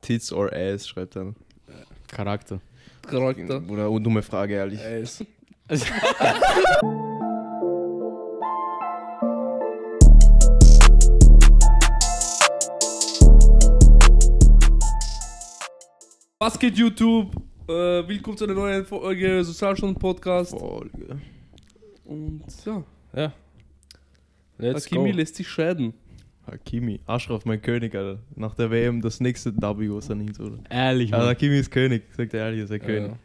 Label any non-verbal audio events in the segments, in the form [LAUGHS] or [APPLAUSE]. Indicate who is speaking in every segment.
Speaker 1: Tits or Ass, schreibt er.
Speaker 2: Charakter.
Speaker 3: Charakter.
Speaker 1: Oder eine dumme Frage, ehrlich.
Speaker 3: Eis. [LAUGHS] Was geht YouTube? Äh, willkommen zu einer neuen Folge Sozialstunden Podcast.
Speaker 1: Folge.
Speaker 3: Und ja,
Speaker 2: Ja. Let's
Speaker 3: Hakimi
Speaker 2: go.
Speaker 3: lässt sich scheiden.
Speaker 1: Hakimi. Ashraf, mein König, Alter. Nach der WM das nächste W, was er nimmt, oder?
Speaker 2: Ehrlich,
Speaker 1: Also
Speaker 2: Mann.
Speaker 1: Hakimi ist König, sagt er ehrlich, ist er König.
Speaker 3: Ja.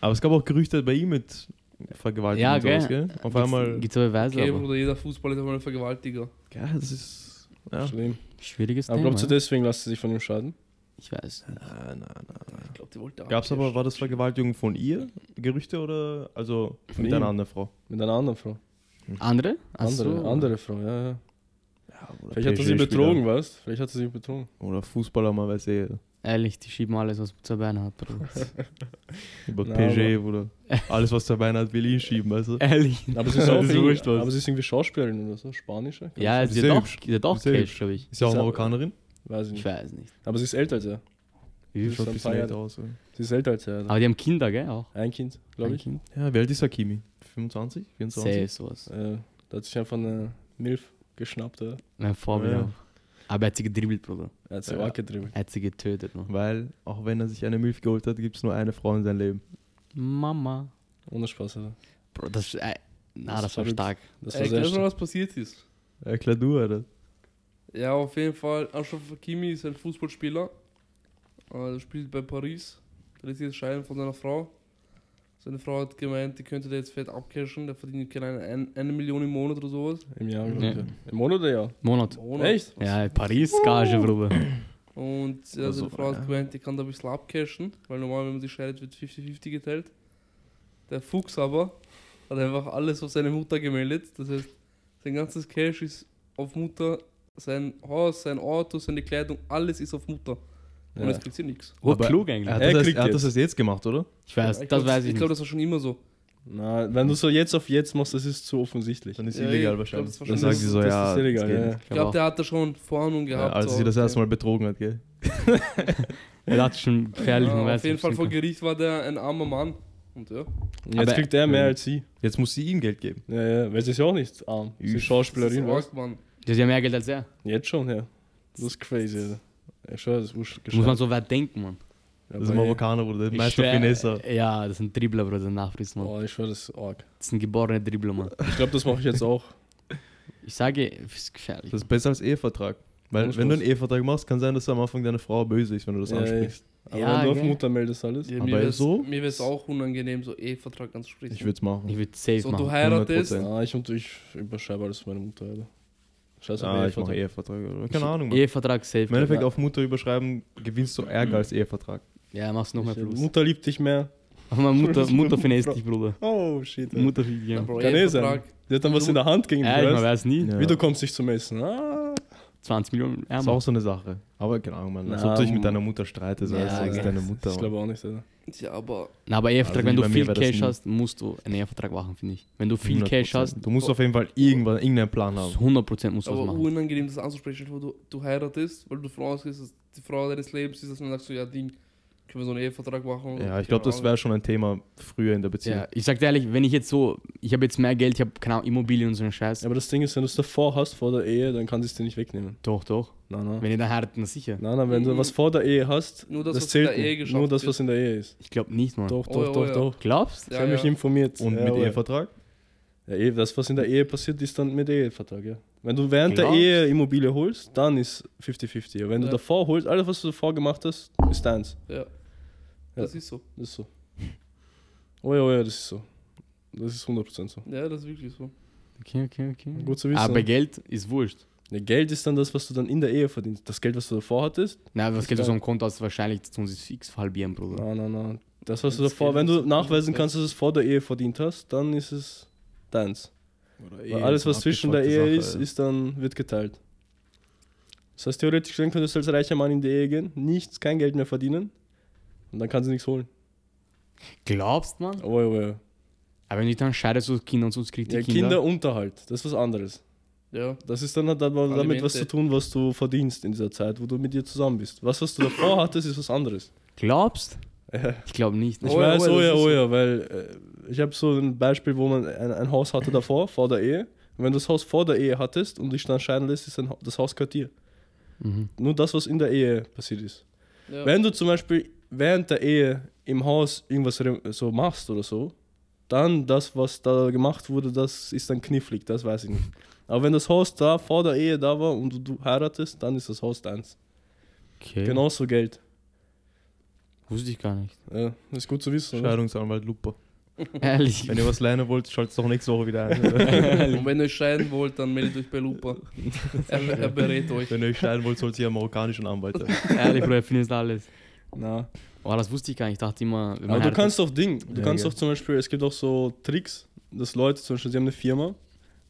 Speaker 1: Aber es gab auch Gerüchte bei ihm mit Vergewaltigung
Speaker 2: Ja,
Speaker 1: und
Speaker 2: gell?
Speaker 1: sowas, gell? Auf einmal.
Speaker 2: Gibt's aber Beweise,
Speaker 3: Okay,
Speaker 2: Also aber.
Speaker 3: Bruder, jeder Fußballer ist einmal ein Vergewaltiger.
Speaker 1: Ja, das ist. Ja.
Speaker 4: Schlimm.
Speaker 2: Schwieriges
Speaker 4: Aber
Speaker 2: Thema.
Speaker 4: glaubst du,
Speaker 2: ja.
Speaker 4: deswegen lässt sie sich von ihm schaden?
Speaker 2: Ich weiß.
Speaker 1: Nein, nein, nein.
Speaker 3: Ich glaube, die wollte
Speaker 1: Gab's aber, war das Vergewaltigung von ihr? Gerüchte oder? Also
Speaker 4: Von
Speaker 1: mit einer
Speaker 4: ihm?
Speaker 1: anderen Frau.
Speaker 4: Mit einer anderen Frau.
Speaker 2: Andere? Ach
Speaker 4: Andere,
Speaker 2: so.
Speaker 4: andere Frau, ja, ja.
Speaker 1: Ja,
Speaker 4: Vielleicht hat er sie betrogen, weißt du? Vielleicht hat er sie betrogen.
Speaker 1: Oder Fußballer, man weiß eh.
Speaker 2: Ehrlich, die schieben alles, was zur Beine hat, Bruder. [LAUGHS]
Speaker 1: Über
Speaker 4: Na,
Speaker 1: PG,
Speaker 4: [LAUGHS]
Speaker 1: oder alles, was der Wein hat, will ihn schieben, weißt du?
Speaker 2: Ehrlich.
Speaker 4: Aber sie ist,
Speaker 2: Das
Speaker 4: auch
Speaker 2: ist
Speaker 4: irgendwie-
Speaker 2: wurscht, was.
Speaker 4: aber sie ist irgendwie Schauspielerin oder so, spanische? Kann
Speaker 2: Ja,
Speaker 1: ist
Speaker 2: sie
Speaker 1: sehr
Speaker 2: hat auch,
Speaker 1: hübsch.
Speaker 2: sie hat auch
Speaker 1: Sehr
Speaker 2: Cash,
Speaker 1: hübsch.
Speaker 2: glaube ich.
Speaker 1: Ist ja auch
Speaker 4: Ist er-
Speaker 1: Marokkanerin.
Speaker 4: ich- Weiß ich nicht.
Speaker 2: Ich weiß nicht.
Speaker 4: Aber sie ist älter als er.
Speaker 1: Wie
Speaker 4: ist
Speaker 1: schaut
Speaker 4: schon
Speaker 1: ein
Speaker 4: ein
Speaker 1: bisschen
Speaker 4: paar
Speaker 1: älter aus. Ja.
Speaker 4: Sie ist älter als er. Alter.
Speaker 2: Aber die haben Kinder, gell? Auch.
Speaker 4: Ein Kind, glaube
Speaker 2: Ein
Speaker 4: ich.
Speaker 2: Kind.
Speaker 1: ja, wie alt ist Hakimi? 25? 24?
Speaker 2: Safe sowas.
Speaker 4: Äh, da hat sich einfach eine Milf geschnappt, Alter.
Speaker 2: Mein Vorbild
Speaker 1: Ja.
Speaker 2: auch. Aber er hat sie gedribbelt, Bruder.
Speaker 4: Er hat sie
Speaker 1: Ja.
Speaker 4: auch getrieben.
Speaker 2: Er hat sie getötet. Ne?
Speaker 1: Weil, auch wenn er sich eine Milf geholt hat, gibt es nur eine Frau in seinem Leben.
Speaker 2: Mama.
Speaker 4: Ohne Spaß, Alter.
Speaker 2: Bro, das, äh, na,
Speaker 4: Das
Speaker 2: das
Speaker 4: ist
Speaker 2: war
Speaker 4: verrückt.
Speaker 2: stark.
Speaker 4: Das war
Speaker 3: Ey,
Speaker 4: sehr
Speaker 3: klar,
Speaker 4: stark.
Speaker 3: was passiert ist.
Speaker 1: Ja, klar, du, Alter.
Speaker 3: Ja, auf jeden Fall. Ashraf Hakimi ist ein Fußballspieler. Äh, Er spielt bei Paris. Der lässt sich jetzt scheiden von seiner Frau. Seine Frau hat gemeint, die könnte der jetzt fett abcashen. Der verdient keine Ahnung, ein, eine Million im Monat oder sowas.
Speaker 4: Im Jahr,
Speaker 2: Ja.
Speaker 4: glaube ich. ja. Im Monat oder Jahr?
Speaker 2: Monat.
Speaker 3: Monat.
Speaker 4: Echt?
Speaker 2: Ja, Paris-Gage, Bruder.
Speaker 3: Und ja,
Speaker 1: Oder
Speaker 3: seine
Speaker 1: so,
Speaker 3: Frau
Speaker 1: ja.
Speaker 3: hat gemeint, die kann da ein bisschen abcashen. Weil normal, wenn man sich scheidet, wird 50-50 geteilt. Der Fuchs aber hat einfach alles auf seine Mutter gemeldet. Das heißt, sein ganzes Cash ist auf Mutter. Sein Haus, sein Auto, seine Kleidung, alles ist auf Mutter. Und
Speaker 4: Ja.
Speaker 3: jetzt kriegt sie nichts.
Speaker 1: Aber
Speaker 2: Urklug
Speaker 1: Er
Speaker 2: eigentlich.
Speaker 1: hat,
Speaker 4: Er
Speaker 1: das, erst-
Speaker 4: kriegt
Speaker 1: er hat das
Speaker 4: jetzt.
Speaker 1: erst jetzt gemacht, oder?
Speaker 2: Ich weiß, das weiß ich
Speaker 3: Ich
Speaker 2: nicht.
Speaker 3: glaube, das war schon immer so.
Speaker 4: Na, wenn du so jetzt auf jetzt machst, das ist zu offensichtlich.
Speaker 1: Dann ist
Speaker 3: Ja,
Speaker 1: illegal
Speaker 3: ich glaub,
Speaker 1: wahrscheinlich.
Speaker 3: das war
Speaker 1: Dann
Speaker 3: schon-
Speaker 1: sagen sie so,
Speaker 4: das
Speaker 1: ja.
Speaker 4: ist illegal,
Speaker 1: das geht
Speaker 4: ja,
Speaker 1: nicht.
Speaker 4: ja.
Speaker 3: Ich glaube, der hat da schon Vorahnung
Speaker 1: Ja,
Speaker 3: gehabt.
Speaker 1: als
Speaker 3: so,
Speaker 1: sie das
Speaker 3: okay.
Speaker 1: erste Mal betrogen hat, gell?
Speaker 2: Er hat schon gefährlich. man
Speaker 3: ja,
Speaker 2: weiß
Speaker 3: Auf jeden
Speaker 2: nicht,
Speaker 3: Fall vor
Speaker 2: stimmt.
Speaker 3: Gericht war der ein armer Mann. Und ja.
Speaker 4: Und Jetzt
Speaker 2: Aber-
Speaker 4: kriegt er mehr
Speaker 1: Ja.
Speaker 4: als sie.
Speaker 1: Jetzt muss sie ihm Geld geben.
Speaker 4: Ja, ja, weil sie ist ja auch nicht arm. Sie
Speaker 1: Üff.
Speaker 4: ist Schauspielerin,
Speaker 3: das
Speaker 4: weißt
Speaker 3: ist arg, Mann.
Speaker 2: Die hat ja mehr Geld als er.
Speaker 4: du? Jetzt schon, ja. Das ist crazy, Alter. Ja, schon, das muss
Speaker 2: Muss man so weit denken, Mann.
Speaker 4: ja,
Speaker 1: Das ist ein
Speaker 4: aber ey,
Speaker 1: Marokkaner, oder? Der
Speaker 2: Ich
Speaker 1: Meister
Speaker 2: schwör-
Speaker 1: Finesser.
Speaker 2: Ja, das sind Dribbler, Bruder, das sind Nachfriss, Mann.
Speaker 4: Oh, ich schwör, das ist arg.
Speaker 2: Das sind geborene Dribbler, Mann.
Speaker 4: Ich glaube, das mache ich jetzt
Speaker 2: [LAUGHS]
Speaker 4: auch.
Speaker 2: Ich sage, es ist gefährlich.
Speaker 1: Das ist besser als Ehevertrag. Weil,
Speaker 4: Ohne
Speaker 1: wenn du
Speaker 4: Spaß.
Speaker 1: einen Ehevertrag machst, kann sein, dass am Anfang deine Frau böse ist, wenn du das
Speaker 4: Ja,
Speaker 1: ansprichst.
Speaker 4: Aber
Speaker 2: Ja,
Speaker 4: wenn du auf
Speaker 2: gell?
Speaker 4: Mutter meldest alles.
Speaker 3: Ja,
Speaker 1: Aber
Speaker 3: mir wär's-
Speaker 1: so?
Speaker 3: Mir wäre es auch unangenehm, so Ehevertrag anzusprechen.
Speaker 1: Ich würde es machen.
Speaker 2: ich würde safe
Speaker 3: so, du
Speaker 2: machen.
Speaker 3: heiratest.
Speaker 1: 100%.
Speaker 4: Ah, ich, und ich überschreibe alles für meine Mutter, Alter. Scheiße,
Speaker 1: ah, ich mache
Speaker 2: eh
Speaker 1: Ehevertrag. Oder? Keine Ahnung, Mann.
Speaker 2: Ehevertrag safe.
Speaker 1: Im Endeffekt auf Mutter überschreiben, gewinnst
Speaker 4: Mhm.
Speaker 1: du Ärger als Ehevertrag.
Speaker 2: Ja, machst noch mehr Plus.
Speaker 4: Mutter liebt dich mehr.
Speaker 2: Aber meine
Speaker 1: [LAUGHS]
Speaker 2: Mutter, Mutter finesse dich, Bruder.
Speaker 4: Oh, shit. Alter.
Speaker 2: Mutter
Speaker 3: Ja,
Speaker 2: finesse dich.
Speaker 3: Bro,
Speaker 4: Kann eh sein.
Speaker 3: Ehevertrag.
Speaker 4: Die hat dann was in der Hand gegen dich,
Speaker 2: Ja, ich man
Speaker 4: weißt
Speaker 2: weiß nie.
Speaker 4: du? Wie du kommst dich zum Essen. Ah.
Speaker 2: 20 Millionen. Ja,
Speaker 1: Ist
Speaker 2: Mann.
Speaker 1: auch so eine Sache. Aber keine Ahnung, Mann. Als
Speaker 4: Na,
Speaker 1: ob du dich
Speaker 4: mm.
Speaker 1: mit deiner Mutter streitest,
Speaker 2: Ja,
Speaker 1: weißt du, das
Speaker 2: gell.
Speaker 1: ist deine Mutter.
Speaker 4: Ich
Speaker 1: Mann.
Speaker 4: glaube auch nicht, Alter.
Speaker 3: Ja, aber
Speaker 2: Aber Ehevertrag,
Speaker 1: Also
Speaker 2: wenn
Speaker 1: wie
Speaker 2: du
Speaker 1: bei mir
Speaker 2: viel
Speaker 1: wär das
Speaker 2: Cash
Speaker 1: nie.
Speaker 2: hast, musst du einen Ehevertrag machen, finde ich. Wenn du viel
Speaker 1: 100%.
Speaker 2: Cash hast,
Speaker 1: Du musst auf jeden Fall irgendwann,
Speaker 4: Oh.
Speaker 1: irgendeinen Plan haben.
Speaker 2: 100% musst du
Speaker 3: aber
Speaker 2: was machen.
Speaker 3: unangenehm, das anzusprechen, wo du, du heiratest, weil du davon ausgehst, dass die Frau deines Lebens ist, dass man sagt so, ja, Ding, können wir so einen Ehevertrag machen? oder
Speaker 1: Ja, ich
Speaker 3: keine
Speaker 1: glaube, das
Speaker 3: Ahnung.
Speaker 1: wäre schon ein Thema früher in der Beziehung.
Speaker 2: Ja, ich sag dir ehrlich, wenn ich jetzt so, ich habe jetzt mehr Geld, ich habe keine Ahnung, Immobilien und so einen Scheiß.
Speaker 4: Aber das Ding ist, wenn du es davor hast, vor der Ehe, dann kannst du es dir nicht wegnehmen.
Speaker 2: Doch, doch.
Speaker 4: Nein, nein.
Speaker 2: Wenn ihr dann heiratet, dann sicher.
Speaker 4: Nein, nein, wenn du
Speaker 3: Mhm.
Speaker 4: was vor der Ehe hast,
Speaker 3: Nur das,
Speaker 4: das,
Speaker 3: was in
Speaker 4: zählt
Speaker 3: der Ehe
Speaker 4: nicht.
Speaker 3: geschafft
Speaker 4: nur das,
Speaker 3: wird.
Speaker 4: was in der Ehe ist.
Speaker 2: Ich glaube nicht, Mann.
Speaker 4: Doch, doch,
Speaker 3: Oh ja, oh
Speaker 4: doch,
Speaker 3: ja.
Speaker 4: doch.
Speaker 2: Glaubst?
Speaker 4: Ich habe mich informiert.
Speaker 1: Und
Speaker 4: ja,
Speaker 1: mit
Speaker 4: aber-
Speaker 1: Ehevertrag?
Speaker 4: Ja, eh, das, was in der Ehe passiert, ist dann mit Ehevertrag, ja. Wenn du während
Speaker 2: Glaubst?
Speaker 4: der Ehe Immobilie holst, dann ist 50-50. Aber Wenn
Speaker 3: Ja.
Speaker 4: du davor holst, alles, was du davor gemacht hast, ist deins.
Speaker 3: Ja. Das ist so.
Speaker 4: Das ist so. Oh ja, oh ja, das ist so. Das ist 100% so.
Speaker 3: Ja, das ist wirklich so.
Speaker 2: Okay, okay, okay.
Speaker 4: Gut zu wissen.
Speaker 2: Aber Geld ist wurscht.
Speaker 4: ja, Geld ist dann das, was du dann in der Ehe verdienst. Das Geld, was du davor hattest,
Speaker 2: Na, was
Speaker 4: Ist
Speaker 2: Geld aus
Speaker 4: geil.
Speaker 2: dem Konto hast, wahrscheinlich tun sie es fix halbieren, Bruder.
Speaker 4: Nein, nein, nein. Das, was du
Speaker 3: Das
Speaker 4: davor,
Speaker 3: Geld
Speaker 4: wenn
Speaker 3: ist
Speaker 4: du
Speaker 3: so
Speaker 4: nachweisen kannst,
Speaker 3: komplett.
Speaker 4: dass du es vor der Ehe verdient hast, dann ist es deins. Weil alles, was zwischen der Ehe ist, ist dann, wird geteilt. Das heißt, theoretisch gesehen könntest du als reicher Mann in die Ehe gehen, nichts, kein Geld mehr verdienen und dann kannst du nichts holen.
Speaker 2: Glaubst man?
Speaker 4: Oh, oh, oh.
Speaker 2: Aber wenn du dich dann scheidest du Kinder und sonst kriegt die
Speaker 4: Ja,
Speaker 2: Kinder.
Speaker 4: Kinderunterhalt, das ist was anderes.
Speaker 3: Ja.
Speaker 4: Das ist dann hat aber damit was
Speaker 3: Alimente.
Speaker 4: zu tun, was du verdienst in dieser Zeit, wo du mit ihr zusammen bist. Was, was du davor hattest, ist was anderes.
Speaker 2: Glaubst?
Speaker 4: Ja.
Speaker 2: Ich glaube nicht.
Speaker 4: Ich
Speaker 3: Oh ja,
Speaker 4: weiß,
Speaker 3: oh ja, das
Speaker 4: oh ja,
Speaker 3: ist
Speaker 4: oh
Speaker 3: so.
Speaker 4: ja, weil äh, ich habe so ein Beispiel, wo man ein, ein Haus hatte davor, vor der Ehe. Und wenn du das Haus vor der Ehe hattest und dich dann scheiden lässt, ist dann das Haus Quartier.
Speaker 2: Mhm.
Speaker 4: Nur das, was in der Ehe passiert ist.
Speaker 3: ja.
Speaker 4: Wenn du zum Beispiel während der Ehe im Haus irgendwas re- so machst oder so, dann das, was da gemacht wurde, das ist dann knifflig, das weiß ich nicht. Aber wenn das Haus da vor der Ehe da war und du, du heiratest, dann ist das Haus deins.
Speaker 2: Okay.
Speaker 4: Genauso Geld.
Speaker 2: Wusste ich gar
Speaker 4: [LAUGHS]
Speaker 2: nicht.
Speaker 4: Ja, ist gut zu wissen. Oder?
Speaker 1: Scheidungsanwalt
Speaker 4: [LAUGHS]
Speaker 1: Lupa.
Speaker 2: Ehrlich.
Speaker 1: Wenn ihr was lernen wollt, schaltet doch nächste Woche wieder
Speaker 2: [LAUGHS]
Speaker 1: ein.
Speaker 4: [LAUGHS]
Speaker 3: Und wenn ihr euch scheiden wollt, dann meldet euch bei Lupa. Er, er berät euch.
Speaker 1: Wenn ihr euch scheiden wollt, sollt ihr einen marokkanischen Anwalt haben.
Speaker 2: Ehrlich, Bruder, findest alles.
Speaker 4: Na.
Speaker 2: Oh, das wusste ich gar nicht. Ich dachte immer, wenn
Speaker 4: Aber du
Speaker 2: heiratet-
Speaker 4: kannst doch Ding, du
Speaker 1: Ja,
Speaker 4: kannst
Speaker 1: gell.
Speaker 4: doch zum Beispiel, es gibt auch so Tricks, dass Leute zum Beispiel, sie haben eine Firma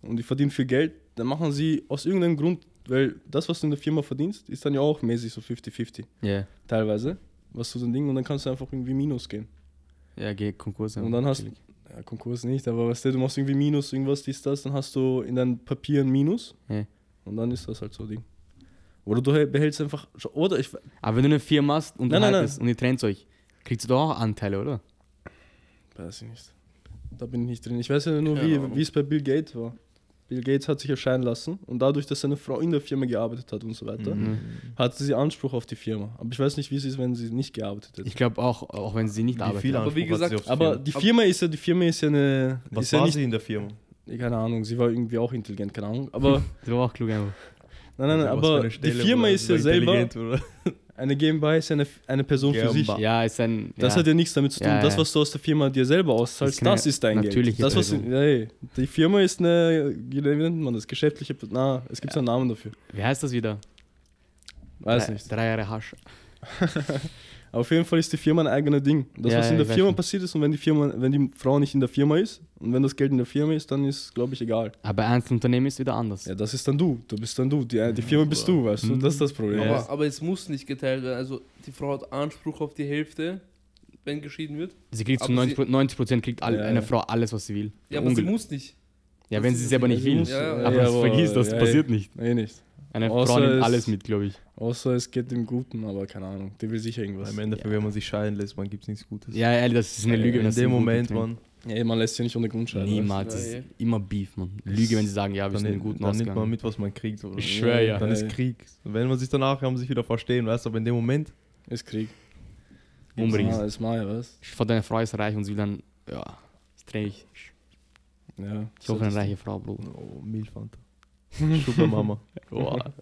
Speaker 4: und die verdienen viel Geld, dann machen sie aus irgendeinem Grund, weil das, was du in der Firma verdienst, ist dann ja auch mäßig so 50-50.
Speaker 2: Ja,
Speaker 4: teilweise, was zu den Dingen und dann kannst du einfach irgendwie Minus gehen.
Speaker 2: ja, geh Konkurs.
Speaker 4: Und dann hast- Ja, Konkurs nicht, aber weißt du, du machst irgendwie Minus, irgendwas, dies, das, dann hast du in deinen Papieren Minus
Speaker 2: Ja.
Speaker 4: und dann ist das halt so ein Ding. Oder du behältst einfach, oder ich,
Speaker 2: Aber wenn du eine Firma hast und,
Speaker 4: Nein,
Speaker 2: du
Speaker 4: nein,
Speaker 2: heiratest und ihr trennt euch, kriegst du doch auch Anteile, oder?
Speaker 4: weiß ich nicht, da bin ich nicht drin. Ich weiß ja nur,
Speaker 3: Keine
Speaker 4: wie
Speaker 3: Ahnung.
Speaker 4: wie es bei Bill Gates war. Bill Gates hat sich erscheinen lassen und dadurch, dass seine Frau in der Firma gearbeitet hat und so weiter,
Speaker 1: Mhm.
Speaker 4: hatte sie Anspruch auf die Firma. Aber ich weiß nicht, wie es ist, wenn sie nicht gearbeitet hätte.
Speaker 2: Ich glaube auch, auch wenn sie nicht
Speaker 1: Wie
Speaker 2: arbeiten.
Speaker 1: viel
Speaker 3: Aber wie
Speaker 1: Anspruch hat
Speaker 3: gesagt,
Speaker 1: sie aufs
Speaker 4: aber
Speaker 1: Firma?
Speaker 4: die Firma ist ja, die Firma ist ja eine,
Speaker 1: Was
Speaker 4: ist ja
Speaker 1: war
Speaker 4: nicht,
Speaker 1: sie in der Firma?
Speaker 4: keine Ahnung, sie war irgendwie auch intelligent, keine Ahnung, aber
Speaker 2: Das war auch klug einfach.
Speaker 4: Nein, nein, nein,
Speaker 1: Was für
Speaker 4: aber
Speaker 1: eine
Speaker 4: die
Speaker 1: Stelle,
Speaker 4: Firma
Speaker 1: Bruder,
Speaker 4: ist
Speaker 1: war
Speaker 4: ja selber,
Speaker 1: intelligent, Bruder.
Speaker 4: eine GmbH ist ja eine, eine Person für
Speaker 1: Gamba.
Speaker 4: sich.
Speaker 2: Ja, ist ein.
Speaker 4: Das
Speaker 2: ja.
Speaker 4: hat ja nichts damit zu tun.
Speaker 2: Ja, ja.
Speaker 4: Das, was du aus der Firma dir selber
Speaker 2: Ist
Speaker 4: auszahlst,
Speaker 2: keine
Speaker 4: das ist dein
Speaker 2: natürliche
Speaker 4: Geld. Das, was,
Speaker 2: Person.
Speaker 4: nee, die Firma ist eine, wie nennt man das, geschäftliche, na, es gibt ja. einen Namen dafür.
Speaker 2: Wie heißt das wieder?
Speaker 4: Weiß
Speaker 2: drei,
Speaker 4: nicht.
Speaker 2: Drei Jahre Hasch.
Speaker 4: Aber auf jeden Fall ist die Firma ein eigenes Ding. Das,
Speaker 2: Ja,
Speaker 4: was
Speaker 2: ja,
Speaker 4: in der
Speaker 2: ich weiß
Speaker 4: Firma
Speaker 2: schon.
Speaker 4: passiert ist und wenn die Firma, wenn die Frau nicht in der Firma ist und wenn das Geld in der Firma ist, dann ist, glaube ich, egal.
Speaker 2: Aber Einzelunternehmen ist wieder anders.
Speaker 4: Ja, das ist dann du. Du bist dann du. Die, die Firma bist du, weißt du.
Speaker 2: Mhm.
Speaker 4: Das ist das Problem.
Speaker 3: Aber, aber es muss nicht geteilt werden. Also die Frau hat Anspruch auf die Hälfte, wenn geschieden wird.
Speaker 2: Sie kriegt zu
Speaker 3: Aber sie-
Speaker 2: 90, 90 Prozent kriegt all,
Speaker 4: Ja, ja.
Speaker 2: eine Frau alles, was sie will.
Speaker 3: Ja, aber sie
Speaker 2: Ungel-
Speaker 3: muss nicht.
Speaker 2: ja
Speaker 3: das
Speaker 2: wenn sie
Speaker 3: ist-
Speaker 2: es selber nicht will.
Speaker 4: muss-
Speaker 3: Ja,
Speaker 2: Aber
Speaker 4: ja,
Speaker 2: das [LAUGHS] vergiss, das
Speaker 4: ja, ja.
Speaker 2: passiert nicht.
Speaker 4: Nee, nicht.
Speaker 2: Eine
Speaker 4: Außer
Speaker 2: Frau nimmt
Speaker 4: es-
Speaker 2: alles mit, glaube ich.
Speaker 4: Außer es geht dem Guten, aber keine Ahnung. Der will sicher irgendwas.
Speaker 1: Am Ende, wenn man sich scheiden lässt, man gibt es nichts Gutes.
Speaker 2: Ja, ehrlich, das ist eine
Speaker 4: Ja,
Speaker 2: Lüge. wenn
Speaker 1: in
Speaker 2: das
Speaker 1: dem
Speaker 2: ein guter
Speaker 1: Moment,
Speaker 2: Trend-
Speaker 1: man,
Speaker 4: Ey, man lässt sich nicht ohne Grund scheiden.
Speaker 2: Niemals.
Speaker 3: Ja,
Speaker 2: Das ist
Speaker 3: ja.
Speaker 2: immer Beef, man. Lüge, wenn sie sagen, ja, wir
Speaker 1: dann,
Speaker 2: sind einen
Speaker 1: nimmt-
Speaker 2: guten
Speaker 1: dann nimmt man
Speaker 2: Ausgang.
Speaker 1: mit, was man kriegt. Oder?
Speaker 2: Ich schwöre ja.
Speaker 1: Dann
Speaker 4: Ja,
Speaker 1: ist
Speaker 4: ja.
Speaker 1: Krieg. Und wenn man sich danach kann man sich wieder verstehen, weißt du, aber in dem Moment,
Speaker 4: weißt du? Ist Krieg.
Speaker 2: Umbringen.
Speaker 4: Ja, ist mal, was?
Speaker 2: Ich fand, deine Frau ist reich und sie will dann, ja, ich trenne mich.
Speaker 4: Ja.
Speaker 2: Ich hoffe, eine reiche Frau, Bro.
Speaker 1: [LAUGHS] oh,
Speaker 2: [LAUGHS]
Speaker 1: Milfanta. Super Mama.
Speaker 2: Boah,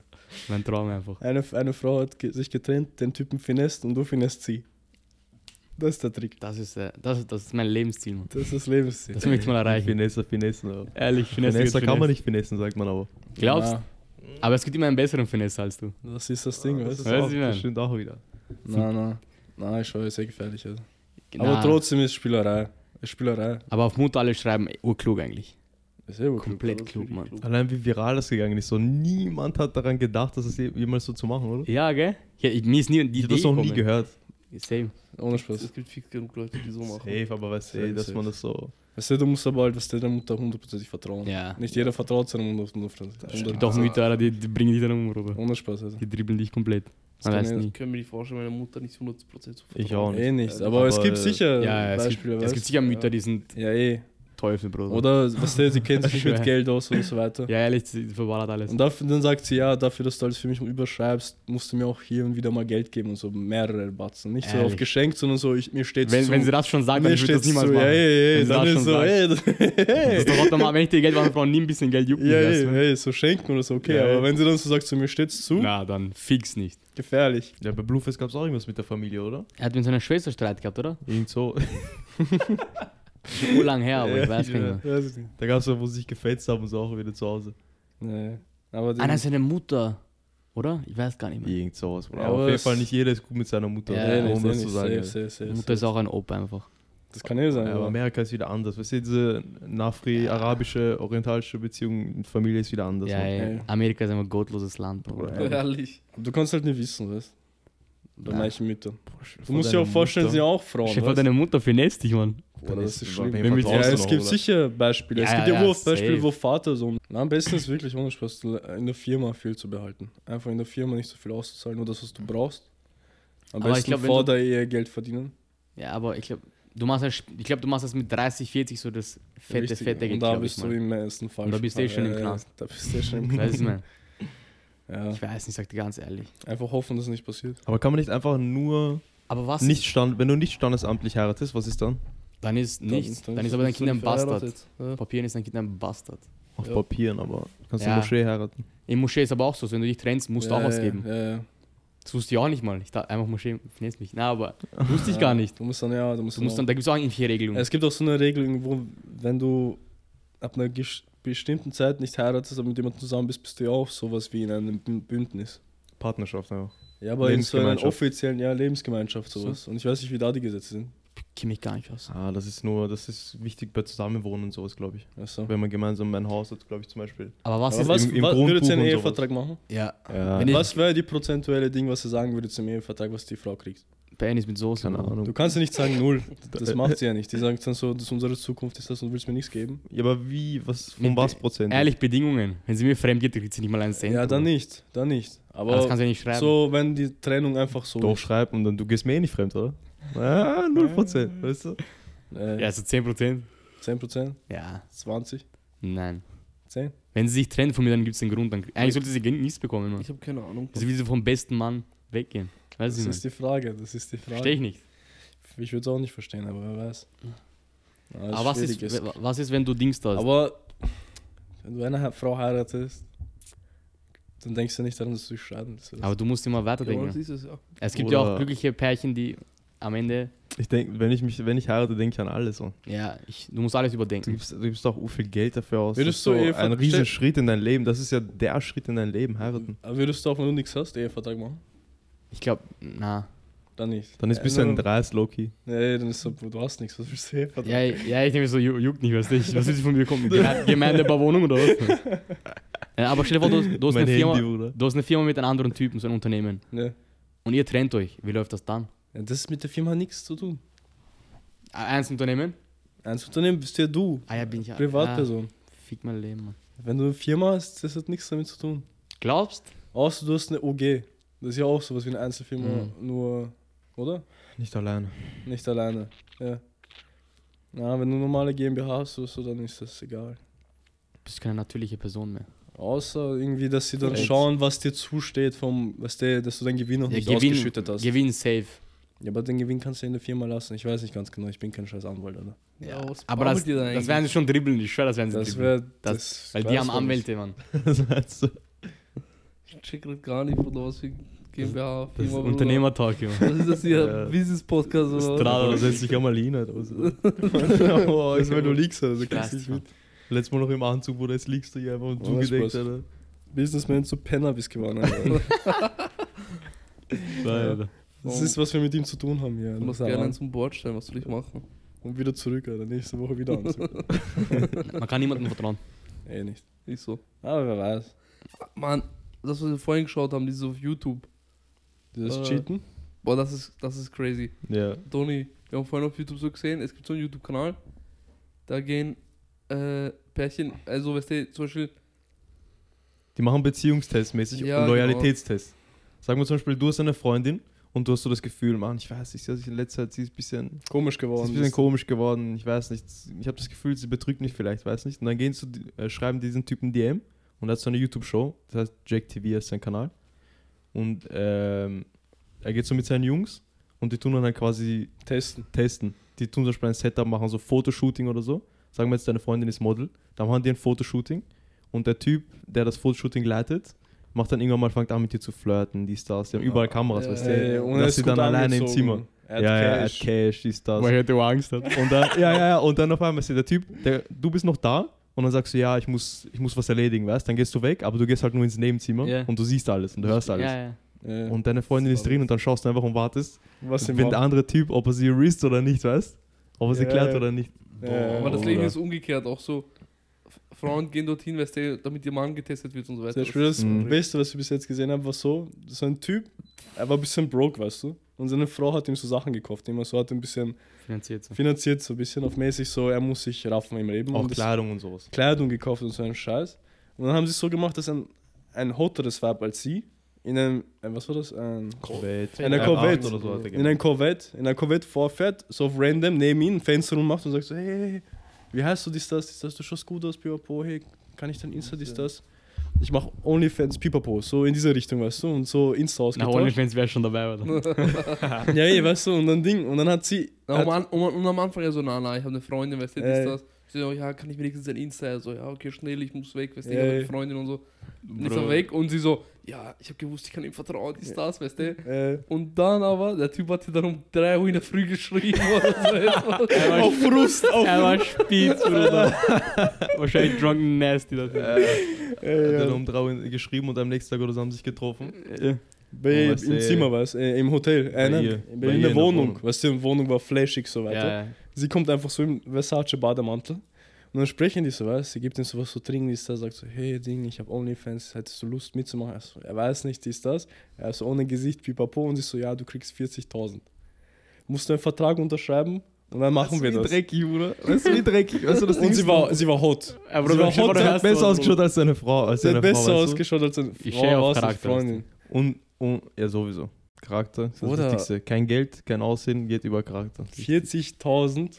Speaker 2: mein Traum einfach.
Speaker 4: Eine, eine Frau hat ge sich getrennt, den Typen finest und du finest sie. Das ist der Trick.
Speaker 2: Das ist, äh, das, ist- das ist mein Lebensziel, Mann.
Speaker 4: Das ist das Lebensziel.
Speaker 2: Das möchte ich mal erreichen.
Speaker 1: Finesse, Finesse. aber.
Speaker 2: Ehrlich, Finesse.
Speaker 1: Finesse
Speaker 2: geht
Speaker 1: kann man
Speaker 2: Finesse.
Speaker 1: nicht finessen, sagt man aber.
Speaker 2: Glaubst
Speaker 4: Na,
Speaker 2: Aber es gibt immer einen besseren Finesse als du.
Speaker 4: das ist das Ding, weißt
Speaker 1: ist
Speaker 4: du?
Speaker 2: Weiß
Speaker 1: auch,
Speaker 2: ich
Speaker 1: das
Speaker 2: nicht.
Speaker 1: stimmt auch wieder.
Speaker 4: Na, na. Na, ich schaue, ist sehr gefährlich. Also.
Speaker 2: Na,
Speaker 4: Aber trotzdem ist Spielerei. Ist Spielerei.
Speaker 2: Aber auf Mutter alle schreiben, ey, urklug eigentlich.
Speaker 4: Ist eh sehr gut.
Speaker 2: Komplett
Speaker 3: das ist
Speaker 2: klug,
Speaker 3: wirklich
Speaker 2: Mann.
Speaker 3: klug.
Speaker 1: Allein wie viral das gegangen ist. So niemand hat daran gedacht, dass es je- jemals so zu machen, oder?
Speaker 2: Ja, gell? Ja, ich, mir ist nie die
Speaker 1: Ich
Speaker 2: Idee
Speaker 1: habe das noch nie
Speaker 2: gekommen.
Speaker 1: gehört.
Speaker 2: Same.
Speaker 4: Ohne
Speaker 3: Es
Speaker 4: Spaß.
Speaker 3: gibt fix genug Leute, die so machen.
Speaker 1: Safe, aber weißt du,
Speaker 4: Safe,
Speaker 1: ey, dass
Speaker 4: safe.
Speaker 1: man das so.
Speaker 4: Weißt du, du musst aber halt, was der Mutter hundertprozentig vertrauen.
Speaker 2: Ja.
Speaker 4: Nicht jeder vertraut seiner Mutter
Speaker 2: Es
Speaker 4: hundertprozentig.
Speaker 2: gibt auch Mütter, Alter, die, die bringen dich dann um, Bruder.
Speaker 4: Ohne Spaß, also.
Speaker 2: Die dribbeln dich komplett. Man
Speaker 4: kann
Speaker 2: weiß
Speaker 4: ja-
Speaker 2: nie.
Speaker 3: Ich kann mir nicht vorstellen, meiner Mutter nicht 100% zu vertrauen.
Speaker 1: Ich auch
Speaker 4: Eh
Speaker 1: nicht.
Speaker 4: nicht,
Speaker 1: Ja,
Speaker 4: aber, es
Speaker 1: aber,
Speaker 4: gibt
Speaker 1: äh,
Speaker 4: sicher
Speaker 2: Ja, ja, es gibt,
Speaker 4: Beispiele.
Speaker 2: es gibt
Speaker 4: weißt
Speaker 2: sicher Mütter,
Speaker 3: Ja.
Speaker 2: die sind
Speaker 4: du? ja, eh.
Speaker 2: Teufel, Bruder.
Speaker 4: Oder, was der, sie
Speaker 2: [LAUGHS]
Speaker 4: kennt sich nicht
Speaker 2: Schwer.
Speaker 4: mit Geld aus und so weiter.
Speaker 2: Ja, ehrlich, sie verballert alles.
Speaker 4: Und dafür, dann sagt sie, ja, dafür, dass du alles für mich überschreibst, musst du mir auch hier und wieder mal Geld geben und so mehrere Batzen. Nicht so
Speaker 2: Ehrlich.
Speaker 4: auf geschenkt, sondern so, ich, mir steht's
Speaker 2: Wenn,
Speaker 4: zu.
Speaker 2: wenn sie das schon sagt, dann
Speaker 4: mir
Speaker 2: würde ich das
Speaker 4: steht's
Speaker 2: niemals
Speaker 4: zu. Ja,
Speaker 2: machen.
Speaker 4: ey, ey,
Speaker 2: Wenn sie
Speaker 4: dann
Speaker 2: das
Speaker 4: ist
Speaker 2: schon
Speaker 4: so,
Speaker 2: sagt.
Speaker 4: ey, [LAUGHS]
Speaker 2: Das ist doch auch normal, wenn ich dir Geld mache, Frau, nimm ein bisschen Geld, juckt
Speaker 4: ja,
Speaker 2: mich, weißt du?
Speaker 4: ey, ey, so schenken oder so, okay.
Speaker 1: Ja,
Speaker 4: aber
Speaker 1: ey.
Speaker 4: wenn sie dann so sagt, so, mir steht's zu,
Speaker 2: Na, dann fix nicht.
Speaker 4: gefährlich.
Speaker 1: Ja, bei Blueface gab es auch irgendwas mit der Familie, oder?
Speaker 2: Er hat mit seiner Schwester Streit gehabt, oder?
Speaker 1: Irgend so. [LAUGHS]
Speaker 2: So lang her, aber ich weiß nicht
Speaker 1: ja.
Speaker 2: mehr.
Speaker 4: Weiß ich nicht.
Speaker 1: Da gab es ja, wo sie sich gefetzt haben und so auch wieder zu Hause.
Speaker 4: Nee. Aber die,
Speaker 2: Einer seine Mutter, oder? Ich weiß gar nicht mehr.
Speaker 1: Irgend sowas, Bro.
Speaker 4: Ja,
Speaker 1: Aber
Speaker 4: aber
Speaker 1: auf jeden
Speaker 4: es-
Speaker 1: Fall nicht jeder ist gut mit seiner Mutter.
Speaker 2: Ja,
Speaker 4: nee,
Speaker 2: ja,
Speaker 4: nee,
Speaker 1: um
Speaker 4: nee,
Speaker 1: das
Speaker 4: nee,
Speaker 1: zu sagen.
Speaker 4: safe,
Speaker 1: ja.
Speaker 4: safe, safe,
Speaker 2: Mutter
Speaker 4: safe.
Speaker 2: ist auch ein Opa einfach.
Speaker 4: Das kann eh sein,
Speaker 1: Ja, aber
Speaker 4: aber
Speaker 1: Amerika ist wieder anders. Weißt du, diese nafri-arabische, orientalische Beziehung, Familie ist wieder anders.
Speaker 2: Ja,
Speaker 1: Mann.
Speaker 2: ja.
Speaker 4: Ja.
Speaker 2: Amerika ist ein gottloses Land, Bruder.
Speaker 1: Bruder.
Speaker 3: Ehrlich.
Speaker 4: du kannst halt nicht wissen, weißt du? Bei
Speaker 2: Ja.
Speaker 4: manchen Müttern.
Speaker 1: Boah, stell dir
Speaker 4: Du
Speaker 1: vor,
Speaker 4: musst dir
Speaker 1: deine
Speaker 4: auch vorstellen,
Speaker 1: Mutter-
Speaker 4: sie sind ja auch Frauen.
Speaker 2: Chef,
Speaker 4: weißt du?
Speaker 2: deine Mutter finesse dich, Mann.
Speaker 4: Boah, das ist schlimm.
Speaker 1: Wenn
Speaker 2: Wenn
Speaker 1: mit
Speaker 2: mit-
Speaker 4: Ja,
Speaker 1: draußen
Speaker 4: es
Speaker 1: noch,
Speaker 4: gibt
Speaker 1: oder?
Speaker 4: sicher Beispiele.
Speaker 2: Ja,
Speaker 4: es gibt
Speaker 2: ja,
Speaker 4: ja,
Speaker 2: ja,
Speaker 4: auch Beispiele,
Speaker 2: safe.
Speaker 4: wo Vater so. Na, am besten ist wirklich ohne Spaß in der Firma viel zu behalten. Einfach in der Firma nicht so viel auszuzahlen, nur das, was du brauchst. Am
Speaker 2: Aber ich
Speaker 4: besten
Speaker 2: glaub, wenn
Speaker 4: vor
Speaker 2: du-
Speaker 4: der Ehe Geld verdienen.
Speaker 2: Ja, aber ich glaube, du machst das, ich glaube, du machst das mit 30, 40 so das fette,
Speaker 4: Richtig.
Speaker 2: fette Geld,
Speaker 4: Und da
Speaker 2: glaube ich
Speaker 4: bist du
Speaker 2: mal.
Speaker 4: im meisten Fall.
Speaker 2: Und da bist du eh schon im
Speaker 4: Ja, ja,
Speaker 2: Knast.
Speaker 4: Da bist du eh
Speaker 2: [LAUGHS]
Speaker 4: schon im
Speaker 2: Weißt du,
Speaker 4: Knast.
Speaker 2: ich mein?
Speaker 4: Ja.
Speaker 2: Ich weiß nicht, sag dir ganz ehrlich.
Speaker 4: Einfach hoffen, dass es nicht passiert.
Speaker 1: Aber kann man nicht einfach nur
Speaker 2: Aber was?
Speaker 1: nicht stand, wenn du nicht standesamtlich heiratest, was ist dann?
Speaker 2: Dann ist nichts. Dann, ist aber dein
Speaker 3: Bist du
Speaker 2: Kind ein
Speaker 3: nicht
Speaker 2: Bastard.
Speaker 3: verheiratet? Ja.
Speaker 2: Papieren ist dein Kind ein Bastard.
Speaker 1: Auf
Speaker 3: Ja.
Speaker 1: Papieren, aber kannst du
Speaker 2: Ja.
Speaker 1: eine Moschee heiraten.
Speaker 2: In Moschee ist aber auch so, wenn du dich trennst, musst
Speaker 4: ja,
Speaker 2: du
Speaker 4: ja,
Speaker 2: auch was geben.
Speaker 4: Ja, ja.
Speaker 2: Das wusste ich auch nicht mal. Ich dachte einfach, Moschee findet mich.
Speaker 4: [LAUGHS]
Speaker 2: Na, aber wusste ich
Speaker 4: Ja,
Speaker 2: gar nicht.
Speaker 4: Du musst dann, ja, du musst
Speaker 2: Du musst dann, da gibt es auch irgendwelche Regelungen.
Speaker 4: Es gibt auch so eine Regelung, wo, wenn du ab einer gesch- bestimmten Zeit nicht heiratest, aber mit jemandem zusammen bist, bist du ja auch sowas wie in einem B- Bündnis.
Speaker 1: Partnerschaft einfach.
Speaker 4: Ja, aber in so einer
Speaker 1: Lebensgemeinschaft.
Speaker 4: offiziellen ja, Lebensgemeinschaft sowas. Und ich weiß nicht, wie da die Gesetze sind.
Speaker 2: Ich kenne mich gar nicht aus.
Speaker 1: Ah, das ist nur, das ist wichtig bei Zusammenwohnen und sowas, glaube ich.
Speaker 4: Also.
Speaker 1: Wenn man gemeinsam ein Haus hat, glaube ich zum Beispiel.
Speaker 2: Aber was
Speaker 4: Was, aber
Speaker 2: ist.
Speaker 4: was,
Speaker 1: im- im
Speaker 4: was würdet ihr einen
Speaker 1: Grundbuch und sowas?
Speaker 4: Ehevertrag machen?
Speaker 2: Ja,
Speaker 1: Ja,
Speaker 2: Wenn ich-
Speaker 4: Was wäre die prozentuelle Ding, was ihr sagen würdet zum Ehevertrag, was die Frau kriegt?
Speaker 2: Penis mit Soße.
Speaker 1: keine
Speaker 2: Mann.
Speaker 1: Ahnung.
Speaker 4: Du kannst ja nicht sagen null.
Speaker 1: [LAUGHS]
Speaker 4: Das macht sie ja nicht. Die sagt dann so, das ist unsere Zukunft ist das und du willst mir nichts geben.
Speaker 1: Ja, aber wie, was, von
Speaker 2: Mit-
Speaker 1: was Prozent?
Speaker 2: Ehrlich, Bedingungen. Wenn sie mir fremd geht, kriegt sie nicht mal einen Cent.
Speaker 4: Ja, dann
Speaker 2: Bruder.
Speaker 4: nicht. Dann nicht.
Speaker 2: Aber das
Speaker 4: Aber
Speaker 2: kannst du ja nicht schreiben.
Speaker 4: so, wenn die Trennung einfach so.
Speaker 1: Doch, schreib und dann, du gehst mir eh nicht fremd, oder? Ah, 0 Prozent, weißt du?
Speaker 4: Äh,
Speaker 2: Ja, so 10%.
Speaker 4: 10%,
Speaker 2: Ja,
Speaker 4: 20%,
Speaker 2: nein.
Speaker 4: 10%.
Speaker 2: Wenn sie sich trennt von mir, dann gibt es einen Grund. Dann, eigentlich sollte sie nichts bekommen. Mann.
Speaker 3: Ich habe keine Ahnung.
Speaker 2: Also wie sie vom besten Mann weggehen. Weiß
Speaker 4: Das
Speaker 2: ich
Speaker 4: ist
Speaker 2: nicht.
Speaker 4: die Frage, das ist die Frage.
Speaker 2: Verstehe ich nicht.
Speaker 4: Ich würde es auch nicht verstehen, aber wer weiß. Ja, das
Speaker 2: Aber was ist,
Speaker 4: schwierig ist-
Speaker 2: wa- was ist, wenn du Dings da hast?
Speaker 4: Aber wenn du eine He- Frau heiratest, dann denkst du nicht daran, dass du dich scheiden lässt.
Speaker 2: Aber du musst immer
Speaker 3: Ja,
Speaker 2: weiterdenken.
Speaker 3: das ist es ja.
Speaker 2: es gibt ja auch
Speaker 1: Oder-
Speaker 2: glückliche Pärchen, die am Ende.
Speaker 1: Ich denke, wenn ich mich, wenn ich heirate, denke ich an alles. Und
Speaker 2: Ja, ich, du musst alles
Speaker 1: du
Speaker 2: überdenken.
Speaker 1: gibst, du gibst auch u viel Geld dafür aus.
Speaker 4: Würdest
Speaker 1: das
Speaker 4: du
Speaker 1: ist so
Speaker 4: Eva-
Speaker 1: ein riesen
Speaker 4: stell-
Speaker 1: Schritt in dein Leben. Das ist ja der Schritt in dein Leben, heiraten.
Speaker 4: Aber würdest du auch, wenn du nichts hast, Ehevertrag machen?
Speaker 2: Ich glaube, na.
Speaker 4: Dann nicht.
Speaker 1: Dann ist ein bisschen
Speaker 4: Also,
Speaker 1: dreist, Loki.
Speaker 4: Nee, dann ist so, du hast nichts, was willst du Ehevertrag?
Speaker 2: Ja, ja, ich nehme so, ju- juckt nicht, was nicht. Was willst du von mir bekommen? Geme- Gemeinde bei Wohnung oder was? Ja, aber stell dir vor, du, du, hast eine
Speaker 1: Mein
Speaker 2: Firma,
Speaker 1: Handy, Bruder.
Speaker 2: du hast eine Firma mit einem anderen Typen, so ein Unternehmen.
Speaker 4: Nee.
Speaker 2: Und ihr trennt euch. Wie läuft das dann? Ah,
Speaker 4: Ja, das ist mit der Firma hat nichts zu tun.
Speaker 2: Eins Unternehmen?
Speaker 4: Eins Unternehmen bist ja du,
Speaker 2: Ah ja, bin ich ja.
Speaker 4: Privatperson.
Speaker 2: Ah, fick mein Leben, Mann.
Speaker 4: Wenn du eine Firma hast, das hat nichts damit zu tun.
Speaker 2: Glaubst?
Speaker 4: Außer du hast eine OG. Das ist ja auch sowas wie eine Einzelfirma,
Speaker 2: Mhm.
Speaker 4: nur, oder?
Speaker 1: Nicht allein.
Speaker 4: Nicht alleine. Ja. Na, wenn du normale GmbH hast oder so, dann ist das egal.
Speaker 2: Bist keine natürliche Person mehr.
Speaker 4: Außer irgendwie, dass sie dann
Speaker 1: Korrekt.
Speaker 4: schauen, was dir zusteht, vom, was der, dass du deinen Gewinn noch
Speaker 2: Ja,
Speaker 4: nicht
Speaker 2: Gewinn-
Speaker 4: ausgeschüttet hast.
Speaker 2: Gewinn safe.
Speaker 4: Ja, aber den Gewinn kannst du in der Firma lassen. Ich weiß nicht ganz genau, ich bin kein scheiß Anwalt, oder?
Speaker 3: Ja, was
Speaker 2: aber
Speaker 3: babbelt
Speaker 2: das,
Speaker 3: ihr da
Speaker 2: das
Speaker 3: eigentlich?
Speaker 2: werden sie schon dribbeln, ich schwöre, das werden sie
Speaker 4: Das
Speaker 2: dribbeln.
Speaker 4: wäre. Das,
Speaker 2: Weil die
Speaker 4: weiß
Speaker 2: haben
Speaker 4: man nicht.
Speaker 2: Anwälte, Mann.
Speaker 1: [LAUGHS] Das heißt so.
Speaker 3: Ich check grad gar nicht, von was für GmbH,
Speaker 2: Das ist
Speaker 3: Firma, Bruder.
Speaker 2: Unternehmertalk, Junge.
Speaker 3: Was ist das hier?
Speaker 1: Ja.
Speaker 3: Business-Podcast oder was?
Speaker 1: Strahler, da setzt sich einmal hin. Halt. [LAUGHS] Also.
Speaker 4: Das ist, weil du liegst, also du kriegst
Speaker 2: Krass,
Speaker 4: nicht
Speaker 2: Mann.
Speaker 4: mit.
Speaker 1: Letztes Mal noch im Anzug, Bruder, jetzt liegst du hier einfach und
Speaker 4: Ohne
Speaker 1: zugedeckt,
Speaker 4: Spaß.
Speaker 1: Alter.
Speaker 4: Businessman zu Penner bist geworden. Alter.
Speaker 1: Nein, Alter.
Speaker 4: Das ist, was wir mit ihm zu tun haben hier.
Speaker 3: Du musst
Speaker 4: Alter.
Speaker 3: gerne einen zum Board stellen, was soll ich machen?
Speaker 4: Und wieder zurück, Alter. Nächste Woche wieder Anzug.
Speaker 2: Man kann niemandem vertrauen.
Speaker 4: eh nicht.
Speaker 3: Ich so.
Speaker 4: Aber wer weiß.
Speaker 3: Mann, das, was wir vorhin geschaut haben, dieses auf YouTube.
Speaker 4: Das
Speaker 3: Äh,
Speaker 4: Cheaten?
Speaker 3: Boah, das ist, das ist crazy.
Speaker 1: Ja.
Speaker 3: Toni, wir haben vorhin auf YouTube so gesehen, es gibt so einen YouTube-Kanal, da gehen äh, Pärchen, also weißt du, zum Beispiel,
Speaker 1: Die machen Beziehungstests mäßig
Speaker 3: Ja,
Speaker 1: und Loyalitätstests. Sagen wir zum Beispiel, du hast eine Freundin und du hast so das Gefühl, Mann, ich weiß nicht, sie hat sich in letzter Zeit, sie ist ein bisschen,
Speaker 4: Komisch
Speaker 1: sie ist
Speaker 4: geworden.
Speaker 1: ein bisschen komisch geworden, ich weiß nicht, ich habe das Gefühl, sie betrügt mich vielleicht, weiß nicht. Und dann gehen sie, äh, schreiben diesen Typen DM und er hat so eine YouTube-Show, das heißt Jack TV ist sein Kanal. Und ähm, er geht so mit seinen Jungs und die tun dann halt quasi
Speaker 4: Testen.
Speaker 1: testen. Die tun zum Beispiel ein Setup, machen so Fotoshooting oder so. Sagen wir jetzt, deine Freundin ist Model, dann machen die ein Fotoshooting und der Typ, der das Fotoshooting leitet, macht dann irgendwann mal, fängt an mit dir zu flirten, dies, das. Die haben überall Kameras,
Speaker 3: Ja,
Speaker 1: weißt
Speaker 3: ja,
Speaker 1: du.
Speaker 3: ja.
Speaker 1: Lass sie dann alleine im Zimmer.
Speaker 4: Er
Speaker 1: Ja,
Speaker 4: hat
Speaker 1: ja, er hat
Speaker 4: Cash.
Speaker 1: Cash, dies, das.
Speaker 2: Man hätte auch Angst hat.
Speaker 1: Und dann, ja, ja, ja, und dann auf einmal ist der Typ, der, du bist noch da und dann sagst du, ja, ich muss, ich muss was erledigen, weißt Dann gehst du weg, aber du gehst halt nur ins Nebenzimmer
Speaker 2: Ja.
Speaker 1: und du siehst alles und du hörst alles.
Speaker 2: Ja, ja.
Speaker 4: Ja.
Speaker 1: Und deine Freundin ist drin und dann schaust du einfach und wartest,
Speaker 4: was im
Speaker 1: wenn der andere Typ, ob er sie riest oder nicht, weißt Ob er sie
Speaker 4: Ja,
Speaker 1: klärt
Speaker 4: ja.
Speaker 1: oder nicht.
Speaker 4: Ja,
Speaker 3: aber das
Speaker 1: Bruder.
Speaker 3: Leben ist umgekehrt, auch so, F- Frauen gehen dorthin, weißt du, damit ihr Mann getestet wird und so weiter.
Speaker 4: Sehr schön. Das
Speaker 1: Mhm.
Speaker 4: Beste, was ich bis jetzt gesehen habe, war so: so ein Typ, er war ein bisschen broke, weißt du? Und seine Frau hat ihm so Sachen gekauft, die immer so hat ein bisschen
Speaker 2: Finanziert so.
Speaker 4: finanziert, so ein bisschen auf mäßig, so er muss sich raffen im Leben.
Speaker 1: Auch
Speaker 4: und das-
Speaker 1: Kleidung und sowas.
Speaker 4: Kleidung gekauft und so einen Scheiß. Und dann haben sie es so gemacht, dass ein, ein hotteres Farb als sie in einem, ein, was war das? Ein,
Speaker 1: Corvette.
Speaker 4: Eine
Speaker 1: Ja,
Speaker 4: Corvette.
Speaker 1: äh, Oder so hat er
Speaker 4: in einem Corvette, in einer Corvette vorfährt, so auf random neben ihn, Fenster rummacht und sagt so, hey, hey, hey, wie heißt du dies, das, dies, das, du schaust gut aus, pipapo, hey, kann ich dein Insta, dies, das? Ich mach Onlyfans, pipapo, so in diese Richtung, weißt du, und so Insta
Speaker 2: Na,
Speaker 4: ausgetauscht.
Speaker 2: OnlyFans wäre schon dabei, oder?
Speaker 4: ja, ey, weißt du, und dann Ding, und dann hat sie,
Speaker 1: Oh
Speaker 3: Na, um,
Speaker 4: hat,
Speaker 3: an, um, und am Anfang ja so, na, na, ich habe eine Freundin, weißt du,
Speaker 4: Ey.
Speaker 3: ist das. Ich so, ja, kann ich wenigstens ein Insta? Er so, ja, okay, schnell, ich muss weg, weißt du, ich
Speaker 4: Ey.
Speaker 3: habe eine Freundin und so. Dann ist er
Speaker 2: Bro.
Speaker 3: weg und sie so, ja, ich habe gewusst, ich kann ihm vertrauen, ist das, weißt du.
Speaker 4: äh,
Speaker 3: Und dann aber, der Typ hat dir dann um 3 Uhr in der Früh geschrieben
Speaker 4: [LAUGHS]
Speaker 3: oder so.
Speaker 2: Er war,
Speaker 4: auf Frust, auf,
Speaker 2: er war spitz, Bruder. Wahrscheinlich drunken nasty. Das
Speaker 1: Hat
Speaker 4: äh,
Speaker 1: er
Speaker 4: ja,
Speaker 1: um drei Uhr geschrieben und am nächsten Tag oder so haben sie sich getroffen.
Speaker 4: bei,
Speaker 1: Oh, weißt du,
Speaker 4: im
Speaker 1: ey.
Speaker 4: Zimmer, weißt du, äh, im Hotel,
Speaker 1: Bei
Speaker 4: einer,
Speaker 1: ihr.
Speaker 4: in
Speaker 1: Bei ihr in
Speaker 4: der
Speaker 1: der
Speaker 4: Wohnung,
Speaker 1: Wohnung.
Speaker 4: weißt du, die Wohnung war flashig, so weiter.
Speaker 2: ja, ja.
Speaker 4: Sie kommt einfach so im Versace-Bademantel. Und dann sprechen die so, weißt du, sie gibt ihm so was zu trinken, ist das, sagt so, hey Ding, ich habe Onlyfans, hättest du Lust mitzumachen? Er, so, er weiß nicht, ist das. Er ist so ohne Gesicht, pipapo, und sie so, ja, du kriegst 40.000. Musst du einen Vertrag unterschreiben und dann machen wir das.
Speaker 1: dreckig, Bruder. Weißt du, wie dreckig. Weißt du, das Ding
Speaker 4: Und sie
Speaker 1: ist-
Speaker 4: war, sie war hot.
Speaker 2: Ja,
Speaker 4: Sie war hot,
Speaker 2: der
Speaker 1: Sie hat
Speaker 2: erste
Speaker 1: besser
Speaker 2: Mann,
Speaker 1: ausgeschaut als seine Frau. Als
Speaker 4: Sie
Speaker 1: seine
Speaker 4: hat
Speaker 1: Frau,
Speaker 4: besser
Speaker 1: weißt du?
Speaker 4: ausgeschaut als eine
Speaker 2: Ich
Speaker 4: Frau,
Speaker 2: stehe auf
Speaker 4: was, als
Speaker 2: Charakter,
Speaker 4: Freundin.
Speaker 1: Und, und, ja, sowieso. Charakter ist das
Speaker 4: Oder-
Speaker 1: Wichtigste. Kein Geld, kein Aussehen, geht über Charakter.
Speaker 4: 40.000?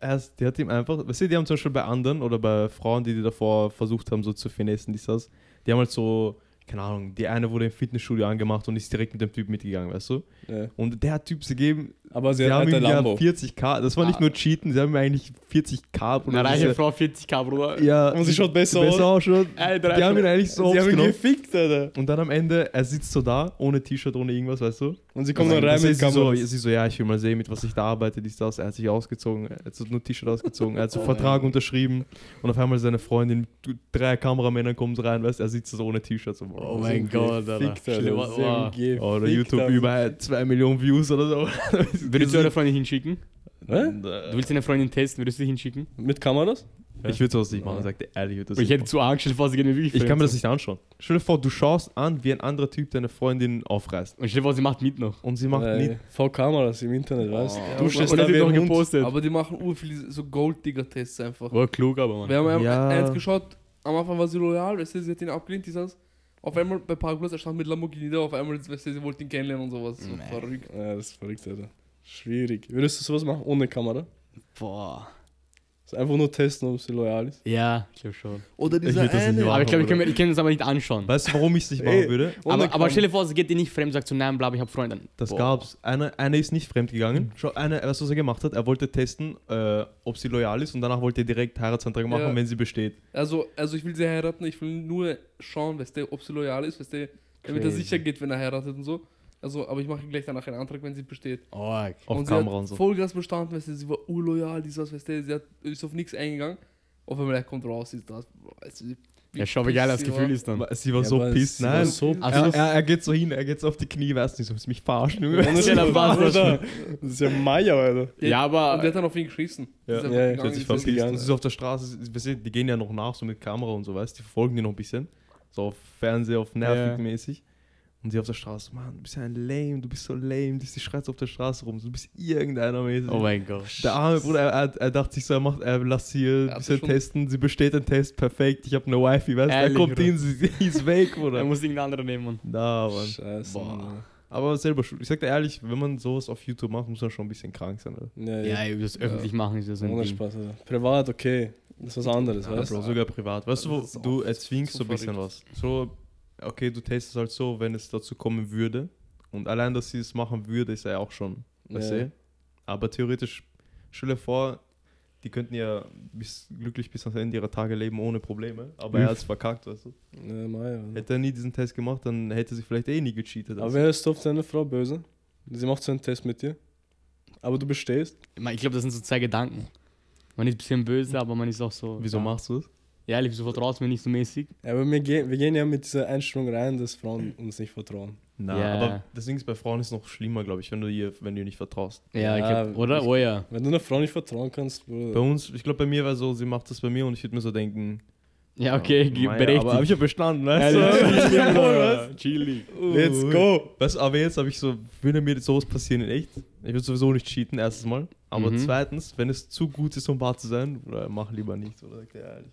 Speaker 1: Erst, die hat ihm einfach, weißt du, die haben zum Beispiel bei anderen oder bei Frauen, die die davor versucht haben, so zu finessen, dies, das, die haben halt so, keine Ahnung, die eine wurde im Fitnessstudio angemacht und ist direkt mit dem Typ mitgegangen, weißt du?
Speaker 4: Ja.
Speaker 1: Und der hat Typ sie gegeben,
Speaker 4: Aber sie
Speaker 1: sie
Speaker 4: hat
Speaker 1: haben
Speaker 4: ein
Speaker 1: ihm ja
Speaker 4: Lambo.
Speaker 1: 40k, das war nicht
Speaker 2: Ah.
Speaker 1: nur Cheaten, sie haben ihm eigentlich 40k
Speaker 2: Eine
Speaker 1: oder
Speaker 2: reiche Frau, 40k, Bruder.
Speaker 1: Ja,
Speaker 4: Und sie schaut besser
Speaker 1: besser aus. schon.
Speaker 2: Ey,
Speaker 1: Die haben ihn eigentlich so
Speaker 4: Sie haben ihn
Speaker 1: aufgenommen.
Speaker 4: gefickt, Alter.
Speaker 1: Und dann am Ende, er sitzt so da, ohne T-Shirt, ohne irgendwas, weißt du?
Speaker 4: Und sie kommt
Speaker 1: Also,
Speaker 4: dann rein
Speaker 1: das
Speaker 4: mit
Speaker 1: ist sie so,
Speaker 4: Kameras.
Speaker 1: sie so, ja, ich will mal sehen, mit was ich da arbeite, dies, das. Er hat sich ausgezogen, er hat so nur T-Shirt ausgezogen, er hat so
Speaker 2: Oh,
Speaker 1: einen Vertrag unterschrieben und auf einmal seine Freundin, mit drei Kameramännern kommen so rein, weißt du, er sitzt so ohne T-Shirt. So,
Speaker 2: Oh mein Gott, Alter.
Speaker 4: Gefickt,
Speaker 2: Stell
Speaker 4: Alter.
Speaker 2: dir mal- Ah.
Speaker 4: Sie haben
Speaker 2: wow.
Speaker 4: gefickt,
Speaker 1: Oder YouTube
Speaker 4: Alter.
Speaker 1: Oh, über 2 Millionen Views oder so. [LAUGHS]
Speaker 2: Würdest du deine Freundin hinschicken?
Speaker 4: Hä?
Speaker 1: Und, äh,
Speaker 2: Du willst deine Freundin testen, würdest du sie hinschicken?
Speaker 4: Mit Kameras?
Speaker 1: ich würde sowas nicht machen, sagt er ehrlich. Ich, würd das
Speaker 2: Bro, ich
Speaker 1: nicht
Speaker 2: hätte zu Angst, stell dir vor, sie geht mir wirklich
Speaker 1: machen. ich kann mir
Speaker 2: fremd.
Speaker 1: das nicht anschauen. Stell dir vor, du schaust an, wie ein anderer Typ deine Freundin aufreißt.
Speaker 2: Und stell dir vor, sie macht mit noch.
Speaker 1: Und sie macht
Speaker 4: Äh,
Speaker 1: nie.
Speaker 4: V-Kameras im Internet, weißt
Speaker 3: Oh.
Speaker 2: Ah.
Speaker 3: Ja,
Speaker 4: du? Du
Speaker 3: aber-
Speaker 4: stehst
Speaker 2: Oder
Speaker 4: da
Speaker 2: sie
Speaker 4: wie
Speaker 2: wird noch
Speaker 4: ein Hund.
Speaker 2: gepostet.
Speaker 3: Aber die machen ur viele so Gold-Digger-Tests einfach.
Speaker 2: War klug, aber man.
Speaker 3: Wir
Speaker 1: Ja.
Speaker 3: haben ja. eins geschaut, am Anfang war sie loyal, weißt du, sie hat ihn abgelehnt, die saß auf einmal bei Parkplatz, er stand mit Lamborghini da, auf einmal, weißt du, sie wollte ihn kennenlernen und sowas. So verrückt.
Speaker 4: Ja, das ist verrückt, Alter. Schwierig. Würdest du sowas machen ohne Kamera?
Speaker 2: Boah.
Speaker 4: Das ist einfach nur testen, ob sie loyal ist.
Speaker 2: Ja, ich glaube schon.
Speaker 3: Oder
Speaker 1: dieser würd das nicht eine- machen.
Speaker 2: Aber ich glaube, ich
Speaker 1: Bruder.
Speaker 2: kann mir ich kann das aber nicht anschauen.
Speaker 1: Weißt du, warum ich es nicht machen
Speaker 4: Ey.
Speaker 1: würde?
Speaker 4: Ohne
Speaker 2: Aber, aber
Speaker 4: Kam-
Speaker 2: stell dir vor, sie geht dir nicht fremd, sagt so, nein, bla, ich hab Freunde.
Speaker 1: Das
Speaker 2: Boah.
Speaker 1: gab's. Einer eine ist nicht fremdgegangen. Schau, einer, weißt du, was er gemacht hat? Er wollte testen, äh, ob sie loyal ist und danach wollte er direkt Heiratsantrag machen,
Speaker 3: Ja.
Speaker 1: wenn sie besteht.
Speaker 3: Also, also ich will sie heiraten, ich will nur schauen, weißt du, ob sie loyal ist, weißt du, damit er
Speaker 4: Crazy.
Speaker 3: sicher geht, wenn er heiratet und so. Also, aber ich mache gleich danach einen Antrag, wenn sie besteht.
Speaker 2: Org.
Speaker 1: Auf
Speaker 3: und
Speaker 1: Kamera
Speaker 3: sie hat
Speaker 1: und so.
Speaker 3: Vollgas bestanden, weißt du, sie war urloyal, dies, was, weißt du, sie hat, ist auf nichts eingegangen. Auf einmal er kommt raus, ist das. Weißt du, wie
Speaker 2: Ja, schau, wie geil das
Speaker 3: pissig sie
Speaker 2: Gefühl
Speaker 3: war.
Speaker 2: ist dann.
Speaker 1: Aber Sie war
Speaker 4: Ja,
Speaker 1: so
Speaker 4: aber
Speaker 1: pissed.
Speaker 4: sie war
Speaker 1: Nein.
Speaker 4: so
Speaker 2: Also-
Speaker 1: er, er, er geht so hin, er geht so auf die Knie, weiß nicht, sollst mich verarschen. [LAUGHS]
Speaker 4: Ohne
Speaker 2: [LAUGHS] Stell dir
Speaker 4: Scheiß,
Speaker 2: vor,
Speaker 4: Alter. Das ist ja Meier, Alter.
Speaker 3: Ja,
Speaker 2: Ja,
Speaker 3: Und der
Speaker 2: aber.
Speaker 3: hat dann auf ihn geschissen.
Speaker 1: Ja.
Speaker 3: Ist einfach
Speaker 4: Ja, ja,
Speaker 3: gegangen,
Speaker 1: Sie hat sich
Speaker 3: ist jetzt-
Speaker 1: verpisst.
Speaker 4: gegangen.
Speaker 1: Sie ist auf der Straße, sie- weißt du, die gehen ja noch nach, so mit Kamera und so, weißt du, die verfolgen die noch ein bisschen. So auf Fernseher, auf nervig
Speaker 2: Ja.
Speaker 1: mäßig. Und sie auf der Straße, Mann, du bist ja ein Lame, du bist so lame, die die schreit so auf der Straße rum, du bist irgendeiner mäßig.
Speaker 2: Oh mein Gott.
Speaker 1: Der arme Bruder, er, er, er dachte sich so, er macht, er lässt sie hier
Speaker 3: Er
Speaker 1: ein
Speaker 3: hat
Speaker 1: bisschen
Speaker 3: schon-
Speaker 1: testen, sie besteht den Test, perfekt, ich habe eine Wifi, weißt du, er
Speaker 2: Ehrlich,
Speaker 1: kommt
Speaker 2: oder?
Speaker 1: hin, sie sie ist weg,
Speaker 2: Er
Speaker 1: oder?
Speaker 2: muss irgendeinen anderen nehmen, Oh, Mann.
Speaker 1: Na, Mann.
Speaker 4: Scheiße.
Speaker 2: Boah.
Speaker 4: Mann.
Speaker 1: Aber selber schuld. Ich sag dir ehrlich, wenn man sowas auf YouTube macht, muss man schon ein bisschen krank sein, oder?
Speaker 4: Ja, ja.
Speaker 2: Ja, ey, das öffentlich machen ist ja so ein
Speaker 4: Ohne
Speaker 2: Ding.
Speaker 4: Spaß, Alter. Privat, okay. Das ist was anderes,
Speaker 1: Ja,
Speaker 4: weißt
Speaker 1: Bro,
Speaker 4: du?
Speaker 1: sogar privat. Weißt du,
Speaker 3: Das
Speaker 1: wo,
Speaker 3: ist
Speaker 1: du
Speaker 3: auch
Speaker 1: erzwingst
Speaker 3: so
Speaker 1: so ein bisschen was.
Speaker 3: verrückt.
Speaker 1: So, okay, du testest halt so, wenn es dazu kommen würde. Und allein, dass sie es machen würde, ist ja auch schon, weißt
Speaker 4: Ja.
Speaker 1: du? Aber theoretisch, stell dir vor, die könnten ja bis, glücklich bis ans Ende ihrer Tage leben ohne Probleme. Aber er
Speaker 2: Üff.
Speaker 1: hat es verkackt, weißt du?
Speaker 4: Ja, Meier. Alter.
Speaker 1: Hätte er nie diesen Test gemacht, dann hätte sie vielleicht eh nie gecheatet.
Speaker 4: Aber
Speaker 1: Also.
Speaker 4: wärst du auf deine Frau böse? Sie macht so einen Test mit dir. Aber du bestehst.
Speaker 2: Ich mein, Ich glaube, das sind so zwei Gedanken. Man ist ein bisschen böse, aber man ist auch so.
Speaker 1: Wieso
Speaker 2: ja.
Speaker 1: machst du es?
Speaker 2: Ja, ehrlich, wieso vertraust du mir nicht so mäßig?
Speaker 4: Ja, Aber wir gehen, wir gehen ja mit dieser Einstellung rein, dass Frauen uns nicht vertrauen.
Speaker 1: Na,
Speaker 2: Ja.
Speaker 1: aber deswegen ist bei Frauen ist noch schlimmer, glaube ich, wenn du ihr, wenn du ihr nicht vertraust.
Speaker 2: Ja,
Speaker 4: Ja,
Speaker 2: ich glaub, oder?
Speaker 4: ich-
Speaker 2: Oh ja.
Speaker 4: Wenn du einer Frau nicht vertrauen kannst, Bruder,
Speaker 1: Bei uns, ich glaube, bei mir war so, sie macht das bei mir und ich würde mir so denken,
Speaker 2: Ja, okay,
Speaker 1: Mei,
Speaker 2: ge-
Speaker 1: Aber habe ich
Speaker 2: berechtigt.
Speaker 1: ja bestanden,
Speaker 2: [LAUGHS] Ja,
Speaker 1: weißt du? [LAUGHS]
Speaker 2: das-
Speaker 4: Jawohl,
Speaker 2: [LAUGHS] Chili.
Speaker 4: Let's
Speaker 2: Uh.
Speaker 4: go!
Speaker 1: Weißt du, aber jetzt habe ich so, würde mir sowas passieren in echt, ich würde sowieso nicht cheaten, erstens mal. Aber
Speaker 2: Mhm.
Speaker 1: zweitens, wenn es zu gut ist, um wahr zu sein, oder mach lieber nichts, oder? Sag dir ehrlich.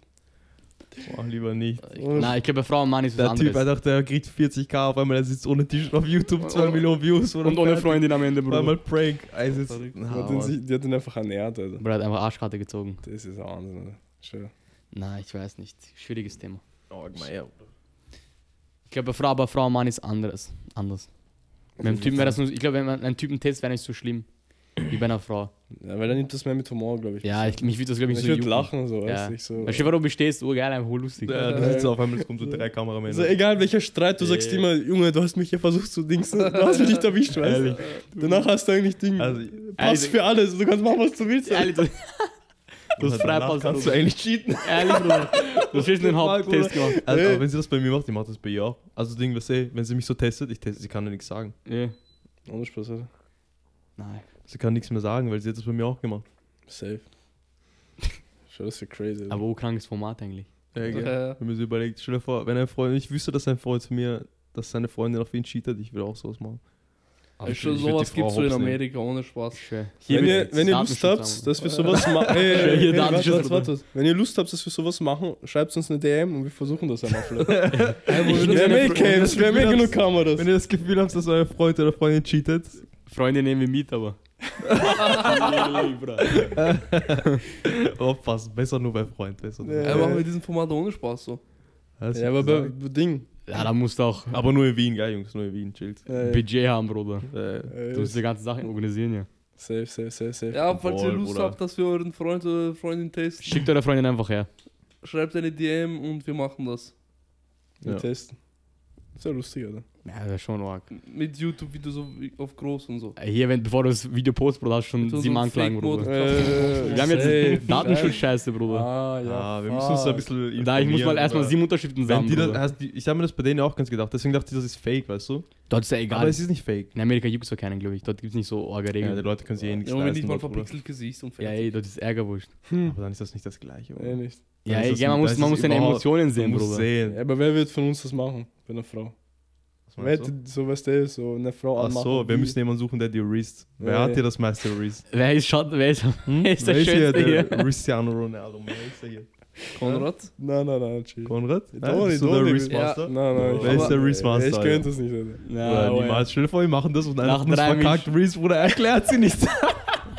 Speaker 1: Boah, lieber nicht.
Speaker 2: Nein, ich glaube, bei Frau und Mann ist was
Speaker 1: Der Typ, er
Speaker 2: anderes.
Speaker 1: dachte, er kriegt 40k auf einmal, er sitzt ohne Tisch auf YouTube, 2 Millionen Views
Speaker 2: Oh. Und ohne
Speaker 1: Freunde.
Speaker 2: Freundin am Ende,
Speaker 1: Auf
Speaker 2: Bruder.
Speaker 1: einmal Prank. Also jetzt,
Speaker 3: Verrückt.
Speaker 1: na,
Speaker 4: Die hat, ihn,
Speaker 1: Mann.
Speaker 4: sich- die hat ihn einfach ernährt, Alter.
Speaker 2: Bruder hat einfach Arschkarte gezogen.
Speaker 4: Das ist ein Wahnsinn, Alter. Schön.
Speaker 2: Nein, ich weiß nicht. Schwieriges Thema.
Speaker 1: Orgmeier.
Speaker 2: Ich glaube, bei Frau, aber Frau und Mann ist anderes. Anders. Mit einem Typen wäre das nur, ich glaube, wenn man einen Typen testet, wäre nicht so schlimm. Wie bei einer Frau.
Speaker 4: Ja, weil er nimmt das mehr mit Humor, glaube ich.
Speaker 2: Ja, ich, mich würde das, glaube ich,
Speaker 4: ich
Speaker 2: so
Speaker 4: würde
Speaker 2: jucken.
Speaker 4: lachen, so, weißt
Speaker 2: Ja.
Speaker 4: du, ich so.
Speaker 2: Weißt du, warum bestehst du? Oh, geil, einfach lustig.
Speaker 1: Ja, du sitzt auf einmal, es kommen so drei Kameramänner.
Speaker 4: Also egal welcher Streit, du sagst
Speaker 1: Ja.
Speaker 4: immer, Junge, du hast mich ja versucht zu dingsen, du hast mich nicht erwischt, weißt du?
Speaker 1: Ehrlich.
Speaker 4: Danach hast du eigentlich Ding.
Speaker 1: Also,
Speaker 4: Pass
Speaker 2: Ehrlich.
Speaker 4: für alles, du kannst machen, was du willst.
Speaker 2: [LAUGHS] Ehrlich, du, du hast Freipass.
Speaker 1: kannst du eigentlich
Speaker 2: [LAUGHS]
Speaker 1: cheaten.
Speaker 2: Ehrlich, Bruder. Du hast schon den Haupttest gemacht.
Speaker 1: Also, aber wenn sie das bei mir macht, ich macht das bei ihr auch. Also, Ding, was ey, wenn sie mich so testet, ich teste, sie kann ja nichts sagen.
Speaker 2: Ja.
Speaker 4: Ohne Spaß, Alter.
Speaker 2: Nein.
Speaker 1: Sie kann nichts mehr sagen, weil sie hat das bei mir auch gemacht.
Speaker 4: Safe. Schau, das ist ja crazy. Alter.
Speaker 2: Aber oh, krankes Format eigentlich.
Speaker 1: Ja,
Speaker 3: Ja,
Speaker 1: gell.
Speaker 3: ja.
Speaker 1: Wenn man sich überlegt, stell dir vor, wenn ein Freund, ich wüsste, dass ein Freund zu mir, dass seine Freundin auf ihn cheatet, ich würde auch sowas machen.
Speaker 2: Aber
Speaker 3: Ist schon
Speaker 1: ich würd die
Speaker 3: Also sowas
Speaker 1: Frau
Speaker 3: gibt es so in
Speaker 1: hops nehmen.
Speaker 3: Amerika, ohne Spaß.
Speaker 2: Schön.
Speaker 4: wenn, ihr, wenn ihr Lust
Speaker 2: Datenschutz
Speaker 4: habt,
Speaker 2: haben.
Speaker 4: dass wir sowas
Speaker 1: [LAUGHS]
Speaker 4: machen. Hey,
Speaker 2: Schön,
Speaker 4: hey,
Speaker 2: hier
Speaker 4: hey, warte,
Speaker 2: Datenschutz
Speaker 4: warte, warte. Wenn ihr Lust habt, dass wir sowas machen, schreibt uns eine DM und wir versuchen das einmal vielleicht.
Speaker 1: [LAUGHS]
Speaker 3: Ich
Speaker 4: wir haben eh
Speaker 1: Freunde-
Speaker 4: Cams, wir haben eh
Speaker 1: Wenn
Speaker 4: genug
Speaker 1: ihr-
Speaker 4: Kameras.
Speaker 1: Wenn ihr das Gefühl habt, dass euer Freund oder Freundin cheatet, [LAUGHS]
Speaker 2: Freunde nehmen wir mit, aber.
Speaker 1: aufpassen. oh, Besser nur bei Freund. Besser nur.
Speaker 4: Ja.
Speaker 3: Ja, machen wir diesen Format ohne Spaß so.
Speaker 1: Hast du
Speaker 4: Ja, aber bei
Speaker 1: gesagt?
Speaker 4: bei Ding.
Speaker 2: Ja, da musst du auch
Speaker 1: aber nur in Wien, gell, Jungs, nur in Wien, chillt.
Speaker 4: Äh,
Speaker 2: Budget haben, Bruder.
Speaker 1: Äh,
Speaker 4: äh,
Speaker 2: Du musst die ganze Sache organisieren, ja.
Speaker 4: Safe, safe, safe, safe.
Speaker 3: Ja, falls ihr
Speaker 1: Voll,
Speaker 3: Lust
Speaker 1: Bruder.
Speaker 3: habt, dass wir euren Freund oder Freundin testen,
Speaker 2: Schickt eure Freundin einfach her.
Speaker 3: schreibt eine DM und wir machen das.
Speaker 4: Wir
Speaker 1: Ja.
Speaker 4: testen. Ist ja lustig, oder?
Speaker 2: Ja, das ist schon arg.
Speaker 3: Mit YouTube-Video so wie- auf groß und so.
Speaker 2: Hier, wenn, bevor du das Video postest, Bruder, hast du schon
Speaker 3: Mit unserem
Speaker 2: sieben Anklagen, Bruder.
Speaker 3: Fake-Mode.
Speaker 4: Äh,
Speaker 2: Wir haben
Speaker 4: safe.
Speaker 2: jetzt Datenschutz-Scheiße, Bruder.
Speaker 4: Ah, ja.
Speaker 1: ah, wir müssen uns da ein
Speaker 4: fuck.
Speaker 1: bisschen.
Speaker 2: Da, ich muss mal
Speaker 1: informieren,
Speaker 2: erstmal
Speaker 1: aber-
Speaker 2: sieben Unterschriften
Speaker 1: Wenn
Speaker 2: sammeln.
Speaker 1: die das,
Speaker 2: Bruder.
Speaker 1: hast, die- ich habe mir das bei denen auch ganz gedacht, deswegen dachte ich, das ist fake, weißt du?
Speaker 2: Dort ist ja
Speaker 1: Aber
Speaker 2: egal.
Speaker 1: es ist nicht fake.
Speaker 2: In Amerika gibt es auch keinen, glaube ich. Dort gibt es nicht so arge
Speaker 1: Ja, die
Speaker 2: Regeln.
Speaker 1: Leute können sich eh nichts
Speaker 3: Ja, und wenn nicht
Speaker 1: leisten.
Speaker 3: mal
Speaker 1: dort, Bruder.
Speaker 3: verpixelt Gesicht und
Speaker 2: Ja,
Speaker 3: fertig.
Speaker 2: ey, dort ist Ärger wurscht.
Speaker 1: Aber dann ist das Eh, nicht das gleiche.
Speaker 4: Nee,
Speaker 1: Oder?
Speaker 4: nicht.
Speaker 2: Ja,
Speaker 1: ist
Speaker 2: ey,
Speaker 1: das
Speaker 2: gell, man
Speaker 1: ein-
Speaker 2: muss,
Speaker 1: das
Speaker 2: man
Speaker 1: ist
Speaker 2: muss seine
Speaker 1: überhaupt-
Speaker 2: Emotionen
Speaker 1: Man
Speaker 2: sehen,
Speaker 1: muss
Speaker 2: Bruder.
Speaker 4: Ja,
Speaker 1: sehen.
Speaker 4: aber wer wird von uns das machen? Bei einer Frau.
Speaker 1: Was
Speaker 4: Wer
Speaker 1: meinst
Speaker 4: hätte
Speaker 1: du?
Speaker 4: so, weißt du, so eine Frau
Speaker 1: Ach
Speaker 4: anmachen?
Speaker 1: so, wir
Speaker 4: die-
Speaker 1: müssen jemanden suchen, der dir riest. Wer
Speaker 4: Ja,
Speaker 1: hat
Speaker 4: ja.
Speaker 1: dir das meiste riest?
Speaker 2: Wer ist schon, wer ist, wer ist der
Speaker 1: Hm? Wer hier
Speaker 2: Schönste hier?
Speaker 1: der Cristiano Ronaldo? Wer ist der hier?
Speaker 3: Konrad?
Speaker 4: Nein, nein, nein, chill.
Speaker 1: Konrad?
Speaker 4: Toni,
Speaker 1: Nein, bist du
Speaker 4: Toni,
Speaker 1: der
Speaker 4: wir-
Speaker 1: Reese
Speaker 3: Ja.
Speaker 1: Master?
Speaker 4: Nein, nein.
Speaker 1: Wer ist der
Speaker 4: aber-
Speaker 1: Reese Master,
Speaker 4: Ich könnte das nicht, Alter.
Speaker 1: Oder
Speaker 2: Na,
Speaker 1: niemals. Stell dir vor, wir machen das und einer
Speaker 2: Nach
Speaker 1: von uns
Speaker 2: drei
Speaker 1: verkackt Reese, Bruder, erklärt sie nicht.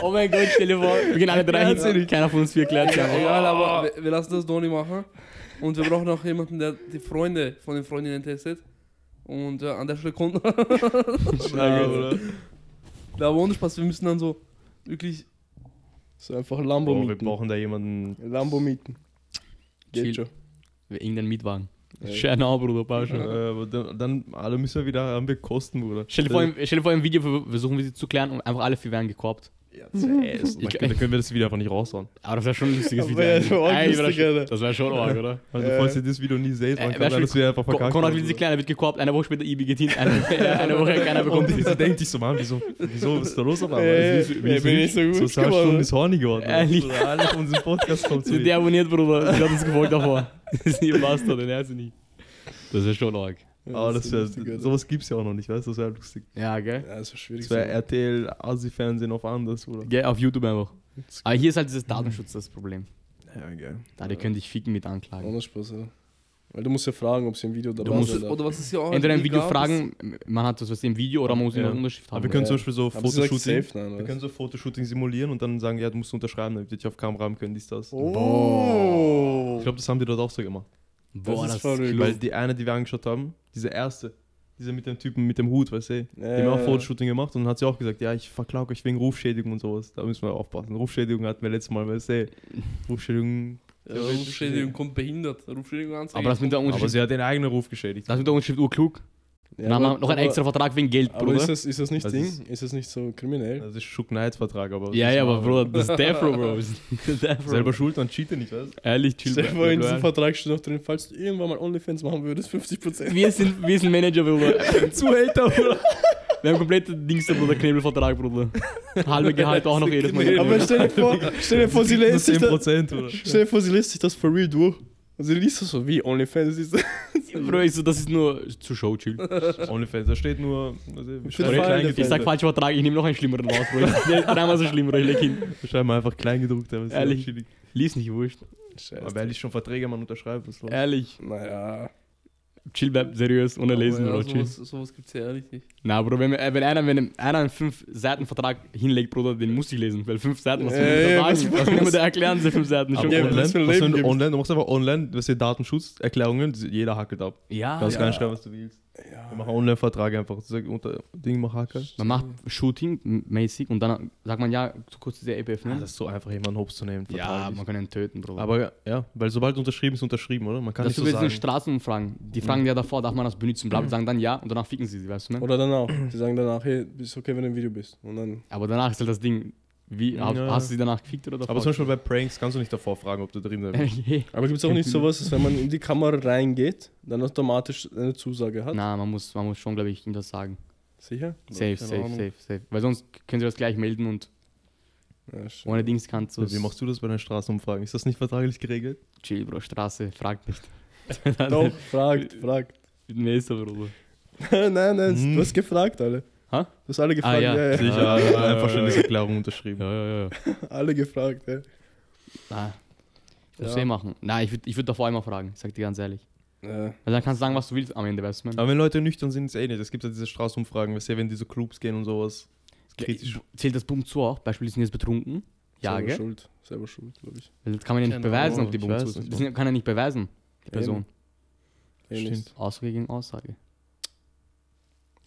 Speaker 2: Oh mein Gott, stell dir vor, wir gehen alle drei
Speaker 1: Erklärt's ihr
Speaker 2: hin. Keiner von uns vier klärt
Speaker 3: Ja, egal, aber wir, wir lassen das Donny machen. Und wir brauchen auch jemanden, der die Freunde von den Freundinnen testet. Und ja, an der Stelle Konrad. [LAUGHS]
Speaker 1: Ja, Bruder.
Speaker 3: Da aber ohne Spaß, wir müssen dann so wirklich.
Speaker 4: So einfach Lambo
Speaker 1: Boah, wir
Speaker 4: mieten.
Speaker 1: brauchen da jemanden.
Speaker 4: Lambo mieten.
Speaker 2: Chill.
Speaker 4: Geht schon.
Speaker 2: Irgendein Mietwagen.
Speaker 4: Ja.
Speaker 2: Schön an, Bruder, paar
Speaker 1: Äh,
Speaker 2: schon.
Speaker 1: aber dann, dann alle müssen wir wieder haben wir Kosten, Bruder. Äh,
Speaker 2: Stell dir vor, im- stell dir vor, im Video ver- versuchen wir sie zu klären und einfach alle vier werden gekorbt.
Speaker 1: Ja, zuerst. Dann
Speaker 2: Ich-
Speaker 1: können äh, dann können wir das Video einfach nicht raushauen.
Speaker 2: Aber das wäre schon ein lustiges Video.
Speaker 4: Aber ja,
Speaker 2: eigentlich.
Speaker 4: das wär auch
Speaker 2: Eigentlich wär das
Speaker 4: lustig,
Speaker 2: schon-
Speaker 4: Alter.
Speaker 2: das wäre schon arg, oder?
Speaker 1: Also,
Speaker 4: Äh.
Speaker 1: falls ihr das Video nie seht,
Speaker 2: Äh,
Speaker 1: dann kann
Speaker 2: wär
Speaker 1: sein, dass
Speaker 2: schon-
Speaker 1: wir einfach
Speaker 2: Ko-
Speaker 1: verkackt
Speaker 2: Konrad
Speaker 1: haben, also.
Speaker 2: will sie
Speaker 1: Bruder.
Speaker 2: klären, er wird gekorbt, eine Woche später Ibi geht hin, [LAUGHS] eine, eine Woche keiner bekommt
Speaker 1: Und
Speaker 2: sie.
Speaker 1: sie denkt sich so, Mann, wieso, wieso was ist da los auf einmal?
Speaker 4: Äh,
Speaker 1: Wieso-
Speaker 4: äh,
Speaker 1: wieso-
Speaker 4: bin ich so gut
Speaker 1: So zwei
Speaker 4: geworden?
Speaker 1: Stunden ist horny geworden.
Speaker 2: Ehrlich?
Speaker 1: Oder alle von unserem Podcast kommt zu
Speaker 2: Sie
Speaker 1: mir.
Speaker 2: deabonniert, Bruder. Sie hat uns gefolgt [LAUGHS] davor. Das ist nie ein Bastard, den hört sie nicht. Das wäre schon arg.
Speaker 4: Ja,
Speaker 1: Aber Ah, das
Speaker 4: ist
Speaker 1: wär,
Speaker 4: lustig, Alter.
Speaker 1: sowas gibt's ja auch noch nicht, weißt du? Das wäre lustig.
Speaker 2: Ja, gell?
Speaker 4: Ja, das wäre schwierig.
Speaker 1: Das wäre
Speaker 4: so.
Speaker 1: RTL, Asi-Fernsehen auf anders, Bruder.
Speaker 2: Gell, auf YouTube einfach. Aber hier ist halt dieses Datenschutz das Problem.
Speaker 1: Ja, geil.
Speaker 2: Da, die können dich ficken mit Anklagen.
Speaker 4: Ohne Spaß, Alter. Weil du musst ja fragen, ob sie im Video dabei
Speaker 2: musst-
Speaker 4: sind.
Speaker 3: Oder was ist ja auch.
Speaker 2: Entweder im
Speaker 3: nie
Speaker 2: Video
Speaker 3: gab,
Speaker 2: fragen, man hat das was im Video oder man muss
Speaker 1: Ja.
Speaker 2: immer eine Unterschrift haben.
Speaker 1: Aber wir können
Speaker 4: Ja.
Speaker 1: zum Beispiel so
Speaker 4: Aber sie sagt
Speaker 1: Fotoshooting.
Speaker 4: safe, nein,
Speaker 1: Wir
Speaker 4: oder?
Speaker 1: können so Fotoshooting simulieren und dann sagen, ja, du musst unterschreiben, damit wir dich auf Kamera haben können, dies, das.
Speaker 4: Oh.
Speaker 1: Ich glaube, das haben die dort auch so gemacht.
Speaker 2: Boah,
Speaker 4: Das
Speaker 2: das
Speaker 4: ist
Speaker 2: ist verrückt.
Speaker 4: verrückt.
Speaker 1: Weil die eine, die wir angeschaut haben, diese erste, diese mit dem Typen mit dem Hut, weißt du, die
Speaker 4: Ja,
Speaker 1: haben auch
Speaker 4: ja, ja.
Speaker 1: Fotoshooting gemacht und dann hat sie auch gesagt, ja, ich verklag euch wegen Rufschädigung und sowas. Da müssen wir aufpassen. Rufschädigung hatten wir letztes Mal, weißt du, Rufschädigung.
Speaker 3: Ja, Rufschädigung kommt behindert. Rufschädigung anzeigen.
Speaker 2: [LAUGHS] Aber das mit der
Speaker 1: Aber
Speaker 2: Unterschrift,
Speaker 1: sie hat den eigenen Ruf geschädigt.
Speaker 2: das mit der Unterschrift urklug.
Speaker 4: Ja,
Speaker 2: Dann haben wir
Speaker 4: aber-
Speaker 2: noch einen
Speaker 4: aber-
Speaker 2: extra Vertrag wegen Geld,
Speaker 4: Aber ist
Speaker 2: Bruder.
Speaker 4: das, ist das nicht
Speaker 1: Das
Speaker 4: Ding?
Speaker 1: ist-
Speaker 4: Ist das nicht so kriminell?
Speaker 1: Das ist Schuck-Knights-Vertrag, aber.
Speaker 2: Ja, ja,
Speaker 1: das
Speaker 2: aber
Speaker 1: machen
Speaker 2: Bruder, das ist Death Row, Bro. Das [LAUGHS] ist Death Row.
Speaker 1: wir. Selber schuld, dann cheate nicht, weißt du?
Speaker 2: Ehrlich, chill.
Speaker 4: Stell dir vor,
Speaker 2: Bro.
Speaker 4: in diesem Vertrag steht noch drin, falls du irgendwann mal Onlyfans machen
Speaker 1: [LAUGHS]
Speaker 4: würdest, 50%.
Speaker 2: Wir sind, wir sind
Speaker 4: [LAUGHS]
Speaker 2: Manager, Bruder. Zuhälter, Bruder. [LAUGHS] Wir haben komplette Dings, Bruder, Knebelvertrag, Bruder. Halbe
Speaker 4: [LAUGHS]
Speaker 2: Gehalt auch noch jedes Mal.
Speaker 4: Aber stell dir vor, stell dir vor, sie lässt sich das,
Speaker 1: 10%, oder?
Speaker 4: stell dir vor, sie lässt sich das for real durch. Und sie liest das so, wie Onlyfans [LAUGHS] ist das?
Speaker 2: Bro, ich so, das ist nur zur Show, chill.
Speaker 1: OnlyFans, da steht nur. Also, wir
Speaker 4: Für
Speaker 1: schreiben
Speaker 4: die
Speaker 1: klein
Speaker 4: Feinde.
Speaker 2: Ich sag
Speaker 1: gedruckt.
Speaker 2: falsch Vertrag, ich nehme noch einen schlimmeren raus, Bro. Der ist Dreimal so schlimm, Bro, ich leg hin.
Speaker 1: Wir schreiben einfach klein gedruckt, aber es ist
Speaker 2: Ehrlich.
Speaker 1: ja chillig.
Speaker 2: Lies nicht wurscht.
Speaker 1: Aber weil ich schon Verträge man unterschreibt, was los?
Speaker 2: Ehrlich.
Speaker 4: Naja.
Speaker 2: Chill bleib seriös, ohne lesen,
Speaker 3: Aber
Speaker 2: Bro.
Speaker 3: Oh, ja,
Speaker 2: Chill.
Speaker 3: sowas, sowas gibt's ja ehrlich nicht.
Speaker 2: Na, Bro, wenn, äh, wenn einer, wenn einer einen 5-Seiten-Vertrag hinlegt, Bruder, den muss ich lesen, weil 5 Seiten, was du
Speaker 4: Ey,
Speaker 2: mir da sagst,
Speaker 4: eben.
Speaker 2: Äh, was will mir da erklären, diese 5 Seiten
Speaker 1: Aber
Speaker 2: schon.
Speaker 4: Ja,
Speaker 1: online,
Speaker 4: das
Speaker 1: was
Speaker 4: für ein Leben
Speaker 1: du, in-
Speaker 4: gibt's.
Speaker 1: online, du machst einfach online, das sind Datenschutzerklärungen, das- jeder hackelt ab. Du
Speaker 2: ja,
Speaker 1: kannst
Speaker 2: Ah, ja.
Speaker 1: gar nicht schreiben, was du willst. Wir machen Online-Vertrag einfach. Sag unter Ding, mach Hacker.
Speaker 2: Man macht Shooting-mäßig und dann sagt man, ja, so kurz E diese App
Speaker 1: Ah,
Speaker 2: öffnen.
Speaker 1: das ist so einfach, jemanden hops zu nehmen.
Speaker 2: ne? ja,
Speaker 1: vertraglich.
Speaker 2: man kann ihn töten, Bro.
Speaker 1: aber ja, weil sobald unterschrieben ist, unterschrieben, oder? Man kann
Speaker 2: das
Speaker 1: nicht
Speaker 2: so
Speaker 1: so
Speaker 2: jetzt
Speaker 1: sagen.
Speaker 2: in Straßenumfragen. Die fragen ja davor, darf man das benutzen, bla, bla, sagen dann ja und danach ficken sie sie, weißt du, ne?
Speaker 4: Oder danach. Die sagen danach, hey, ist okay, wenn du im Video bist. Und dann.
Speaker 2: Aber danach ist halt das Ding, wie,
Speaker 1: Ja.
Speaker 2: hast, hast du sie danach gefickt oder davor?
Speaker 1: Aber zum
Speaker 2: [LAUGHS]
Speaker 1: Beispiel bei Pranks kannst du nicht davor fragen, ob du drin bist.
Speaker 2: Hey.
Speaker 4: Aber gibt es auch nicht sowas, dass wenn man in die Kamera reingeht, dann automatisch eine Zusage hat?
Speaker 2: Na, man muss, man muss schon, glaube ich, ihm das sagen.
Speaker 4: Sicher?
Speaker 2: Safe,
Speaker 1: keine
Speaker 2: safe,
Speaker 1: Ahnung.
Speaker 2: safe, safe. Weil sonst können sie das gleich melden und
Speaker 4: Ja, schön.
Speaker 2: ohne Dings kannst du
Speaker 1: Wie machst du das bei den Straßenumfragen? Ist das nicht vertraglich geregelt?
Speaker 2: Chill, Bro, Straße,
Speaker 1: [LAUGHS]
Speaker 2: fragt nicht. [LAUGHS]
Speaker 4: Doch, fragt, fragt. [LAUGHS]
Speaker 2: Mit Messer, Bruder.
Speaker 4: nein, nein,
Speaker 1: Mhm.
Speaker 4: du hast gefragt, alle.
Speaker 2: Hä?
Speaker 4: Du hast alle gefragt,
Speaker 2: ja.
Speaker 4: ja, ja.
Speaker 1: Sicher,
Speaker 2: Ah,
Speaker 1: also
Speaker 2: ja,
Speaker 1: Einverständniserklärung unterschrieben.
Speaker 2: Ja, ja,
Speaker 4: [LAUGHS]
Speaker 2: ja.
Speaker 4: Alle gefragt, ja.
Speaker 2: Na, das
Speaker 4: Ja.
Speaker 2: eh machen. Nein, ich würde ich würd davor immer fragen, ich sag dir ganz ehrlich.
Speaker 4: ja.
Speaker 2: Weil dann kannst du sagen, was du willst am Ende, weißt du, man.
Speaker 1: Aber wenn Leute nüchtern sind, ist eh nicht. Es gibt ja diese Straßenumfragen, weißt du, wenn die so Clubs gehen und sowas. Ist kritisch.
Speaker 2: Zählt das Bumm zu auch? Beispielsweise sind jetzt betrunken. Ja,
Speaker 4: Selber
Speaker 2: gell?
Speaker 4: schuld, selber schuld, glaube ich.
Speaker 2: Weil Das kann man ja nicht
Speaker 1: Keine
Speaker 2: beweisen,
Speaker 1: Ahnung,
Speaker 2: ob die
Speaker 1: ich
Speaker 2: Bumm
Speaker 1: weiß
Speaker 2: zu ist.
Speaker 1: nicht,
Speaker 2: Das
Speaker 1: Mann.
Speaker 2: kann er nicht beweisen, die Person.
Speaker 4: Eben. Ähnlich.
Speaker 1: Stimmt.
Speaker 2: Aussage gegen Aussage.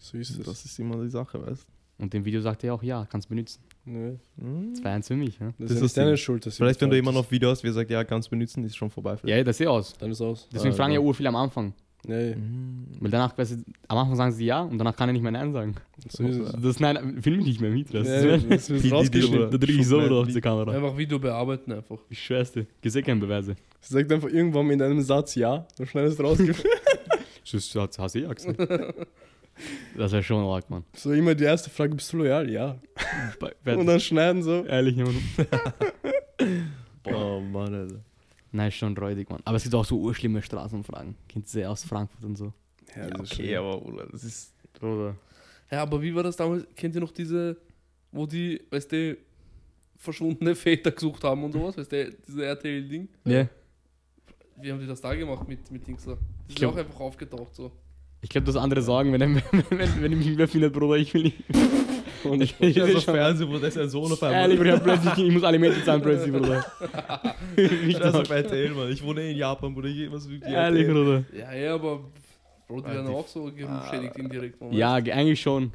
Speaker 4: So ist es.
Speaker 1: Das ist immer die Sache, weißt du?
Speaker 2: Und dem Video sagt er auch, ja, kannst benutzen.
Speaker 4: Nee.
Speaker 1: Hm.
Speaker 2: 2-1 für mich, ja.
Speaker 1: Das
Speaker 4: Das, ist ja
Speaker 1: ist
Speaker 4: nicht deine
Speaker 1: Ding.
Speaker 4: Schuld, dass sie
Speaker 1: Vielleicht, wenn du
Speaker 4: gefragt
Speaker 1: immer
Speaker 4: ist.
Speaker 1: noch Videos, wie sagt, ja, ganz benutzen, ist schon vorbei.
Speaker 2: Ja, das sieht aus.
Speaker 4: Dann ist aus.
Speaker 2: Deswegen
Speaker 1: Ah,
Speaker 2: fragen ja
Speaker 1: also.
Speaker 2: ur viel am Anfang.
Speaker 4: Nee,
Speaker 1: Mhm.
Speaker 2: Weil danach, weißt du, am Anfang sagen sie ja und danach kann er nicht mehr Nein sagen.
Speaker 4: so ist es.
Speaker 2: Das Nein, film ich nicht mehr mit. Das
Speaker 4: Nee, das
Speaker 2: ist
Speaker 4: ist rausgeschnitten.
Speaker 2: Da drücke ich so
Speaker 1: Schublade.
Speaker 2: oder auf die Kamera.
Speaker 3: Einfach Video bearbeiten einfach.
Speaker 2: Ich schwör's dir. Ich sehe keine Beweise.
Speaker 4: Sie sagt einfach irgendwann in einem Satz ja, dann schneidest du rausgeschnitten.
Speaker 2: Tschüss, hast du eh Axel. Das wäre schon arg, Mann.
Speaker 4: so immer die erste Frage, bist du loyal? Ja.
Speaker 2: Bei- bei-
Speaker 4: Und dann schneiden so.
Speaker 2: Ehrlich, Mann.
Speaker 1: Oh Mann, Alter.
Speaker 2: Nein, ist schon räudig, Mann. Aber es gibt auch so urschlimme Straßenfragen. Kennt ihr aus Frankfurt und so?
Speaker 4: Ja, das ist
Speaker 1: Okay,
Speaker 4: schön.
Speaker 1: aber Bruder, das ist.
Speaker 2: Bruder.
Speaker 3: Ja, aber wie war das damals? Kennt ihr noch diese, wo die, weißt du, verschwundene Väter gesucht haben und sowas? Weißt du, diese RTL-Ding?
Speaker 2: Ja.
Speaker 3: Wie haben die das da gemacht mit, mit Dings da? Die
Speaker 2: Ich
Speaker 3: sind
Speaker 2: glaub-
Speaker 3: auch einfach aufgetaucht so.
Speaker 2: Ich glaube, das andere sagen, wenn, [LAUGHS] wenn, wenn, wenn ich mich mehr findet, Bruder, ich will nicht.
Speaker 4: Und
Speaker 2: [LAUGHS]
Speaker 4: ich,
Speaker 1: Ich
Speaker 2: Ich will
Speaker 1: das
Speaker 2: schon.
Speaker 1: Fernsehen, Bruder, das ist ein Sohn auf einmal.
Speaker 2: Ehrlich, Bruder, ich, hab plötzlich, ich muss Alimente zahlen, plötzlich, Bruder. Mich
Speaker 1: [LAUGHS] Ich das
Speaker 2: doch.
Speaker 1: auf RTL, Mann. Ich wohne eh in Japan, Bruder. Ich was mit
Speaker 2: Ehrlich, Bruder.
Speaker 3: Ja, ja, aber Bro, die
Speaker 1: Ah,
Speaker 3: werden
Speaker 1: die-
Speaker 3: auch so geschädigt indirekt. man
Speaker 2: Ah, Ja, ge- eigentlich schon.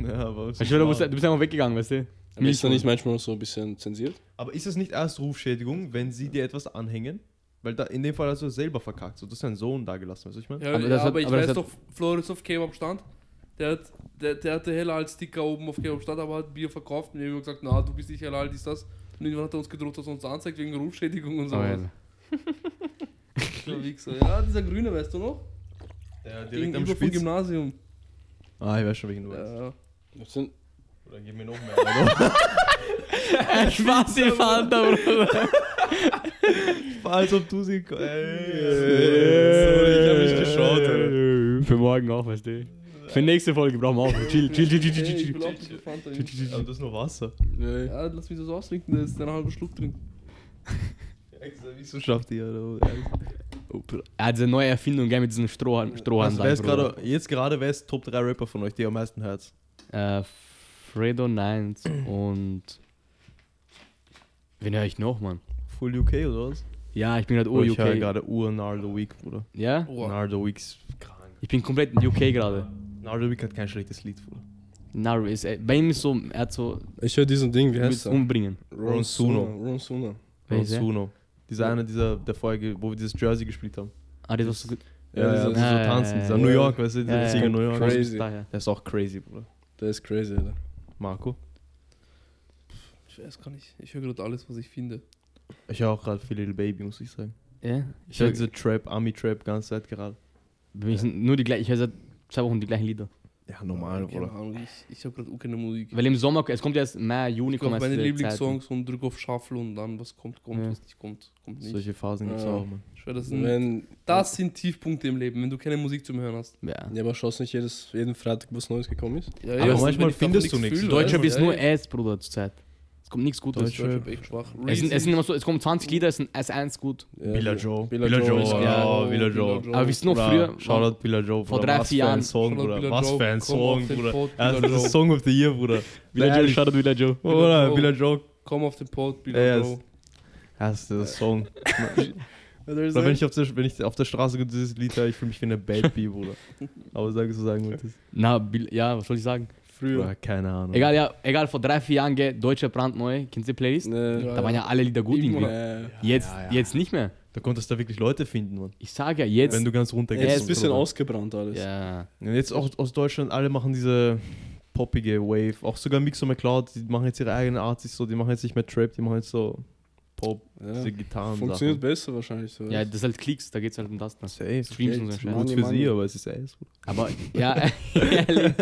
Speaker 1: Ja, aber,
Speaker 2: Ich schwör, du bist, du bist einfach weggegangen, weißt du?
Speaker 4: aber ist da nicht manchmal so ein bisschen zensiert?
Speaker 1: aber ist es nicht erst Rufschädigung, wenn sie dir etwas anhängen? Weil da in dem Fall hast du selber verkackt. So, du hast deinen Sohn dagelassen, weißt du, was ich meine?
Speaker 3: Ja,
Speaker 2: Aber
Speaker 3: aber,
Speaker 2: das
Speaker 3: ja,
Speaker 2: hat-
Speaker 3: aber ich
Speaker 2: aber das
Speaker 3: weiß
Speaker 2: hat-
Speaker 3: doch, Floris auf Kebab stand. Der, hat, der, der hatte Helal Sticker oben auf Kebab stand, aber hat Bier verkauft. Und wir haben immer gesagt, na, du bist nicht Helal, dies, das. Und irgendwann hat er uns gedroht, dass er uns anzeigt wegen Rufschädigung und so.
Speaker 2: So, [LAUGHS] ja.
Speaker 3: ja, dieser Grüne, weißt du noch?
Speaker 1: Ja,
Speaker 3: Gegenüber vom Gymnasium.
Speaker 1: Ah, ich weiß schon, welchen du meinst.
Speaker 3: Ja.
Speaker 4: Das sind
Speaker 1: Oder gib mir noch mehr. Alter.
Speaker 2: Spaß, ihr Vater, Bruder.
Speaker 1: Als ob du sie. Ey, sorry, ich hab mich geschaut, Alter.
Speaker 2: geschaut. Für morgen auch, weißt du? Für nächste Folge brauchen wir auch. Chill, chill, chill, chill,
Speaker 3: Hey,
Speaker 2: chill,
Speaker 3: ich
Speaker 2: chill.
Speaker 3: will auch ein bisschen Fanta, Jungs.
Speaker 1: Aber das ist nur Wasser.
Speaker 4: nee.
Speaker 3: Ja, lass mich das austrinken, da ist ein halber Schluck drin.
Speaker 1: Wissenschaft hier, oder?
Speaker 2: Oh, Bruder. Er hat diese neue Erfindung, gell, mit diesen Strohhalm. Strohhalm
Speaker 1: Also, wer ist gerade, jetzt gerade, wer ist Top 3 Rapper von euch, der am meisten hört?
Speaker 2: Äh, Fredo 9 und. Wen höre ich noch, Mann?
Speaker 1: Full UK oder was?
Speaker 2: Ja, ich bin gerade
Speaker 1: Oh, ich höre
Speaker 2: ur-UK.
Speaker 1: gerade Ur-Nardo Week, Bruder.
Speaker 2: Ja?
Speaker 3: Oh.
Speaker 1: Nardo Week ist krank.
Speaker 2: Ich bin komplett in UK gerade.
Speaker 1: Nardo Week hat kein schlechtes Lied, Bruder.
Speaker 2: Naru ist. äh, Bei ihm ist so. Er hat so.
Speaker 4: Ich höre diesen Ding, wie
Speaker 2: Mit
Speaker 4: heißt er?
Speaker 2: umbringen.
Speaker 1: Ron Suno.
Speaker 4: Ron Suno.
Speaker 1: Ron
Speaker 2: Welcher?
Speaker 1: Suno. Dieser eine dieser der Folge, wo wir dieses Jersey gespielt haben.
Speaker 2: Ah, das war so gut.
Speaker 1: Ja,
Speaker 4: Ja,
Speaker 1: dieser,
Speaker 4: dieses-
Speaker 1: dieser
Speaker 2: ja,
Speaker 1: Tanzen,
Speaker 2: ja,
Speaker 1: dieser
Speaker 4: ja.
Speaker 1: New York, weißt du, dieser
Speaker 2: Ja,
Speaker 1: Sieger
Speaker 2: ja,
Speaker 1: New York.
Speaker 2: kommt
Speaker 4: Crazy.
Speaker 2: daher.
Speaker 1: Der ist auch crazy, Bruder.
Speaker 4: Der ist crazy, Alter.
Speaker 1: Marco.
Speaker 3: Ich weiß gar nicht. Ich höre gerade alles, was ich finde.
Speaker 1: Ich höre auch gerade viel Little Baby, muss ich sagen.
Speaker 2: Ja?
Speaker 1: Ich höre diese Trap, Army Trap ganze Zeit gerade.
Speaker 2: Ich, nur die gleichen. Ich höre seit zwei Wochen die gleichen Lieder.
Speaker 1: Ja, normal,
Speaker 3: Keine
Speaker 1: Bruder.
Speaker 3: Ahnung, ich, ich habe gerade auch keine Musik.
Speaker 2: Weil im Sommer. Es kommt ja erst Mai, Juni.
Speaker 3: Ich glaube,
Speaker 2: kommen erst äh,
Speaker 3: meine
Speaker 2: diese
Speaker 3: Lieblingssongs und drück auf Shuffle und dann was kommt, kommt,
Speaker 2: Ja.
Speaker 3: was nicht kommt, kommt nicht.
Speaker 1: Solche Phasen gibt's
Speaker 4: Ja.
Speaker 1: auch, Mann.
Speaker 3: Ich schwör, das, sind,
Speaker 4: Wenn,
Speaker 3: das sind Tiefpunkte im Leben, wenn du keine Musik zum Hören hast.
Speaker 2: Zeiten. Ja.
Speaker 4: Ja, aber schaust nicht jedes, jeden Freitag, was Neues gekommen ist?
Speaker 3: Ja,
Speaker 1: Aber manchmal findest du nichts.
Speaker 2: Deutscher
Speaker 3: Deutscher
Speaker 2: bist nur Ass, Bruder, zurzeit. Es kommt nichts Gutes.
Speaker 1: Deutsche-
Speaker 3: Deutschrap echt schwach.
Speaker 2: Es, sind, es, sind
Speaker 3: Reason-
Speaker 2: immer so, es kommen 20 Lieder, es sind als eins gut.
Speaker 4: Ja,
Speaker 1: Billa
Speaker 4: Bi-
Speaker 1: Joe.
Speaker 4: Billa
Speaker 1: Billa
Speaker 4: Joe
Speaker 1: Joe.
Speaker 4: ist
Speaker 1: Ja,
Speaker 4: geil.
Speaker 1: ja, Villa
Speaker 3: Villa
Speaker 1: Joe.
Speaker 3: Joe.
Speaker 2: Aber wisst ihr noch früher?
Speaker 1: Shoutout Billa Joe,
Speaker 2: Vor
Speaker 1: Bruder.
Speaker 2: drei,
Speaker 1: was
Speaker 2: vier
Speaker 1: für
Speaker 2: Jahren.
Speaker 1: ein Song,
Speaker 3: Shoutout
Speaker 1: Bruder.
Speaker 3: Billa
Speaker 1: Was
Speaker 3: Joe,
Speaker 1: für ein
Speaker 3: komm auf
Speaker 1: Song,
Speaker 3: den
Speaker 1: Bruder.
Speaker 3: Pod,
Speaker 1: Ja,
Speaker 3: Billa
Speaker 1: Das ist
Speaker 3: Joe.
Speaker 1: das Song of the Year, Bruder. Villa Joe.
Speaker 2: Shoutout Villa Joe.
Speaker 3: Billa
Speaker 1: Bruder,
Speaker 3: Joe.
Speaker 1: Villa Joe.
Speaker 3: Komm auf den Pod, Billy
Speaker 1: Ja, ja,
Speaker 3: Joe.
Speaker 1: Das ist der Song. Oder wenn
Speaker 4: Oder
Speaker 1: ich auf der, wenn ich auf der Straße dieses Lied höre, ich fühle mich wie eine Bad Bee, Bruder. Aber sag es so sagen wolltest.
Speaker 2: Na, Bill- ja, was soll ich sagen?
Speaker 4: Früher.
Speaker 1: Bruder, keine Ahnung.
Speaker 2: Egal, ja, egal, vor drei, vier Jahren, gell, deutsche Brandneue, kennst du die Playlist?
Speaker 4: Nee.
Speaker 2: Da waren ja alle Lieder gut
Speaker 3: Immer.
Speaker 2: irgendwie.
Speaker 4: Nee.
Speaker 2: Jetzt,
Speaker 1: ja, ja.
Speaker 2: jetzt nicht mehr.
Speaker 1: Da konntest du wirklich Leute finden, Mann.
Speaker 2: Ich sage ja, jetzt.
Speaker 1: Wenn du ganz runter
Speaker 4: Jetzt
Speaker 1: gehst.
Speaker 4: ist ein bisschen
Speaker 1: Bruder.
Speaker 4: ausgebrannt alles.
Speaker 2: ja.
Speaker 1: Und jetzt auch aus Deutschland, alle machen diese poppige Wave. Auch sogar Mixo McCloud, die machen jetzt ihre eigene Art, sich so, die machen jetzt nicht mehr Trap, die machen jetzt so Pop,
Speaker 4: Ja.
Speaker 1: diese Gitarren.
Speaker 4: Funktioniert besser wahrscheinlich so.
Speaker 2: ja, das ist halt Klicks, da geht's halt um das. das.
Speaker 1: Safe.
Speaker 2: Streams und so
Speaker 4: Geld.
Speaker 2: Scheiß.
Speaker 1: Gut
Speaker 4: Money,
Speaker 1: für
Speaker 4: money.
Speaker 1: sie, aber es ist eh Eis.
Speaker 4: [LAUGHS]
Speaker 2: Aber ja, [LAUGHS] ehrlich.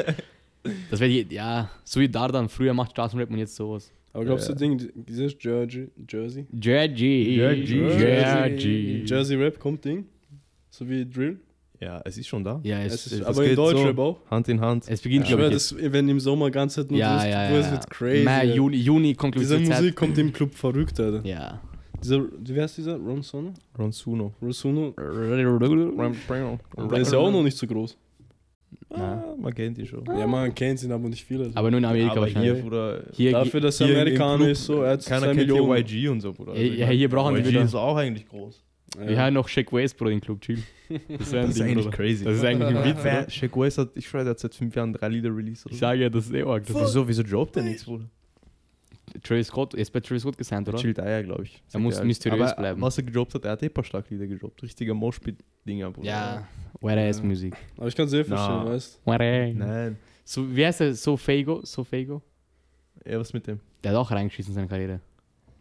Speaker 2: Das wäre ja, so wie Dardan, früher macht Straßenrap und jetzt sowas.
Speaker 4: Aber glaubst
Speaker 1: Ja.
Speaker 4: du, Ding, dieses Jersey, Jersey,
Speaker 2: Jergy.
Speaker 1: Jergy.
Speaker 2: Jergy.
Speaker 4: Jersey Rap kommt, Ding? So wie Drill?
Speaker 1: Ja, es ist schon da.
Speaker 2: Ja,
Speaker 4: Es
Speaker 2: es,
Speaker 4: ist,
Speaker 2: es,
Speaker 1: das
Speaker 4: aber in
Speaker 1: geht so.
Speaker 4: Deutschrap auch.
Speaker 1: Hand in Hand.
Speaker 2: es beginnt,
Speaker 4: Ich
Speaker 2: glaube
Speaker 4: schwöre,
Speaker 2: ich, jetzt.
Speaker 4: das, wenn im Sommer ganz halt nur
Speaker 2: Ja,
Speaker 4: das,
Speaker 2: ja,
Speaker 4: Bro,
Speaker 2: ja.
Speaker 4: es wird crazy.
Speaker 2: Mai, Juni, Juni kommt, glaube ich,
Speaker 4: Diese
Speaker 2: zur
Speaker 4: Musik
Speaker 2: Zeit.
Speaker 4: kommt im Club verrückt, Alter.
Speaker 2: Ja.
Speaker 4: Dieser, wie heißt dieser? Ron Sono?
Speaker 1: Ronsuno.
Speaker 4: Rosuno? Der ist ja auch
Speaker 1: Ja,
Speaker 4: noch nicht so groß.
Speaker 1: ah, man kennt ihn schon.
Speaker 4: Ja, man kennt ihn aber nicht viele. Also.
Speaker 2: Aber nur in Amerika
Speaker 1: aber hier,
Speaker 2: wahrscheinlich.
Speaker 1: Bruder,
Speaker 2: Hier,
Speaker 4: Dafür, dass er
Speaker 1: hier im
Speaker 4: Amerikaner
Speaker 1: Club,
Speaker 4: ist, so, er hat
Speaker 1: keiner
Speaker 4: 2
Speaker 1: kennt hier
Speaker 4: Millionen.
Speaker 1: YG und so, Bruder. Also
Speaker 2: Ja,
Speaker 1: ich
Speaker 2: ja,
Speaker 1: mein,
Speaker 2: hier brauchen die
Speaker 1: YG
Speaker 2: wieder-
Speaker 1: ist auch eigentlich groß.
Speaker 2: wir haben noch Shaq Waste, Bro, den
Speaker 4: [LAUGHS]
Speaker 2: Club, chill. Das wäre ein
Speaker 1: Das ist
Speaker 2: Ding,
Speaker 1: eigentlich
Speaker 2: Bruder.
Speaker 1: crazy.
Speaker 2: Das ist
Speaker 1: [LAUGHS]
Speaker 2: eigentlich ein Witz, oder?
Speaker 1: Wer- Shaq West hat, ich schwöre, der hat seit fünf Jahren drei Lieder released. oder
Speaker 2: Ich
Speaker 1: so.
Speaker 2: sage ja, das ist eh arg. Das
Speaker 1: Wieso, wieso droppt der nichts, Bruder?
Speaker 2: ist Travis Scott, er ist bei Travis Scott gesigned,
Speaker 1: Der
Speaker 2: oder?
Speaker 1: chillt Eier, glaube ich. Sagt
Speaker 2: muss
Speaker 1: er.
Speaker 2: mysteriös
Speaker 1: Aber
Speaker 2: bleiben.
Speaker 1: Was er gedroppt hat, er hat eh ein paar starke Lieder gedroppt. Richtiger Moshpit-Dinger, Bruder.
Speaker 2: Ja, where ass
Speaker 4: Ja.
Speaker 2: Music.
Speaker 4: Aber ich kann es eh verstehen,
Speaker 1: Na.
Speaker 4: weißt
Speaker 2: Where
Speaker 1: Nein.
Speaker 2: So, wie heißt der? Sofago? Sofago?
Speaker 1: Ja, was mit dem?
Speaker 2: Der hat auch reingeschissen in seine Karriere.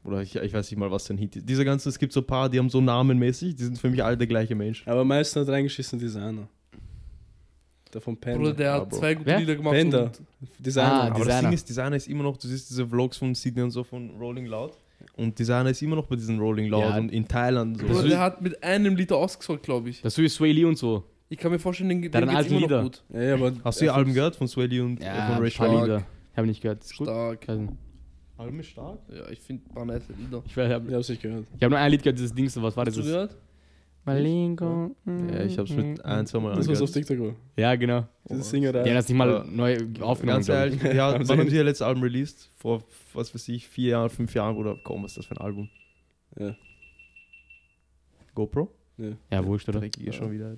Speaker 1: Oder ich, ich weiß nicht mal, was sein Hit ist. Diese ganzen, es gibt so ein paar, die haben so namenmäßig, die sind für mich alle der gleiche Mensch.
Speaker 4: du? Aber meistens hat reingeschissen Designer. Der von
Speaker 3: Bruder,
Speaker 4: Panda.
Speaker 3: der
Speaker 1: Ja,
Speaker 3: hat
Speaker 1: Bro.
Speaker 3: zwei gute
Speaker 2: Wer?
Speaker 3: Lieder gemacht.
Speaker 4: Panda.
Speaker 3: und-
Speaker 2: Ah,
Speaker 4: Designer.
Speaker 1: Aber das
Speaker 2: Designer.
Speaker 1: Ding ist, Designer ist immer noch, du siehst diese Vlogs von Sydney und so von Rolling Loud. Und Designer ist immer noch bei diesen Rolling Loud
Speaker 2: Ja.
Speaker 1: und in Thailand und so.
Speaker 3: Bruder, der hat mit einem Lied ausgesorgt, glaube ich.
Speaker 2: Das ist so wie Sway Lee und so.
Speaker 3: Ich kann mir vorstellen, den, den
Speaker 2: Deren
Speaker 3: geht's
Speaker 2: alten
Speaker 3: immer
Speaker 2: Lieder.
Speaker 3: noch gut.
Speaker 4: ja, ja, aber
Speaker 1: Hast du ihr Alben gehört von Swelly und äh,
Speaker 2: Ja,
Speaker 1: von
Speaker 2: ein
Speaker 1: Ray
Speaker 2: paar
Speaker 1: Charles?
Speaker 2: Lieder. Hab ich nicht gehört. Ist gut.
Speaker 3: Stark.
Speaker 2: Ich weiß nicht.
Speaker 1: Alben ist stark.
Speaker 3: Ja, ich finde, war nice Lieder.
Speaker 2: Ich, weiß- ich habe
Speaker 4: Ich hab's nicht gehört.
Speaker 2: hab nur ein Lied gehört, dieses Dings, was war
Speaker 3: Hast du
Speaker 2: das?
Speaker 3: gehört?
Speaker 2: Malinko.
Speaker 1: Ja, ich hab's mit ein, zwei Mal
Speaker 4: Das was auf
Speaker 1: angehört.
Speaker 4: TikTok war.
Speaker 2: Ja, genau.
Speaker 4: Diese Singerei.
Speaker 2: Die haben das nicht mal
Speaker 1: Aber-
Speaker 2: neu aufgenommen.
Speaker 1: Ganz
Speaker 2: glaub
Speaker 1: ehrlich,
Speaker 2: ich. [LAUGHS]
Speaker 1: ja,
Speaker 4: Haben sie
Speaker 1: wann haben
Speaker 4: nicht.
Speaker 1: sie ihr letztes Album released? Vor, was weiß ich, vier Jahren, fünf Jahren, Bruder. Komm, was ist das für ein Album?
Speaker 4: Ja.
Speaker 1: GoPro?
Speaker 2: Ja, wurscht, oder?
Speaker 1: Dreckig ist schon wieder.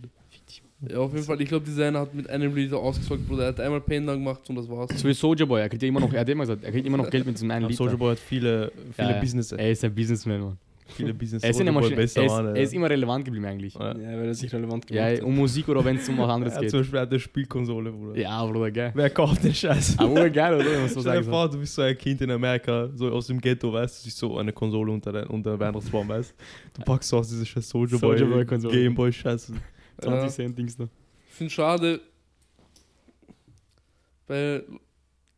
Speaker 3: Ja, auf jeden Fall. Ich glaube, Designer hat mit einem Lied ausgesorgt, Bruder. Er hat einmal Panda gemacht und das war's.
Speaker 2: So wie Soldier Boy, er kriegt ja immer noch, er hat immer gesagt, er
Speaker 1: [LAUGHS]
Speaker 2: kriegt immer noch Geld mit diesem einen
Speaker 1: Aber
Speaker 2: Lied.
Speaker 1: Soulja Boy hat viele, viele
Speaker 2: ja.
Speaker 1: Business,
Speaker 2: Er ist ein Businessman, Mann.
Speaker 1: viele Business.
Speaker 2: Er ist, in
Speaker 1: Soulja
Speaker 2: der
Speaker 1: Boy
Speaker 2: Maschine,
Speaker 1: besser
Speaker 2: er, ist,
Speaker 1: waren,
Speaker 2: er ist immer relevant geblieben eigentlich.
Speaker 1: ja.
Speaker 4: Ja, weil er sich relevant gemacht
Speaker 2: Ja,
Speaker 4: hat.
Speaker 2: um Musik oder wenn es um was
Speaker 1: Er
Speaker 2: anderes
Speaker 1: hat
Speaker 2: geht.
Speaker 1: zum Beispiel eine Spielkonsole, Bruder.
Speaker 2: Ja, Bruder, gell.
Speaker 1: Wer kauft den Scheiß?
Speaker 2: Aber urgeil, oder? Wenn man
Speaker 1: [LAUGHS]
Speaker 2: so
Speaker 1: Stell dir
Speaker 2: sagen soll.
Speaker 1: vor, du bist so ein Kind in Amerika, so aus dem Ghetto, weißt du, sich so eine Konsole unter den unter den Weihnachtsbaum, weißt du. packst so aus diese scheiß Soldier Boy,
Speaker 2: Soulja Boy Konsole.
Speaker 1: Gameboy
Speaker 2: [LAUGHS]
Speaker 1: Scheiße.
Speaker 2: 20
Speaker 3: Ja.
Speaker 2: Cent Dings da.
Speaker 3: Ich finde schade, weil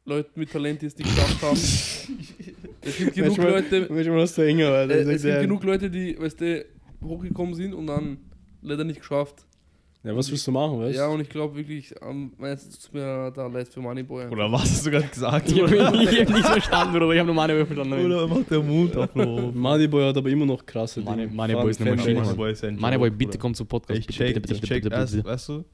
Speaker 3: Leute mit Talent die es nicht geschafft
Speaker 4: [LAUGHS]
Speaker 3: haben. es gibt genug
Speaker 4: Manchmal-
Speaker 3: Leute,
Speaker 4: Manchmal hast du Enger,
Speaker 3: äh,
Speaker 4: weil
Speaker 3: es gibt genug Leute, die, weißt du, hochgekommen sind und dann leider nicht geschafft.
Speaker 4: Ja, was willst du machen, weißt du?
Speaker 3: Ja, und ich glaube wirklich, am meisten tut mir da leid für Moneyboy.
Speaker 1: Oder was hast du gerade
Speaker 2: [LAUGHS]
Speaker 1: gesagt?
Speaker 2: [LAUGHS] Ich hab,
Speaker 1: Oder,
Speaker 2: ich hab nichts verstanden, Bruder. Ich hab nur meine Wörter verstanden.
Speaker 1: oder macht der Mund auf den
Speaker 4: Money Boy hat aber immer noch krasse
Speaker 2: Money-
Speaker 4: Dinge.
Speaker 2: Money Boy ist eine
Speaker 1: [LAUGHS]
Speaker 4: Fan-
Speaker 2: Maschine,
Speaker 4: Fan-
Speaker 2: Mann. Moneyboy, bitte komm zum Podcast.
Speaker 1: Ich
Speaker 2: Bitte,
Speaker 1: check,
Speaker 2: bitte,
Speaker 1: ich
Speaker 2: bitte,
Speaker 1: check
Speaker 2: bitte,
Speaker 1: erst,
Speaker 2: bitte.
Speaker 1: weißt du,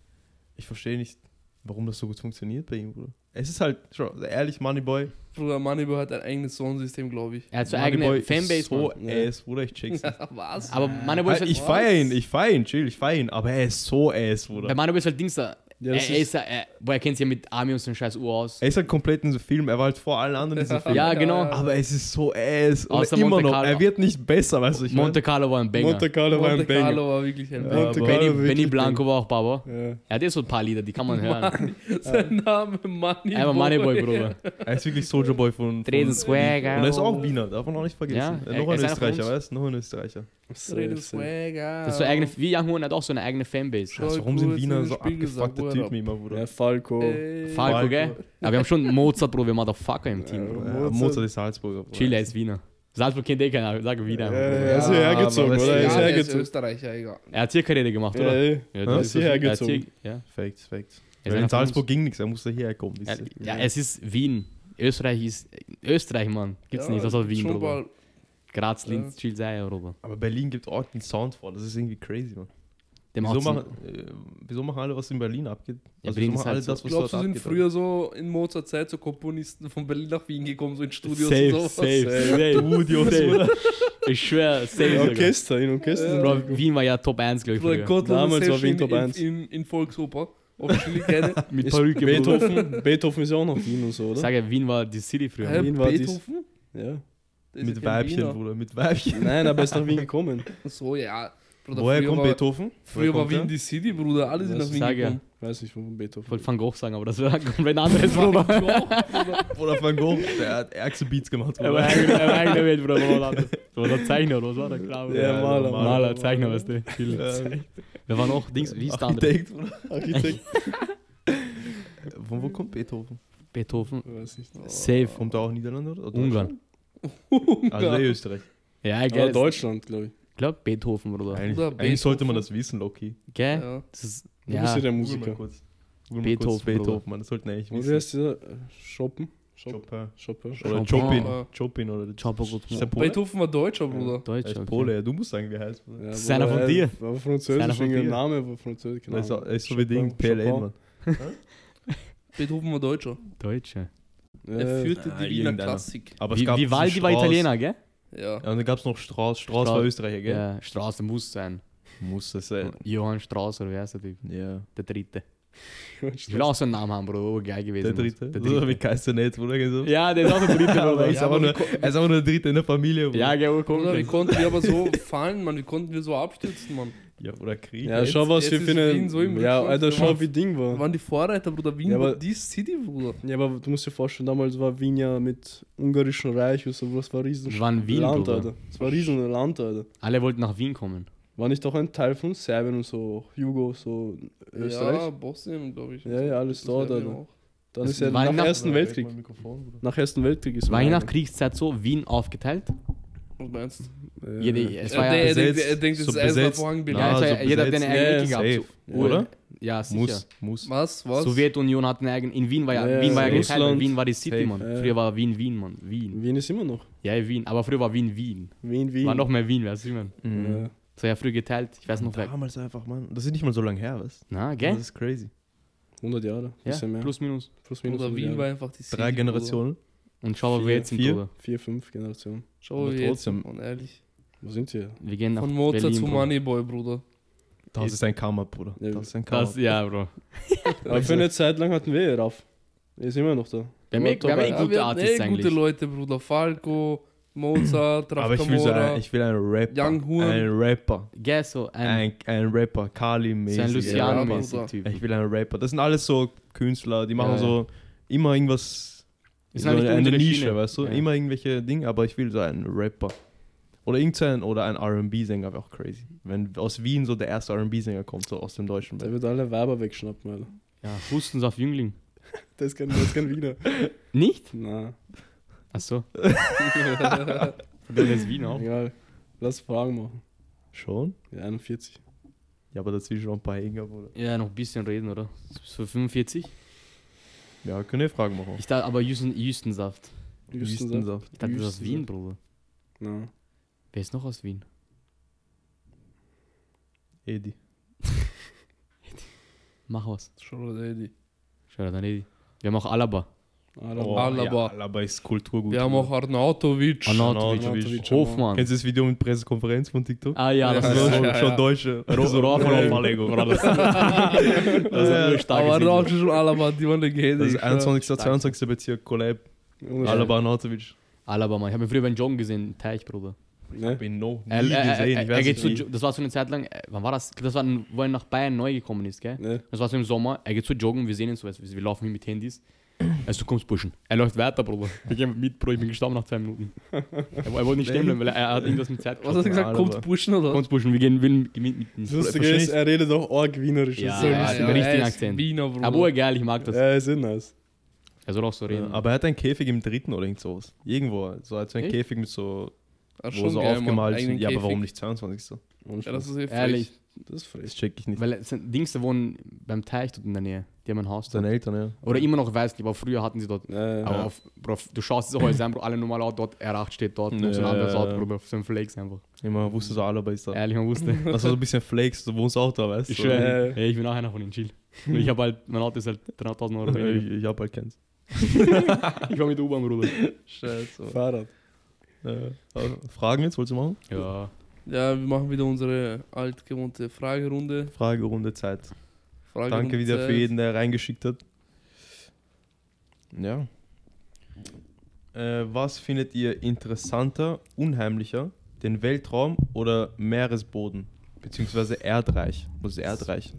Speaker 1: ich verstehe nicht, warum das so gut funktioniert bei ihm, Bruder. Es ist halt, schau, ehrlich, Moneyboy,
Speaker 3: Bruder, Moneyboy hat ein eigenes Soundsystem, glaube ich.
Speaker 2: Er hat so eine
Speaker 1: Moneyboy
Speaker 2: eigene
Speaker 1: ist
Speaker 2: Fanbase,
Speaker 1: so
Speaker 2: Mann.
Speaker 4: Ja.
Speaker 1: ass, Bruder, ich
Speaker 2: [LAUGHS]
Speaker 1: check's nicht.
Speaker 3: Was? [LAUGHS]
Speaker 2: Aber Moneyboy ist
Speaker 1: Halt,
Speaker 2: halt...
Speaker 1: ich feier ihn, ich feier ihn, chill, ich feier ihn, aber er ist so ass,
Speaker 2: Bei
Speaker 1: Bruder.
Speaker 2: Moneyboy ist halt Dings da.
Speaker 4: Ja,
Speaker 2: er,
Speaker 4: das
Speaker 2: er
Speaker 4: ist,
Speaker 2: ist ja... Er, boah, er kennt sich ja mit Army und so einem scheiß Uhr aus.
Speaker 1: Er ist halt komplett in diesem Film, er war halt vor allen anderen in
Speaker 2: [LAUGHS]
Speaker 1: diesem Film.
Speaker 2: Ja, genau.
Speaker 1: Aber es ist so ass. Und
Speaker 2: Außer
Speaker 1: immer
Speaker 2: Monte
Speaker 1: noch,
Speaker 2: Carlo.
Speaker 1: er wird nicht besser, weißt du, ich
Speaker 2: Monte Carlo war ein Banger.
Speaker 4: Monte Carlo war ein
Speaker 3: Monte
Speaker 4: Banger.
Speaker 3: Carlo war wirklich ein
Speaker 1: Ja,
Speaker 3: Banger. [LAUGHS]
Speaker 1: Monte
Speaker 2: Benny,
Speaker 4: wirklich
Speaker 2: Benny
Speaker 4: Banger.
Speaker 2: Blanco war auch Baba.
Speaker 4: Ja.
Speaker 2: Er hat eh so ein paar Lieder, die kann man hören.
Speaker 3: Sein Name Moneyboy.
Speaker 2: Einfach Moneyboy, Bruder.
Speaker 1: meine. Er ist wirklich Soldier Boy von... von
Speaker 2: Dresen
Speaker 1: und
Speaker 2: Swagger.
Speaker 1: er ist auch Wiener, darf man auch nicht vergessen. Ja,
Speaker 2: Ja, er-
Speaker 1: noch
Speaker 2: er
Speaker 1: ein
Speaker 2: ist einer von
Speaker 1: Österreicher,
Speaker 2: uns.
Speaker 1: weißt du, noch ein Österreicher.
Speaker 3: Rede
Speaker 4: Safe, safe.
Speaker 3: Swagger.
Speaker 2: Das ist so eigene... Wie Young Hoon hat auch so eine eigene Fanbase.
Speaker 1: Scheiße, warum
Speaker 3: gut,
Speaker 1: sind
Speaker 3: jetzt
Speaker 1: Wiener
Speaker 3: ist
Speaker 1: so
Speaker 3: das Spiel gesagt,
Speaker 1: abgefuckte
Speaker 3: what
Speaker 1: Typen
Speaker 3: up?
Speaker 1: immer, Bruder?
Speaker 4: Ja, Falco.
Speaker 3: Ey.
Speaker 2: Falco,
Speaker 1: Falco.
Speaker 2: gell? Aber wir haben schon Mozart, Bro. Wir Motherfucker im Team, Bro.
Speaker 1: Ja, Mozart ist Salzburger. Bruder.
Speaker 2: Chile ist Wiener. Salzburg kennt eh keiner, sag Wiener.
Speaker 4: Ja,
Speaker 2: Bruder.
Speaker 4: er ist hier
Speaker 3: Ja,
Speaker 4: hergezogen,
Speaker 1: aber
Speaker 4: oder?
Speaker 3: Ja,
Speaker 4: Er ist
Speaker 3: der ist
Speaker 4: hergezogen.
Speaker 3: Österreicher, egal.
Speaker 2: Er hat hier Karriere gemacht,
Speaker 4: Ja,
Speaker 2: oder?
Speaker 4: ey.
Speaker 2: Ja,
Speaker 1: Er
Speaker 2: das
Speaker 4: ist hier
Speaker 2: wahrscheinlich-
Speaker 4: hergezogen.
Speaker 2: Er hat hier,
Speaker 1: Facts, Facts.
Speaker 2: Er ist
Speaker 1: Weil in
Speaker 2: einer von uns.
Speaker 1: Salzburg ging nichts, er musste hierher kommen.
Speaker 2: ja.
Speaker 1: wisst ihr.
Speaker 2: ja, es ist Wien. Österreich ist. Österreich, Mann. Gibt's nicht, außer Wien, Bruder. Graz, Linz, Chill, sei, Europa.
Speaker 1: Aber Berlin gibt auch den Sound vor. Das ist irgendwie crazy, man.
Speaker 2: Dem
Speaker 1: Wieso
Speaker 2: macht's-
Speaker 1: machen, äh, wieso machen alle, was in Berlin abgeht?
Speaker 2: Ja,
Speaker 1: Also
Speaker 2: Berlin
Speaker 1: wieso
Speaker 2: ist
Speaker 1: machen
Speaker 2: halt
Speaker 1: alle
Speaker 2: so.
Speaker 1: das, was
Speaker 3: Glaubst du,
Speaker 1: dort
Speaker 3: sind
Speaker 1: abgeht?
Speaker 3: früher so in Mozart Zeit so Komponisten von Berlin nach Wien gekommen, so in Studios
Speaker 2: safe,
Speaker 3: und sowas?
Speaker 2: safe, safe,
Speaker 1: Studios,
Speaker 2: safe. Ich schwöre, safe.
Speaker 4: In
Speaker 2: sogar.
Speaker 4: Orchester, in Orchester.
Speaker 3: Ja.
Speaker 4: sind
Speaker 2: Bro, Wien war ja Top 1, glaube ich.
Speaker 3: Oder
Speaker 2: früher.
Speaker 4: Damals
Speaker 3: Gottlob
Speaker 4: war Wien
Speaker 3: Session
Speaker 4: Top
Speaker 3: in,
Speaker 4: 1.
Speaker 3: in, in Volksoper. Officially keine.
Speaker 2: Mit
Speaker 4: Ist
Speaker 2: Perücke, Bruder.
Speaker 4: Beethoven, Beethoven ist ja auch noch Wien und so,
Speaker 2: Ich
Speaker 4: oder?
Speaker 2: sage, Wien war die City früher.
Speaker 3: Hä,
Speaker 2: Mann.
Speaker 4: Wien war dies-
Speaker 3: Beethoven?
Speaker 4: Ja.
Speaker 3: Der ist ja
Speaker 1: Mit
Speaker 3: kein
Speaker 1: Weibchen,
Speaker 3: Wiener.
Speaker 1: Bruder, mit Weibchen.
Speaker 4: Nein, aber er ist nach Wien gekommen.
Speaker 3: So, ja. Bruder,
Speaker 1: Woher
Speaker 3: früher
Speaker 1: kommt
Speaker 3: war-
Speaker 1: Beethoven?
Speaker 3: Früher
Speaker 1: Woher
Speaker 3: war
Speaker 1: kommt
Speaker 3: Wien
Speaker 1: er?
Speaker 3: die City, Bruder. Alle sind
Speaker 4: Was
Speaker 3: nach Wien
Speaker 2: sag ja.
Speaker 3: gekommen.
Speaker 4: Weiß nicht, von
Speaker 2: Ich
Speaker 4: Beethoven.
Speaker 2: wollte Van Gogh sagen, aber das [LAUGHS] wäre komplett anderes, Bruder.
Speaker 1: Oder Van Gogh, der hat ärgste Beats gemacht.
Speaker 2: Er war
Speaker 1: Bruder.
Speaker 2: eigentlich- er war eigentlich der Welt, Bruder. aber war [LAUGHS] das? War der Zeichner, oder was war der? Klar, Bruder.
Speaker 1: Ja, Maler,
Speaker 2: Maler, Zeichner, weißt du.
Speaker 1: [LAUGHS]
Speaker 2: Chill.
Speaker 1: Ähm,
Speaker 2: Wer war noch? Dings, wie ist
Speaker 1: [LAUGHS]
Speaker 2: der andere?
Speaker 1: Architekt, Bruder.
Speaker 4: Architekt.
Speaker 1: [LAUGHS] Von wo kommt Beethoven?
Speaker 2: Beethoven.
Speaker 4: Weiß nicht.
Speaker 2: Safe.
Speaker 1: Kommt er auch Niederlande oder? oder
Speaker 2: Ungarn.
Speaker 1: Deutschland? Also eh Österreich.
Speaker 2: Ja,
Speaker 4: Aber
Speaker 2: gell. Ich
Speaker 4: Deutschland, glaube ich.
Speaker 2: glaub, Beethoven, Bruder.
Speaker 1: Eigentlich,
Speaker 3: Oder Beethoven.
Speaker 1: eigentlich sollte man das wissen, Loki.
Speaker 2: Gell?
Speaker 3: Ja.
Speaker 2: Das ist,
Speaker 4: Du bist
Speaker 2: ja,
Speaker 4: ja
Speaker 1: Google
Speaker 4: der
Speaker 1: mal
Speaker 4: Musiker.
Speaker 1: kurz. Google mal
Speaker 2: Beethoven,
Speaker 1: kurz
Speaker 2: Bruder.
Speaker 1: Beethoven, man, das sollten wir eigentlich
Speaker 4: Wie
Speaker 1: wissen.
Speaker 4: heißt dieser? Schoppen? Schoppen?
Speaker 1: Chopper.
Speaker 4: Schoppen.
Speaker 1: Oder
Speaker 2: Chopin.
Speaker 1: Chopin. Chopin oder der
Speaker 2: Ciao,
Speaker 1: Ist der
Speaker 2: Bruder.
Speaker 1: Pole?
Speaker 3: Beethoven war Deutscher, Bruder.
Speaker 1: Er
Speaker 2: Deutsch.
Speaker 1: ist
Speaker 2: okay.
Speaker 1: Pole, ja, du musst sagen, wie er heißt. Bruder.
Speaker 4: Ja,
Speaker 2: Das ist
Speaker 4: Bruder,
Speaker 2: einer von
Speaker 4: er
Speaker 2: dir.
Speaker 4: War
Speaker 2: Einer
Speaker 4: französisch,
Speaker 2: von
Speaker 4: irgendwie
Speaker 2: dir. Also,
Speaker 4: Name war französisch. genau. keine
Speaker 1: Er ist,
Speaker 4: Ahnung.
Speaker 1: er ist so wie Ding
Speaker 4: Chopin,
Speaker 1: PLN,
Speaker 4: Chopin.
Speaker 1: Mann.
Speaker 3: Beethoven war Deutscher.
Speaker 2: Deutsche.
Speaker 3: Er
Speaker 4: Äh,
Speaker 3: führte
Speaker 1: Ah,
Speaker 3: die Wiener
Speaker 1: irgendeiner.
Speaker 3: Klassik.
Speaker 1: Aber
Speaker 2: Wie, Vivaldi war
Speaker 1: diesen
Speaker 2: Italiener, gell?
Speaker 3: Ja.
Speaker 1: Ja, und dann gab es noch Strauss. Strauss
Speaker 2: Strauss.
Speaker 1: war Österreicher, gell?
Speaker 2: Ja, Strauß, der muss sein.
Speaker 1: Muss das sein.
Speaker 2: Johann Strauß, oder wer ist der Typ?
Speaker 1: Ja.
Speaker 2: Der Dritte. Ich will
Speaker 4: Schwarz-
Speaker 2: auch so einen Namen haben, Bruder. Oh, geil gewesen.
Speaker 1: Der
Speaker 2: muss.
Speaker 1: dritte.
Speaker 2: Der
Speaker 1: So wie
Speaker 2: Dritte.
Speaker 1: Kaiser nicht, oder? So.
Speaker 2: Ja, der ist auch der Dritte,
Speaker 1: aber er
Speaker 2: Bruder.
Speaker 1: ist aber nur, er ist aber nur der dritte in der Familie. Bruder.
Speaker 2: Ja, gell, oh, komm.
Speaker 3: Bruder, wie
Speaker 2: schon.
Speaker 3: konnten wir aber so fallen, Mann? Wie konnten wir so abstürzen, Mann?
Speaker 1: ja, oder Krieg.
Speaker 4: Ja,
Speaker 1: jetzt.
Speaker 4: schau, was
Speaker 3: jetzt
Speaker 4: wir
Speaker 3: ist
Speaker 4: für
Speaker 3: Wien so im
Speaker 4: eine. Ja,
Speaker 3: Rückstand.
Speaker 4: Alter, schau,
Speaker 3: Mann.
Speaker 4: wie Ding
Speaker 3: Wir
Speaker 4: war.
Speaker 3: waren die Vorreiter, Bruder. Wien
Speaker 4: Ja,
Speaker 3: war
Speaker 4: aber-
Speaker 3: die City, Bruder.
Speaker 4: Ja, aber du musst dir vorstellen, damals war Wien ja mit ungarischen Reich und so, das war riesen
Speaker 2: Wir waren Wien,
Speaker 4: Land,
Speaker 2: Bruder.
Speaker 4: Alter. Das war riesen Land, Alter.
Speaker 2: Alle wollten nach Wien kommen.
Speaker 4: War nicht auch ein Teil von Serbien und so, Jugo, so
Speaker 3: Ja,
Speaker 4: Österreich?
Speaker 3: Bosnien, glaube ich.
Speaker 4: Ja, ja, alles dort,
Speaker 3: Serbien
Speaker 4: Alter.
Speaker 3: auch.
Speaker 4: Dann
Speaker 2: Es
Speaker 4: ist ja
Speaker 2: war
Speaker 4: nach dem
Speaker 2: nach-
Speaker 4: Ersten
Speaker 1: Oder weg
Speaker 4: Weltkrieg.
Speaker 1: mein Mikrofon, Bruder.
Speaker 4: Nach Ersten Weltkrieg ist
Speaker 2: Es war ja nach Kriegszeit so, Wien aufgeteilt.
Speaker 3: Was meinst du?
Speaker 4: Äh,
Speaker 2: Jede, es
Speaker 3: Er-
Speaker 2: war
Speaker 3: der-
Speaker 2: ja,
Speaker 3: er denkt-
Speaker 1: besetzt,
Speaker 3: er denkt, es
Speaker 1: so
Speaker 3: ist Eisner
Speaker 1: besetzt.
Speaker 3: Vorhang-Bild.
Speaker 2: Ja,
Speaker 1: Na,
Speaker 2: also
Speaker 1: so
Speaker 2: jeder hat
Speaker 1: besetzt.
Speaker 2: eine eigene Ecke
Speaker 4: Ja,
Speaker 2: gehabt.
Speaker 1: Safe,
Speaker 2: so.
Speaker 1: oder?
Speaker 2: Ja, sicher.
Speaker 1: Muss, muss.
Speaker 3: Was? Was?
Speaker 2: Sowjetunion hat einen eigenen. In Wien war ja,
Speaker 4: Ja,
Speaker 2: Wien war ja
Speaker 1: Russland.
Speaker 2: geteilt. Wien war die City,
Speaker 1: Safe.
Speaker 2: Mann.
Speaker 4: Ja.
Speaker 2: Früher war Wien Wien, Mann. Wien.
Speaker 4: Wien ist immer noch.
Speaker 2: Ja, Wien. Aber früher war Wien Wien.
Speaker 4: Wien, Wien.
Speaker 2: War noch mehr Wien, weißt du, ich mein.
Speaker 1: Mhm.
Speaker 4: Ja.
Speaker 2: So ja früh geteilt. Ich weiß noch wer.
Speaker 1: Damals einfach, Mann. Das ist nicht mal so lange her, was?
Speaker 2: Na, gell?
Speaker 1: Das ist crazy.
Speaker 4: 100 Jahre.
Speaker 2: Ja,
Speaker 4: bisschen mehr.
Speaker 2: plus minus.
Speaker 4: plus
Speaker 3: Bruder,
Speaker 4: 100
Speaker 3: Wien
Speaker 4: Jahre.
Speaker 3: war einfach die City.
Speaker 1: Drei Generationen.
Speaker 2: Und schau mal,
Speaker 4: Vier,
Speaker 2: wir jetzt sind,
Speaker 1: vier.
Speaker 2: Bruder.
Speaker 4: Vier, fünf Generationen.
Speaker 3: Bruder. Schau,
Speaker 1: Aber
Speaker 3: wie jetzt,
Speaker 1: trotzdem.
Speaker 3: Mann, ehrlich.
Speaker 4: Wo sind die?
Speaker 2: Wir gehen nach
Speaker 3: Von Mozart
Speaker 2: Berlin,
Speaker 3: zu
Speaker 2: Bruder.
Speaker 3: Moneyboy, Bruder.
Speaker 1: Das ist ein Karma, Bruder.
Speaker 4: Ja.
Speaker 1: Das ist ein Karma.
Speaker 2: Das, ja, Bro.
Speaker 4: Aber für eine Zeit lang hatten wir ja Raff. Er ist immer noch da.
Speaker 2: Wir haben
Speaker 4: Aber
Speaker 2: eh- wir haben eh
Speaker 4: dabei-
Speaker 2: gute
Speaker 3: wir hatten
Speaker 2: Artists
Speaker 3: eh gute
Speaker 2: eigentlich.
Speaker 3: Leute, Bruder. Falco, Mozart, Raf
Speaker 1: Aber ich will, so ein,
Speaker 3: [LAUGHS]
Speaker 1: ich will einen Rapper.
Speaker 3: Young Horn.
Speaker 1: Ein Rapper.
Speaker 2: Gell, so ein,
Speaker 1: Ein, ein Rapper. Kali-mäßig.
Speaker 2: so ein
Speaker 3: Bruder.
Speaker 2: Luciano-mäßig Typ.
Speaker 1: Ich will einen Rapper. Das sind alles so Künstler, die machen
Speaker 2: Ja, ja.
Speaker 1: so immer irgendwas.
Speaker 2: Ist
Speaker 1: so
Speaker 2: eigentlich
Speaker 1: eine
Speaker 2: unsere
Speaker 1: Nische,
Speaker 2: Schiene.
Speaker 1: weißt du?
Speaker 2: Ja.
Speaker 1: Immer irgendwelche Dinge, aber ich will so einen Rapper. Oder irgendein oder ein RB-Sänger wäre auch crazy. Wenn aus Wien so der erste RB-Sänger kommt, so aus dem deutschen
Speaker 4: Der
Speaker 1: Welt.
Speaker 4: wird alle Weiber wegschnappen, Alter.
Speaker 2: Ja, Hustens auf Jüngling.
Speaker 4: Das ist kein, das ist kein Wiener.
Speaker 2: Nicht?
Speaker 4: [LAUGHS] Na,
Speaker 2: Achso. Der ist Wien auch.
Speaker 4: egal. Lass Fragen machen.
Speaker 1: Schon?
Speaker 4: Ja, 41.
Speaker 1: Ja, aber dazwischen noch ein paar Hänger, Bruder.
Speaker 2: Ja, noch ein bisschen reden, oder? So 45?
Speaker 1: Ja, können wir Fragen machen.
Speaker 2: Ich dachte, aber Jüsten, Jüstensaft.
Speaker 4: Wüstensaft.
Speaker 2: Ich dachte, das ist aus
Speaker 4: Jüstensaft.
Speaker 2: Wien, Bruder.
Speaker 4: Na.
Speaker 2: Wer ist noch aus Wien?
Speaker 1: Edi.
Speaker 2: Mach was.
Speaker 3: Schau, der Eddie.
Speaker 2: Schau dann eh. Wir haben auch Alaba.
Speaker 4: Adam.
Speaker 1: Oh,
Speaker 3: Alaba.
Speaker 1: Ja, Alaba ist Kulturgut.
Speaker 3: Wir haben
Speaker 1: Bruder.
Speaker 3: auch Arnautovic. [LAUGHS]
Speaker 2: Arnautovic.
Speaker 1: Arnautovic.
Speaker 2: Hofmann.
Speaker 1: Kennst du das Video mit Pressekonferenz von TikTok?
Speaker 2: Ah ja, das
Speaker 1: Das
Speaker 3: Ja,
Speaker 1: ist
Speaker 2: ist
Speaker 1: so,
Speaker 3: ja,
Speaker 1: Also schon
Speaker 3: ja.
Speaker 1: Deutsche.
Speaker 2: Ro-
Speaker 1: so,
Speaker 2: Ro-
Speaker 1: Ro-
Speaker 2: Ro-
Speaker 1: Lego.
Speaker 2: Bro, das das ist
Speaker 3: Ja, ja.
Speaker 2: ein nur
Speaker 3: Aber
Speaker 2: starkes Video.
Speaker 3: Arnautovic und Alaba, die waren Legende.
Speaker 1: Das ist
Speaker 3: ich schwör.
Speaker 1: 21. 22. Bezirk, Collab.
Speaker 4: Ohne Scheiß.
Speaker 1: Alaba Arnautovic.
Speaker 2: Alaba, Mann. Ich habe ihn früher beim Joggen gesehen. im Teich, Bruder.
Speaker 4: Ne?
Speaker 1: Bin no. Nie
Speaker 2: Er, er, er,
Speaker 1: gesehen.
Speaker 2: er,
Speaker 1: Ich
Speaker 2: er
Speaker 1: weiß
Speaker 2: geht
Speaker 1: nicht.
Speaker 2: zu,
Speaker 1: wie.
Speaker 2: Jo- das war so eine Zeit lang, äh, wann war das? Das war, wo er nach Bayern neu gekommen ist, gell?
Speaker 4: Ne?
Speaker 2: Das war so im Sommer, er geht zu joggen, wir sehen ihn so, also wir laufen mit Handys. Also du kommst pushen. Er läuft weiter, Bruder. Wir gehen mit, Bruder, ich bin gestorben nach zwei Minuten. Er, er wollte nicht stehen bleiben, weil er, er hat irgendwas mit Zeit
Speaker 3: Was hast du
Speaker 2: geschaut.
Speaker 3: gesagt?
Speaker 1: Alaba.
Speaker 3: Kommt pushen, oder?
Speaker 2: Kommst pushen, wir gehen mit, mit, mit,
Speaker 4: Das
Speaker 2: mit.
Speaker 4: Lustige
Speaker 1: Verstehst-
Speaker 4: ist, er redet auch arg wienerisch.
Speaker 2: Ja,
Speaker 4: Das
Speaker 2: ja,
Speaker 4: ist
Speaker 2: ja.
Speaker 4: lustig.
Speaker 2: mit richtigen
Speaker 3: er ist
Speaker 2: Akzent.
Speaker 3: Wiener, Bruder.
Speaker 2: Aber geil, ich mag das.
Speaker 4: ja, ist eh nice.
Speaker 2: Er soll auch so reden.
Speaker 1: Ja, aber er hat einen Käfig im dritten oder irgend sowas. Irgendwo. So als ein
Speaker 2: Echt?
Speaker 1: Käfig mit so,
Speaker 3: Ah,
Speaker 1: wo so
Speaker 3: geil, Mann.
Speaker 1: aufgemalt
Speaker 3: Eigenen
Speaker 1: sind. Ja, aber
Speaker 3: Käfig.
Speaker 1: warum nicht 22.
Speaker 4: Ohne
Speaker 3: Ja, das
Speaker 4: Spaß.
Speaker 3: ist eh frech.
Speaker 2: Ehrlich,
Speaker 4: das ist
Speaker 1: Das
Speaker 4: frech.
Speaker 1: check ich nicht.
Speaker 2: weil es sind Dings, die wohnen beim Teich dort in der Nähe. Die haben ein Haus dort.
Speaker 1: Deine Eltern, ja.
Speaker 2: Oder immer noch weiß, aber früher hatten sie dort.
Speaker 4: Äh,
Speaker 2: Aber auf, Bro, du schaust es auch alles an, Bro, alle normal auch dort, R8 steht dort,
Speaker 1: Ja,
Speaker 2: und so ein anderes
Speaker 1: ja,
Speaker 2: Auto,
Speaker 1: ja.
Speaker 2: Bro, auf so einem Flakes einfach.
Speaker 1: Immer wusste so, Alaba ist da.
Speaker 2: Ehrlich, man wusste.
Speaker 1: Also so ein bisschen Flakes, du wohnst auch da, weißt du?
Speaker 2: Ich schwöre,
Speaker 4: Ja, ja.
Speaker 2: ey, ich bin auch einer von den Chill. Und ich hab halt, mein Auto ist halt 3000 Euro
Speaker 1: Ja,
Speaker 2: weniger.
Speaker 1: Ich, ich hab halt keins.
Speaker 2: Ich war mit der U-Bahn, Bruder.
Speaker 3: Scheiße.
Speaker 4: Fahrrad.
Speaker 1: Äh, aber Fragen jetzt, wolltest du machen?
Speaker 2: Ja.
Speaker 3: Ja, wir machen wieder unsere altgewohnte Fragerunde.
Speaker 1: Fragerunde Zeit.
Speaker 3: Fragerunde
Speaker 1: Danke wieder für
Speaker 3: Zeit.
Speaker 1: jeden, der reingeschickt hat. Ja. Äh, was findet ihr interessanter, unheimlicher? Den Weltraum oder Meeresboden? Beziehungsweise Erdreich. Was ist Erdreich?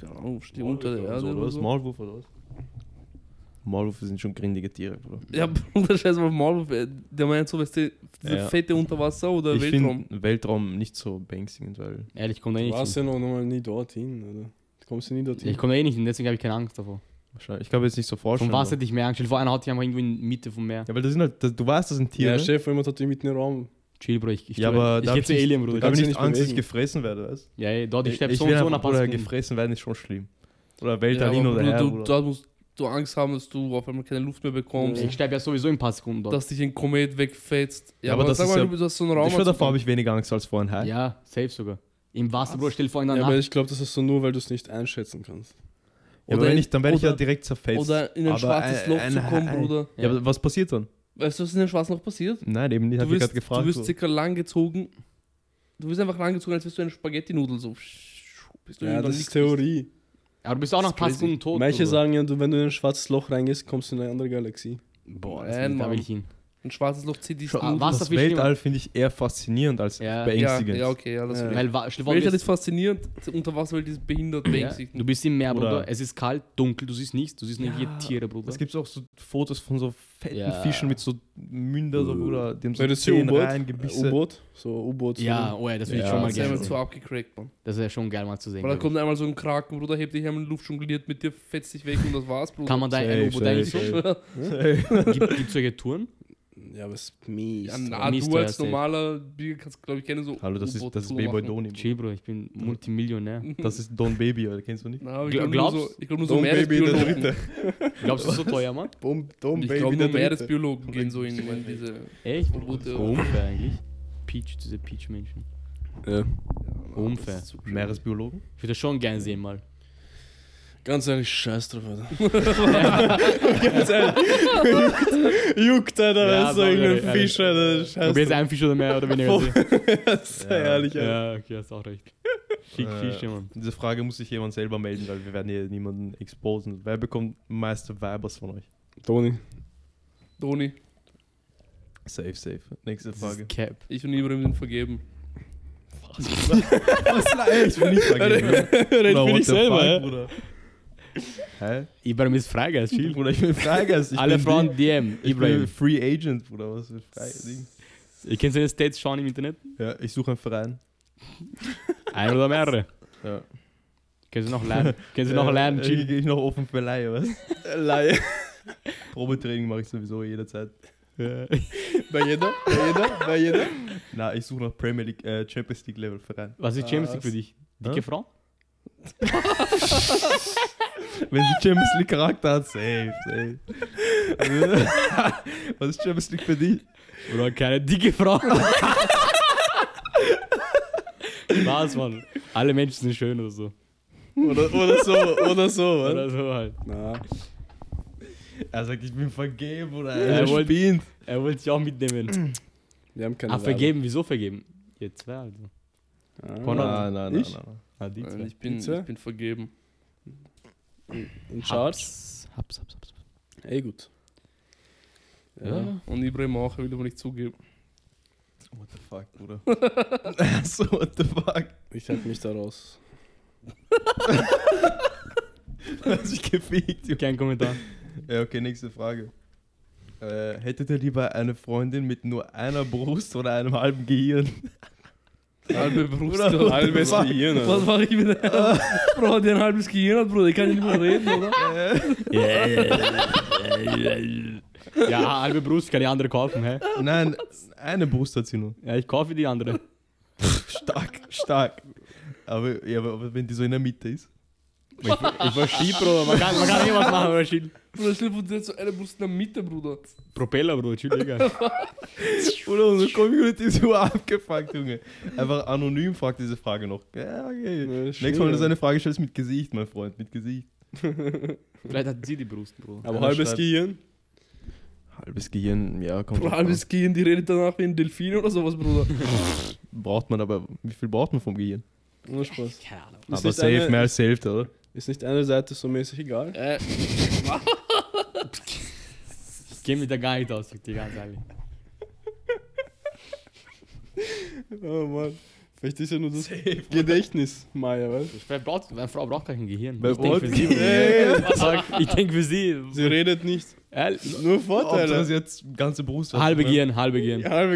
Speaker 3: Keine Ahnung, steht unter der Erde
Speaker 1: oder
Speaker 3: oder
Speaker 1: was?
Speaker 3: so.
Speaker 1: Maulwurf oder was? Maulwürfe sind schon grindige Tiere, Bruder.
Speaker 3: Ja, [LAUGHS] Bruder, scheiß mal auf Maulwurf. ey. Der meint so, weißt du, diese
Speaker 1: Ja.
Speaker 3: Fette unter Wasser oder
Speaker 1: ich
Speaker 3: Weltraum?
Speaker 1: finde Weltraum nicht so beängstigend, weil
Speaker 2: Ehrlich, ich komme da eh
Speaker 4: Du
Speaker 2: nicht
Speaker 4: warst
Speaker 2: hin.
Speaker 4: ja noch noch mal nie dorthin, oder? Du kommst ja nie dorthin.
Speaker 2: Ich komme da eh nicht hin, deswegen habe ich keine Angst davor.
Speaker 1: wahrscheinlich. Ich glaube jetzt nicht so
Speaker 2: Vom
Speaker 1: vorstellen.
Speaker 2: Wasser
Speaker 1: aber-
Speaker 2: hätte ich mehr Angst. Stell dir Vor einer hat ich einfach irgendwo in der Mitte vom Meer.
Speaker 1: Ja, weil das sind halt, das, du weißt, das sind Tiere.
Speaker 4: Ja, Chef, immer dort mitten im Raum.
Speaker 2: Chill, Bro, ich, ich,
Speaker 1: Ja, aber
Speaker 2: ich,
Speaker 1: da
Speaker 2: geh
Speaker 1: hab
Speaker 2: zu
Speaker 1: ich-
Speaker 2: Alien,
Speaker 1: Da
Speaker 2: Bruder.
Speaker 1: habe
Speaker 4: kannst
Speaker 1: ich
Speaker 4: dich
Speaker 1: nicht
Speaker 4: nicht
Speaker 1: Angst, dass ich
Speaker 4: bewegen.
Speaker 1: gefressen werde, weißt du?
Speaker 2: Ja, ey, dort, ich
Speaker 1: Ich,
Speaker 2: steppe so
Speaker 1: will
Speaker 2: und so
Speaker 1: einfach,
Speaker 2: nach
Speaker 1: Bruder,
Speaker 2: Pass.
Speaker 1: gefressen werden ist schon schlimm. Oder
Speaker 3: Ja, aber
Speaker 1: Weltallin oder
Speaker 3: Bruder,
Speaker 1: her,
Speaker 3: du,
Speaker 1: Bruder.
Speaker 3: Da musst du Angst haben, dass du auf einmal keine Luft mehr bekommst,
Speaker 2: Ich sterbe ja sowieso in ein paar Sekunden dort.
Speaker 3: dass dich ein Komet wegfetzt.
Speaker 1: Ja, aber das
Speaker 3: sag
Speaker 1: ist
Speaker 3: mal,
Speaker 1: ja-
Speaker 3: du hast so einen Raum. also
Speaker 1: ich schwör, davor habe ich weniger Angst als vor einem Hai.
Speaker 2: ja, safe sogar. Im Wasser,
Speaker 3: Was?
Speaker 2: Bro, stell dir vor in der
Speaker 4: Ja, aber
Speaker 2: Nacht.
Speaker 4: ich glaube, das ist so nur, weil du es nicht einschätzen kannst.
Speaker 1: Ja, aber
Speaker 3: Oder
Speaker 1: wenn
Speaker 3: in-
Speaker 1: ich, dann werde ich ja
Speaker 3: oder-
Speaker 1: direkt zerfetzt.
Speaker 3: Oder in ein
Speaker 1: Aber
Speaker 3: schwarzes
Speaker 1: ein-
Speaker 3: Loch
Speaker 1: ein
Speaker 3: zu kommen,
Speaker 1: Hai.
Speaker 3: Bruder.
Speaker 1: ja, aber was passiert dann?
Speaker 3: Weißt du, was in dem schwarzen Loch passiert?
Speaker 1: Nein, eben, die hat
Speaker 3: Du
Speaker 1: mich gerade
Speaker 3: wirst,
Speaker 1: gefragt.
Speaker 3: du wirst
Speaker 1: so.
Speaker 3: circa lang gezogen. Du wirst einfach lang gezogen, als wärst du eine Spaghetti-Nudel. So. Bist
Speaker 4: Ja,
Speaker 3: irgendwann
Speaker 4: das
Speaker 3: nix
Speaker 4: ist Theorie.
Speaker 2: Aber du bist auch
Speaker 3: Das
Speaker 2: nach
Speaker 3: ist
Speaker 2: ein paar
Speaker 3: crazy.
Speaker 2: Sekunden tot.
Speaker 4: Manche
Speaker 2: Bruder.
Speaker 4: sagen ja, du, wenn du in ein schwarzes Loch reingehst, kommst du in eine andere Galaxie.
Speaker 2: Boah,
Speaker 3: Nein,
Speaker 2: das, da
Speaker 3: Mann.
Speaker 2: will ich hin.
Speaker 3: bist. Ein schwarzes Loch zieht dich
Speaker 1: Schau,
Speaker 2: Ah, was
Speaker 1: das
Speaker 2: viel schlimmer.
Speaker 1: Weltall finde ich eher faszinierend als
Speaker 2: Ja.
Speaker 3: Ja,
Speaker 1: beängstigend.
Speaker 3: ja, okay, ja, das
Speaker 4: Ja.
Speaker 3: ja.
Speaker 2: Weil, wa- stell dir vor,
Speaker 3: Welcher
Speaker 2: wir-
Speaker 3: ist faszinierend? Die Unterwasserwelt ist behindert,
Speaker 2: ja,
Speaker 3: beängstigend.
Speaker 2: du bist im Meer,
Speaker 1: Oder-
Speaker 2: Bruder. Es ist kalt, dunkel, du siehst nichts. Du siehst nicht
Speaker 1: Ja,
Speaker 2: hier Tiere, Bruder.
Speaker 1: Es gibt auch so Fotos von so fetten
Speaker 2: Ja.
Speaker 1: Fischen mit so Münder, so, Bruder, dem so
Speaker 4: Weil das ist ja
Speaker 1: Zehen
Speaker 4: U-Boot.
Speaker 1: rein,
Speaker 4: Äh,
Speaker 1: Gebisse.
Speaker 4: U-Boot? So U-Boot.
Speaker 2: ja,
Speaker 4: so.
Speaker 2: oh ja, das will ich
Speaker 1: Ja,
Speaker 2: schon mal
Speaker 3: das ist einmal
Speaker 2: gerne.
Speaker 1: so.
Speaker 3: zu
Speaker 2: sehen.
Speaker 3: abgecrackt, Mann.
Speaker 2: Das wäre schon geil mal zu sehen.
Speaker 3: Weil da
Speaker 2: glaub
Speaker 3: kommt einmal so ein Kraken, Bruder, hebt dich einmal in die Luft, jongliert mit dir, fetzt dich weg und das war's,
Speaker 2: ich.
Speaker 3: Bruder.
Speaker 2: Kann man da
Speaker 1: Safe,
Speaker 2: ein U-Boot eigentlich
Speaker 1: safe,
Speaker 2: so? Gibt es solche Touren?
Speaker 4: ja, aber es ist mies.
Speaker 3: Ja, na,
Speaker 2: Mies
Speaker 3: du
Speaker 2: teuer,
Speaker 3: als
Speaker 2: safe.
Speaker 3: normaler Bier kannst, glaube ich, keine so.
Speaker 1: Hallo, das ist, das ist
Speaker 3: U-Boot-Tour
Speaker 1: Baby
Speaker 3: machen. Hm.
Speaker 1: Doni.
Speaker 2: Chill, Bro, ich bin Multimillionär.
Speaker 1: Das ist Don Baby, oder? kennst du nicht?
Speaker 3: Na, aber ich
Speaker 2: Gla-
Speaker 3: glaube nur so,
Speaker 2: glaubst?
Speaker 3: ich glaub, nur so
Speaker 4: Don't Baby der
Speaker 3: Meeresbiologen.
Speaker 2: [LAUGHS] Glaubst du, das ist so teuer, Mann?
Speaker 4: Dom, Dom,
Speaker 3: Ich glaube, nur Meeresbiologen gehen so in, in diese.
Speaker 2: Echt?
Speaker 3: U-Boote, ja.
Speaker 2: Unfair eigentlich. Peach, diese Peach-Menschen. Unfair.
Speaker 1: Meeresbiologen?
Speaker 2: Ich würde das schon gern sehen mal.
Speaker 4: Ganz ehrlich, scheiß drauf, Alter.
Speaker 3: [LAUGHS]
Speaker 4: Ganz ehrlich. Juckt, juckt Alter,
Speaker 2: Ja,
Speaker 4: weißt du,
Speaker 2: aber,
Speaker 4: irgendein
Speaker 2: ja,
Speaker 4: Fisch, Alter.
Speaker 2: Ob
Speaker 4: Scheiß
Speaker 2: jetzt
Speaker 4: drauf.
Speaker 2: ein Fisch oder mehr oder weniger. sehen.
Speaker 4: Das ist [LAUGHS] ja
Speaker 1: Ja.
Speaker 4: herrlich, Alter.
Speaker 2: ja, okay, hast auch recht. Fick
Speaker 1: Äh,
Speaker 2: Fische, Mann.
Speaker 1: Diese Frage muss sich jemand selber melden, weil wir werden hier niemanden exposen. Wer bekommt meiste Vibers von euch?
Speaker 4: Toni.
Speaker 3: Doni,
Speaker 1: Safe, safe. Nächste
Speaker 2: Das ist
Speaker 1: Frage. [LAUGHS]
Speaker 2: Cap.
Speaker 3: ich und Ibrahim sind vergeben.
Speaker 1: Ich will nicht vergeben.
Speaker 4: Red für
Speaker 1: what
Speaker 4: dich
Speaker 1: the
Speaker 4: selber,
Speaker 1: fuck,
Speaker 4: ja.
Speaker 1: Bruder. Hä?
Speaker 2: Ibrahim ist Freigeist, chill.
Speaker 1: Bruder, ich bin Freigeist. Ich
Speaker 2: Alle
Speaker 1: bin
Speaker 2: Frauen DM,
Speaker 1: Ich bin
Speaker 2: Ibrahim.
Speaker 1: Free Agent, Bruder. Was für Frei
Speaker 2: Ihr kennt seine States schauen im Internet?
Speaker 1: Ja, ich suche einen Verein.
Speaker 2: Ein oder mehrere.
Speaker 1: Ja.
Speaker 2: Können Sie [LAUGHS] noch lernen? Können Sie noch
Speaker 1: Äh,
Speaker 2: lernen,
Speaker 1: äh,
Speaker 2: chill.
Speaker 1: Gehe ich noch offen für Laie, was? [LAUGHS]
Speaker 4: Laie.
Speaker 1: Probetraining mache ich sowieso jederzeit.
Speaker 4: Bei jeder, bei jeder, bei jeder.
Speaker 1: Na, ich suche nach Premier League, äh, Champions League Level Verein.
Speaker 2: Was ist Champions League für dich? Dicke
Speaker 1: Hä?
Speaker 2: Frau?
Speaker 1: Wenn sie Champions League Charakter hat, safe, [LAUGHS] safe. was ist Champions League für dich?
Speaker 2: Oder keine dicke [LAUGHS] Frau? Spaß, Mann. Alle Menschen sind schön oder so.
Speaker 4: Oder, oder so, oder so,
Speaker 2: Oder
Speaker 4: Alter.
Speaker 2: so halt.
Speaker 4: Na.
Speaker 1: Er sagt, ich bin vergeben, oder?
Speaker 2: Er
Speaker 1: Er
Speaker 2: wollte-
Speaker 1: spinnt.
Speaker 2: Er wollte sich auch mitnehmen.
Speaker 4: Wir haben keine
Speaker 2: Ah, vergeben, wieso vergeben? Ihr zwei also.
Speaker 4: Werbung.
Speaker 2: Konrad.
Speaker 4: Ah.
Speaker 1: Nein, nein, nein,
Speaker 4: Ich?
Speaker 1: nein.
Speaker 2: Ah, die
Speaker 3: Nein,
Speaker 2: zwei.
Speaker 3: ich, bin, ich
Speaker 4: Pizza?
Speaker 3: bin vergeben.
Speaker 4: Und Charles?
Speaker 2: Haps, haps, haps, haps.
Speaker 4: Ey, gut.
Speaker 2: Ja.
Speaker 3: Und Ibrahim auch, er will aber nicht zugeben.
Speaker 1: What the fuck, [LAUGHS] Bruder? so, what the fuck?
Speaker 4: Ich halte mich da raus.
Speaker 1: Hat sich gefegt, Junge.
Speaker 2: Kein Kommentar. [LAUGHS]
Speaker 1: Ja, okay, nächste Frage. Äh, hättet ihr lieber eine Freundin mit nur einer Brust oder einem halben Gehirn? [LAUGHS]
Speaker 3: Halbe Brust.
Speaker 1: Bruder,
Speaker 3: Alter.
Speaker 4: Halbes
Speaker 1: fuck?
Speaker 4: Gehirn,
Speaker 3: Was
Speaker 4: Alter.
Speaker 3: mache ich mit einem Bro, der ein halbes Gehirn hat, Bruder? Ich kann nicht mehr reden, oder?
Speaker 2: ja, halbe Brust kann die andere kaufen, hä?
Speaker 1: Nein, eine Brust hat sie nur.
Speaker 2: Ja, ich kaufe die andere.
Speaker 1: Stark, stark. stark. Aber, ja, aber, aber wenn die so in der Mitte ist.
Speaker 2: Ich, ich war Ski, Bruder. Man kann, man kann eh was machen, aber Schild.
Speaker 3: Bruder, stell dir vor, der hat so eine Brust in der Mitte, Bruder.
Speaker 2: Propeller, Bruder. Chill, Digga.
Speaker 1: Oder unsere Community ist so abgefuckt, Junge. Einfach anonym fragt diese Frage noch. Ja, okay. Nächstes Mal, wenn du so eine Frage stellst, mit Gesicht, mein Freund, mit Gesicht.
Speaker 2: Vielleicht hat sie die Brust, Bruder.
Speaker 4: Aber halbes
Speaker 1: schreibt-
Speaker 4: Gehirn.
Speaker 1: Halbes Gehirn, ja, kommt.
Speaker 3: Bruder,
Speaker 1: drauf
Speaker 3: halbes Gehirn, die redet danach wie ein Delfin oder sowas, Bruder.
Speaker 1: an. Braucht man aber, wie viel braucht man vom Gehirn?
Speaker 4: Ohne Spaß.
Speaker 2: Keine Ahnung.
Speaker 4: Ist
Speaker 1: aber
Speaker 4: nicht
Speaker 1: safe,
Speaker 4: eine-
Speaker 1: mehr als die Hälfte, oder?
Speaker 4: Ist nicht eine Seite so mäßig egal?
Speaker 3: äh,
Speaker 2: Ich geh mit der gar nicht aus, die ganz ehrlich.
Speaker 4: Oh Mann. Vielleicht ist ja nur das Gedächtnis, Maya, weißt du?
Speaker 2: Vielleicht braucht, eine Frau braucht gar kein Gehirn.
Speaker 1: Bei
Speaker 2: ich denke für
Speaker 1: Wort- [LAUGHS]
Speaker 2: sie.
Speaker 4: Ey,
Speaker 2: Sag, ich denke für sie.
Speaker 4: Sie redet nicht.
Speaker 2: Ehrlich,
Speaker 4: Nur
Speaker 1: Ob das
Speaker 4: Vorteile.
Speaker 1: jetzt ganze Brust hat,
Speaker 2: halbe
Speaker 1: ne?
Speaker 2: Gehirn, halbe Gehirn.
Speaker 4: Halbe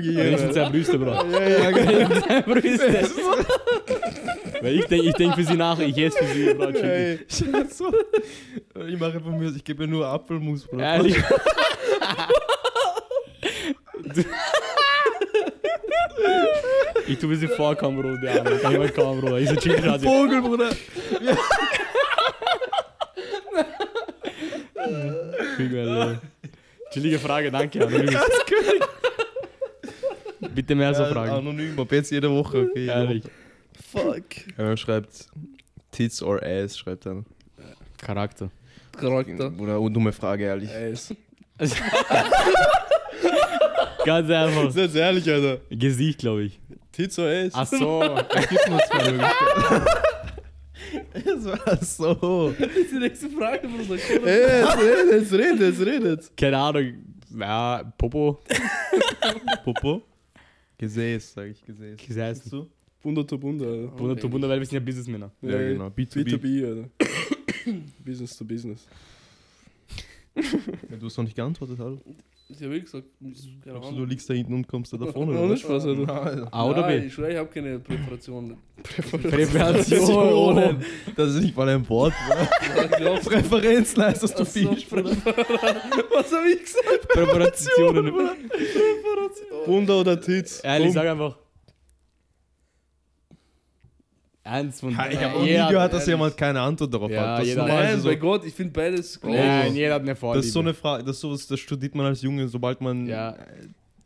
Speaker 4: Gehirn.
Speaker 2: Wenigstens zwei Brüste, Bro.
Speaker 4: Ja, ja, ja.
Speaker 2: Zwei Brüste. Weil ich denke ich denk für sie nach, ich esse für sie, Bro. Chill.
Speaker 4: Ey,
Speaker 1: Ich, hab so- ich mache von mir, ich gebe mir nur Apfelmus, Bruder.
Speaker 4: [LAUGHS]
Speaker 2: Ehrlich. Ich tue sie vorkommen, Bro. Der Arme. Kann ich mal kommen, Bro. Ich so chill gerade.
Speaker 1: Vogel, Bruder.
Speaker 2: Kriegen
Speaker 1: [LAUGHS]
Speaker 2: wir alle. Chillige Frage, danke. Anonymous. Bitte mehr so
Speaker 1: Ja,
Speaker 2: also Fragen.
Speaker 1: Anonym, ab jetzt jede Woche, okay. jede
Speaker 2: Ehrlich.
Speaker 3: fuck.
Speaker 1: Woche. Er schreibt Tits or Ass, schreibt er.
Speaker 2: Charakter.
Speaker 3: Charakter.
Speaker 1: Oder oh, dumme Frage, ehrlich.
Speaker 4: Ey, ist
Speaker 2: Ganz
Speaker 4: ist
Speaker 1: [LAUGHS]
Speaker 2: einfach.
Speaker 4: jetzt ehrlich, Alter.
Speaker 2: Gesicht, glaube ich.
Speaker 4: Tizo, ey. ist-
Speaker 1: [LAUGHS]
Speaker 2: Ach so.
Speaker 1: Das war so.
Speaker 3: Das ist die nächste Frage, Bruder. Komm,
Speaker 4: Ey, es redet, es redet, es redet.
Speaker 2: Keine Ahnung. Ja, Popo.
Speaker 1: Popo? Gesäß, sag ich, Gesäß.
Speaker 2: Gesäß.
Speaker 1: Siehst du?
Speaker 4: Bunder to Bunder, Alter.
Speaker 2: Wunder zu Wunder, weil wir sind ja Businessmänner.
Speaker 1: Ja,
Speaker 4: Ey,
Speaker 1: genau. B2B.
Speaker 4: B2B, Alter. [COUGHS] business to Business.
Speaker 1: Ja, du hast noch nicht geantwortet, hallo.
Speaker 3: Ich hab eh gesagt, ich- keine
Speaker 1: Glaubst Du, du
Speaker 3: Ahnung.
Speaker 1: liegst da hinten und kommst da davon, oder?
Speaker 4: Ohne
Speaker 1: was?
Speaker 4: Spaß, Alter.
Speaker 1: Alter.
Speaker 2: A oder
Speaker 3: Nein,
Speaker 2: B?
Speaker 3: Ich schwöre, ich hab keine Präparation.
Speaker 1: [LAUGHS]
Speaker 2: Präparation.
Speaker 1: Das ist nicht mal ein Wort.
Speaker 3: Ich glaub,
Speaker 1: Präferenz leistest du
Speaker 3: Ach so,
Speaker 1: viel.
Speaker 3: [LAUGHS] was hab ich gesagt?
Speaker 2: Präparationen.
Speaker 4: Bunder oder Tiz?
Speaker 1: Um.
Speaker 2: Ehrlich,
Speaker 4: Boom.
Speaker 2: sag einfach. Eins von
Speaker 1: Ja, ich
Speaker 2: Ja,
Speaker 1: habe noch nie
Speaker 2: jeder-
Speaker 1: gehört, dass
Speaker 3: ehrlich.
Speaker 1: jemand keine Antwort darauf
Speaker 2: Ja,
Speaker 1: hat. Das, ist
Speaker 2: jeder-
Speaker 1: normal,
Speaker 3: Nein,
Speaker 1: also so,
Speaker 3: bei Gott, ich finde beides gleich.
Speaker 2: Nein, jeder hat eine Vorliebe.
Speaker 1: das ist so eine Frage, das ist sowas, das studiert man als Junge, sobald man
Speaker 2: Ja.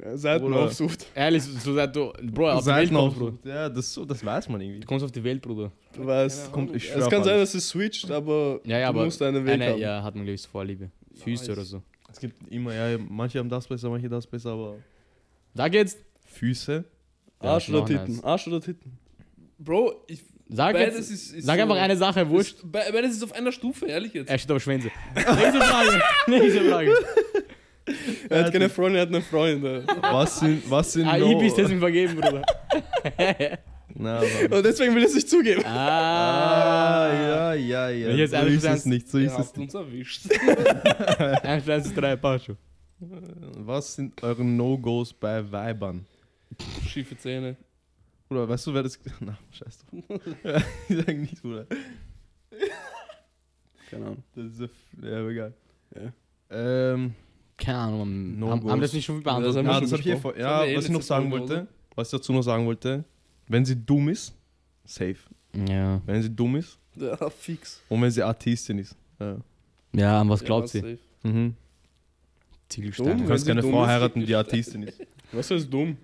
Speaker 4: Ja, Seiten
Speaker 1: Bruder.
Speaker 4: aufsucht.
Speaker 2: Ehrlich, so seit du. Bro, auf die Welt
Speaker 1: Seiten
Speaker 2: kommst,
Speaker 1: auf.
Speaker 2: Bro.
Speaker 1: Ja, das, ist so, das weiß man irgendwie.
Speaker 2: Du kommst auf die Welt, Bruder.
Speaker 4: Du weißt.
Speaker 1: Kommt, ich
Speaker 4: Es kann sein, dass es switcht, aber
Speaker 2: Ja, ja,
Speaker 4: du
Speaker 2: aber
Speaker 4: musst einen Weg haben.
Speaker 2: Äh, ja, hat man glaube ich so Vorliebe. Füße
Speaker 3: Nice.
Speaker 2: oder so.
Speaker 1: es gibt immer, ja, manche haben das besser, manche das besser, aber
Speaker 2: Da geht's.
Speaker 1: Füße.
Speaker 4: Arsch
Speaker 2: Ja,
Speaker 4: oder
Speaker 2: ist noch
Speaker 4: Titten?
Speaker 2: nice.
Speaker 4: Arsch oder Titten?
Speaker 3: Bro, ich,
Speaker 2: Sag
Speaker 3: beides
Speaker 2: jetzt.
Speaker 3: ist, ist
Speaker 2: Sag
Speaker 3: so-
Speaker 2: einfach eine Sache, wurscht.
Speaker 3: Ist, be- beides ist auf einer Stufe, ehrlich jetzt.
Speaker 2: Er steht auf
Speaker 1: [LAUGHS]
Speaker 2: Schwänze. Nächste Frage. Nächste Frage.
Speaker 4: Er hat keine Freundin, er hat
Speaker 3: [LAUGHS]
Speaker 4: eine Freundin. Alter.
Speaker 1: Was sind, was [LAUGHS] sind
Speaker 2: [LAUGHS] Ah, ich bist deswegen vergeben,
Speaker 1: [LAUGHS]
Speaker 2: Bruder.
Speaker 1: Na, aber-
Speaker 4: Und deswegen will er es nicht zugeben.
Speaker 1: ah,
Speaker 2: Ah,
Speaker 1: ja, ja, ja.
Speaker 2: Wenn ich jetzt
Speaker 1: so
Speaker 2: ehrlich
Speaker 1: ist es
Speaker 2: sein-
Speaker 1: nicht, so
Speaker 3: Ihr
Speaker 1: ist es
Speaker 3: habt
Speaker 1: nicht.
Speaker 3: uns erwischt.
Speaker 2: ja. Ein kleines drei Pacho.
Speaker 1: Was sind eure No-Gos bei Weibern?
Speaker 3: [LAUGHS] Schiefe Zähne.
Speaker 1: Oder weißt du, wer das... [LAUGHS] Na, scheiß drauf. [LAUGHS] ich sag nichts, Bruder.
Speaker 4: Keine Ahnung.
Speaker 1: Das ist... Ja, egal.
Speaker 4: Ja.
Speaker 1: Ähm...
Speaker 2: Keine Ahnung,
Speaker 1: No
Speaker 2: no haben,
Speaker 1: goes.
Speaker 2: haben das nicht schon
Speaker 4: Das haben wir
Speaker 2: beantwortet?
Speaker 1: Ja,
Speaker 4: schon
Speaker 1: das hab ich eh
Speaker 4: besprochen.
Speaker 1: vor.
Speaker 3: Das haben
Speaker 1: Ja,
Speaker 3: wir eh
Speaker 1: was ich noch
Speaker 3: letzte
Speaker 1: sagen
Speaker 3: Folge,
Speaker 1: wollte, was ich dazu noch sagen wollte, wenn sie dumm ist, safe.
Speaker 2: Ja.
Speaker 1: Wenn sie dumm ist
Speaker 3: Ja, fix.
Speaker 1: und wenn sie Atheistin ist. Ja.
Speaker 2: Ja, an was glaubt
Speaker 3: ja,
Speaker 2: sie?
Speaker 3: safe.
Speaker 1: Mhm. Du
Speaker 4: Wenn
Speaker 2: Ziegelsteine.
Speaker 1: kannst
Speaker 4: sie
Speaker 1: keine
Speaker 4: dumm
Speaker 1: Frau
Speaker 4: ist,
Speaker 1: heiraten, die Atheistin ist.
Speaker 4: Was ist dumm?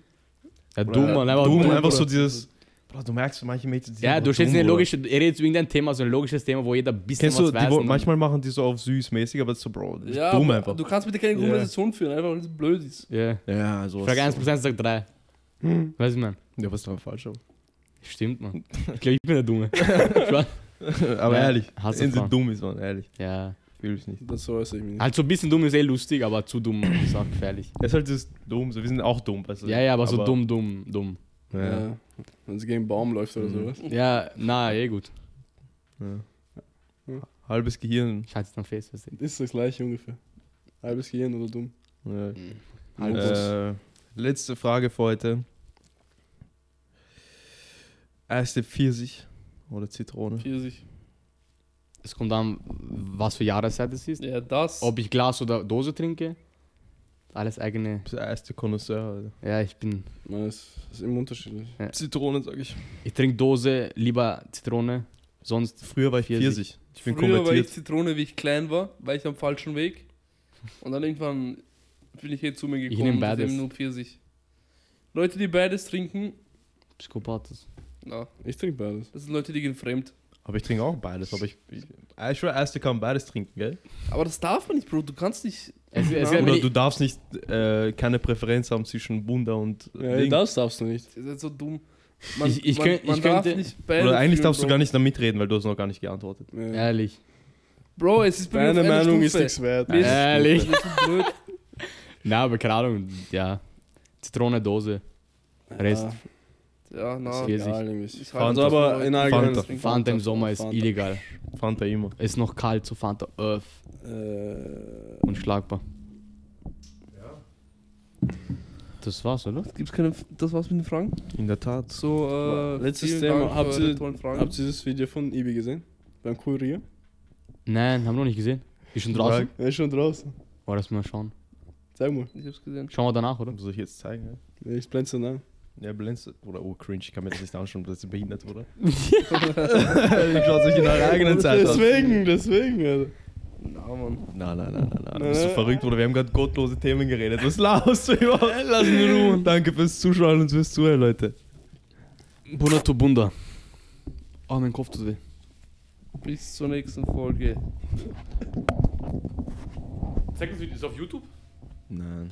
Speaker 2: Ja,
Speaker 1: Oder
Speaker 2: dumm, Mann, einfach dumm.
Speaker 1: einfach
Speaker 2: Bruder.
Speaker 1: so dieses. Bro, du merkst, manche Mädchen sind
Speaker 2: Ja,
Speaker 1: einfach
Speaker 2: du stellst
Speaker 1: dumm,
Speaker 2: eine
Speaker 1: Bruder.
Speaker 2: logische, ihr redet über irgendein Thema, so ein logisches Thema, wo jeder ein bisschen
Speaker 1: Kennst du,
Speaker 2: was
Speaker 1: die,
Speaker 2: weiß.
Speaker 1: wo,
Speaker 2: und-
Speaker 1: manchmal machen die so auf süß-mäßig, aber so, Bro, du bist
Speaker 3: Ja,
Speaker 1: dumm
Speaker 3: aber
Speaker 1: einfach.
Speaker 3: Du kannst bitte keine
Speaker 1: Ja.
Speaker 3: Konversation führen, einfach weil es blöd ist.
Speaker 2: Ja.
Speaker 1: Ja, so
Speaker 2: Frage 1 plus 1 sagt 3. Weiß ich, man.
Speaker 1: Ja, was dran falsch, aber.
Speaker 2: Stimmt, man. [LAUGHS] Ich glaube, ich bin der Dumme.
Speaker 1: [LAUGHS] aber
Speaker 2: Ja,
Speaker 1: ehrlich,
Speaker 2: hast du
Speaker 1: wenn sie
Speaker 2: Frauen.
Speaker 1: dumm ist, man, ehrlich.
Speaker 2: ja.
Speaker 1: Fühl ich nicht.
Speaker 4: Das weiß ich nicht.
Speaker 2: Halt so ein bisschen dumm ist eh lustig, aber zu dumm ist auch gefährlich.
Speaker 1: Das ist halt das dumm, so, wir sind auch dumm, weißt du.
Speaker 2: Ja, ja, Also, aber so dumm, dumm, dumm.
Speaker 1: Ja.
Speaker 4: Ja. Wenn sie gegen einen Baum läuft oder
Speaker 1: Mhm.
Speaker 4: sowas.
Speaker 2: Ja, na, eh gut.
Speaker 1: Ja. Halbes Gehirn.
Speaker 2: Ich halte es dann fest, was ich.
Speaker 4: Ist das gleiche ungefähr. Halbes Gehirn oder dumm?
Speaker 1: Ja.
Speaker 4: Halbes.
Speaker 1: Äh, letzte Frage für heute. Erste Pfirsich oder Zitrone?
Speaker 3: Pfirsich.
Speaker 2: Es kommt an, was für Jahreszeit es ist.
Speaker 3: Ja, das.
Speaker 2: Ob ich Glas oder Dose trinke. Alles eigene.
Speaker 1: Bist der erste Connoisseur.
Speaker 2: Ja, ich bin.
Speaker 4: Man, es ist immer unterschiedlich.
Speaker 1: Alter. Zitronen, sag ich.
Speaker 2: Ich trinke Dose, lieber Zitrone. Sonst.
Speaker 1: Früher war ich
Speaker 2: Pfirsich.
Speaker 1: 40. Ich bin
Speaker 3: Früher war ich
Speaker 1: konvertiert.
Speaker 3: Zitrone, wie ich klein war, war ich am falschen Weg. Und dann irgendwann bin ich hier zu mir
Speaker 2: Ich
Speaker 3: gekommen
Speaker 2: nehm beides.
Speaker 3: dem nur Pfirsich. Leute, die beides trinken,
Speaker 2: Psychopathos.
Speaker 3: na,
Speaker 4: Ich trinke beides.
Speaker 3: das sind Leute, die gehen fremd.
Speaker 1: Aber ich trinke auch beides. Aber ich. Ich, äh, ich schwör, erste kann beides trinken, gell?
Speaker 3: Aber das darf man nicht, Bro. Du kannst nicht.
Speaker 2: Es, es,
Speaker 3: Ja,
Speaker 1: Oder
Speaker 2: wenn
Speaker 1: du
Speaker 2: ich,
Speaker 1: darfst nicht äh, keine Präferenz haben zwischen Wunder und. äh,
Speaker 4: Ja,
Speaker 1: Ding.
Speaker 4: das darfst du nicht.
Speaker 3: Ihr seid so dumm.
Speaker 2: Ich- ich könnt- ich könnte-
Speaker 3: nicht beide
Speaker 1: Oder eigentlich
Speaker 3: fühlen,
Speaker 1: darfst
Speaker 3: Bro.
Speaker 1: du gar nicht damit reden, weil du hast noch gar nicht geantwortet.
Speaker 4: Ja.
Speaker 2: ehrlich.
Speaker 3: Bro, es ist bei mir
Speaker 4: Deine
Speaker 3: auf einer
Speaker 4: Meinung ist
Speaker 3: Stufe.
Speaker 4: nichts wert.
Speaker 3: Mir ist-
Speaker 2: Ehrlich.
Speaker 3: Das ist blöd.
Speaker 2: Na, aber keine Ahnung. Ja. Zitrone, Dose. Rest.
Speaker 4: Ja,
Speaker 3: Ja, na.
Speaker 4: ist
Speaker 2: Pfirsich.
Speaker 4: egal, irgendwie.
Speaker 3: Ah, Ich
Speaker 1: Ah. Fanta.
Speaker 3: das von
Speaker 4: Aber
Speaker 3: Leuten.
Speaker 4: in allgemein.
Speaker 1: Fanta.
Speaker 2: Fanta im Sommer ist illegal.
Speaker 1: Fanta immer.
Speaker 2: Ist noch kalt zu Fanta. Öff.
Speaker 4: Äh,
Speaker 2: Unschlagbar. Das war's, oder?
Speaker 3: Gibt's keine. Das war's mit den Fragen?
Speaker 1: In der Tat.
Speaker 3: So, äh.
Speaker 4: Letztes
Speaker 3: vielen
Speaker 4: Thema.
Speaker 3: Dank für
Speaker 4: Habt
Speaker 3: eure
Speaker 4: ihr-
Speaker 3: tollen Fragen.
Speaker 4: habt ihr das Video von Ibi gesehen? Beim Kurier?
Speaker 2: Nein, haben wir noch nicht gesehen. Ist schon draußen.
Speaker 4: Er ist schon draußen.
Speaker 2: Oh, lass mal schauen.
Speaker 4: Sag mal.
Speaker 3: Ich hab's gesehen.
Speaker 2: Schauen wir danach, oder?
Speaker 1: Soll ich jetzt zeigen? Ja?
Speaker 4: Ja, Ich blend's dann an.
Speaker 1: Ja, Blends. Oder oh, cringe, ich kann mir das nicht anschauen, das ist behindert, [LAUGHS] oder? ich schaut sich in eurer eigenen Zeit an.
Speaker 4: [LAUGHS] Deswegen, deswegen, Alter.
Speaker 3: Na, Mann.
Speaker 1: Nein, nein, nein, nein, nein.
Speaker 4: Nein,
Speaker 1: Bist du
Speaker 4: nein.
Speaker 1: verrückt, oder? Wir haben gerade gottlose Themen geredet. Was laust du überhaupt? Lass mich ruhen. Danke fürs Zuschauen und fürs Zuhören, Leute.
Speaker 2: Bunda to Bunda. Oh, mein Kopf tut weh.
Speaker 3: Bis zur nächsten Folge.
Speaker 2: Zeig uns, wie das auf YouTube?
Speaker 1: Nein.